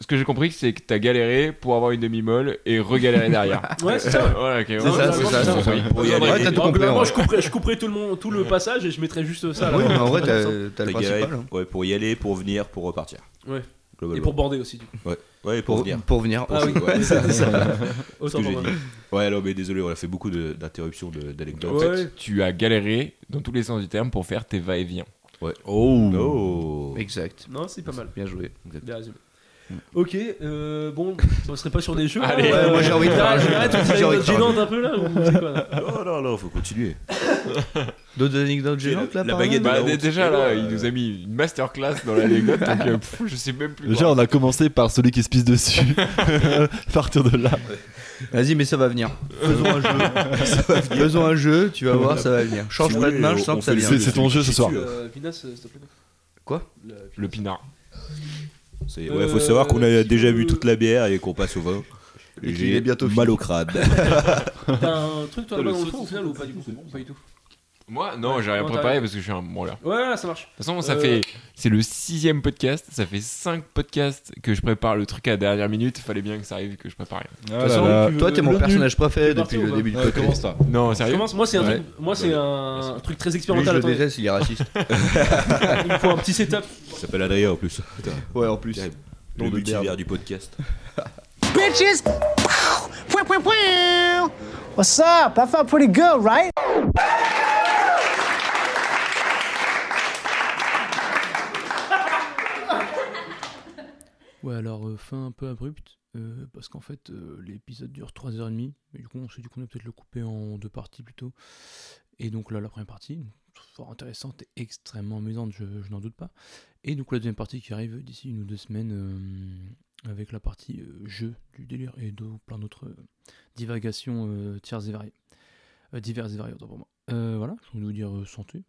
S3: Ce que j'ai compris, c'est que t'as galéré pour avoir une demi-molle et regaléré derrière.
S1: Ouais, c'est ça.
S3: voilà, ok. ouais,
S4: ça,
S3: ouais,
S4: c'est
S3: ouais,
S4: ça,
S3: ouais,
S4: c'est
S2: ça.
S3: ouais.
S2: Pour y
S1: Ouais,
S2: aller.
S4: ouais, t'as
S2: les-
S4: tout compris,
S1: globalement,
S4: en vrai.
S1: je couperais, je couperais tout le, monde, tout le passage et je mettrais juste ça. là.
S4: Oui, mais en vrai, t'as t'as
S2: t'as
S4: le
S2: galéré-
S4: principal. hein.
S2: Ouais, pour y aller, pour venir, pour repartir.
S1: Ouais. Et
S2: Globalement.
S1: pour border aussi. Du coup.
S2: Ouais, pour
S4: Pour
S2: venir.
S4: pour venir.
S1: Ah oui,
S2: Ouais, c'est ça.
S1: Autant
S2: que j'ai
S1: pour moi.
S2: Ouais, non, mais désolé, on a fait beaucoup de- d'interruptions de- d'anecdotes.
S3: En fait,
S1: Ouais.
S3: tu as galéré dans tous les sens du terme pour faire tes va-et-vient.
S2: Ouais. Oh. Oh.
S4: Exact.
S1: Non, c'est pas mal.
S4: Bien joué.
S1: Bien résumé.
S2: Mm.
S1: Ok, euh, bon, on serait pas sur des jeux.
S3: Allez,
S1: là,
S4: moi, j'ai envie de faire un jeu.
S1: Arrête,
S4: J'ai
S1: tu
S4: envie de
S1: es
S4: faire un
S1: gênante un peu là ou c'est quoi, là
S2: Non, non, non, Oh faut continuer.
S4: D'autres anecdotes gênantes là
S2: la
S4: par
S2: baguette de
S4: là
S3: Bah,
S2: la
S3: dé-
S2: honte.
S3: déjà
S2: Et
S3: là,
S2: là,
S3: il
S2: euh,
S3: nous a mis une masterclass dans l'anecdote, donc euh, pff, je sais même plus. quoi.
S7: Déjà, on a commencé par celui qui se pisse dessus. À Partir de là.
S4: Vas-y, mais ça va venir. Faisons un jeu. Faisons un jeu, tu vas voir, ça va venir. Change
S2: Si
S4: pas
S2: vous
S4: de main, je
S2: voulez,
S4: sens
S2: on
S4: que ça
S2: fait le
S4: vient.
S7: C'est c'est ton jeu ce soir.
S1: Euh, Vinas, s'il te plaît.
S4: Quoi
S1: Le-
S3: le pinard.
S2: Ça y est, hein. ouais, faut
S1: Euh,
S2: savoir qu'on a
S1: si
S2: déjà
S1: vous-
S2: bu toute la bière et qu'on passe au vin.
S4: Et qu'il
S2: J'ai
S4: est bientôt
S2: mal au crâne.
S1: T'as un truc toi là-bas dans le fond au final ou pas du tout Pas du tout.
S3: Moi, non,
S1: Ouais,
S3: j'ai rien
S1: non,
S3: préparé
S1: t'as-
S3: parce que je suis un branleur.
S1: Ouais, ça marche.
S3: De
S2: Ah
S3: toute façon, ça
S1: Euh.
S3: fait. C'est le sixième podcast. Ça fait cinq podcasts que je prépare le truc à la dernière minute. Fallait bien que ça arrive que je prépare rien.
S7: Ah
S4: De toute façon, toi, t'es mon personnage préféré
S1: parti
S4: depuis
S1: ou
S4: le
S1: pas
S4: début du
S7: Ouais,
S4: podcast.
S7: comment ça
S3: Non,
S1: Je
S3: sérieux
S1: commence. Moi, c'est un
S7: Ouais.
S1: truc. Moi, c'est un, un truc très
S4: Lui, je
S1: expérimental.
S4: le
S1: Attends,
S4: déteste, il est raciste.
S1: il me faut un petit setup.
S2: Ça s'appelle Adrien en plus. Putain,
S4: Ouais, en plus.
S2: Terrible.
S4: Le
S2: Le multivers
S4: merde.
S2: du podcast.
S8: bitches. Pow, pow, pow. What's up? I felt pretty good, right?
S6: Ouais, alors, euh, fin un peu abrupte, euh, parce qu'en fait, euh, l'épisode dure 3h30, mais du coup, on s'est dit qu'on allait peut-être le couper en deux parties plutôt. Et donc là, la première partie, fort intéressante et extrêmement amusante, je, je n'en doute pas. Et donc la deuxième partie qui arrive d'ici une ou deux semaines, euh, avec la partie euh, jeu du délire et de, plein d'autres euh, divagations euh, tierces et variées. Euh, diverses et variées, autant pour moi. Euh, voilà, je voulais vous dire euh, santé,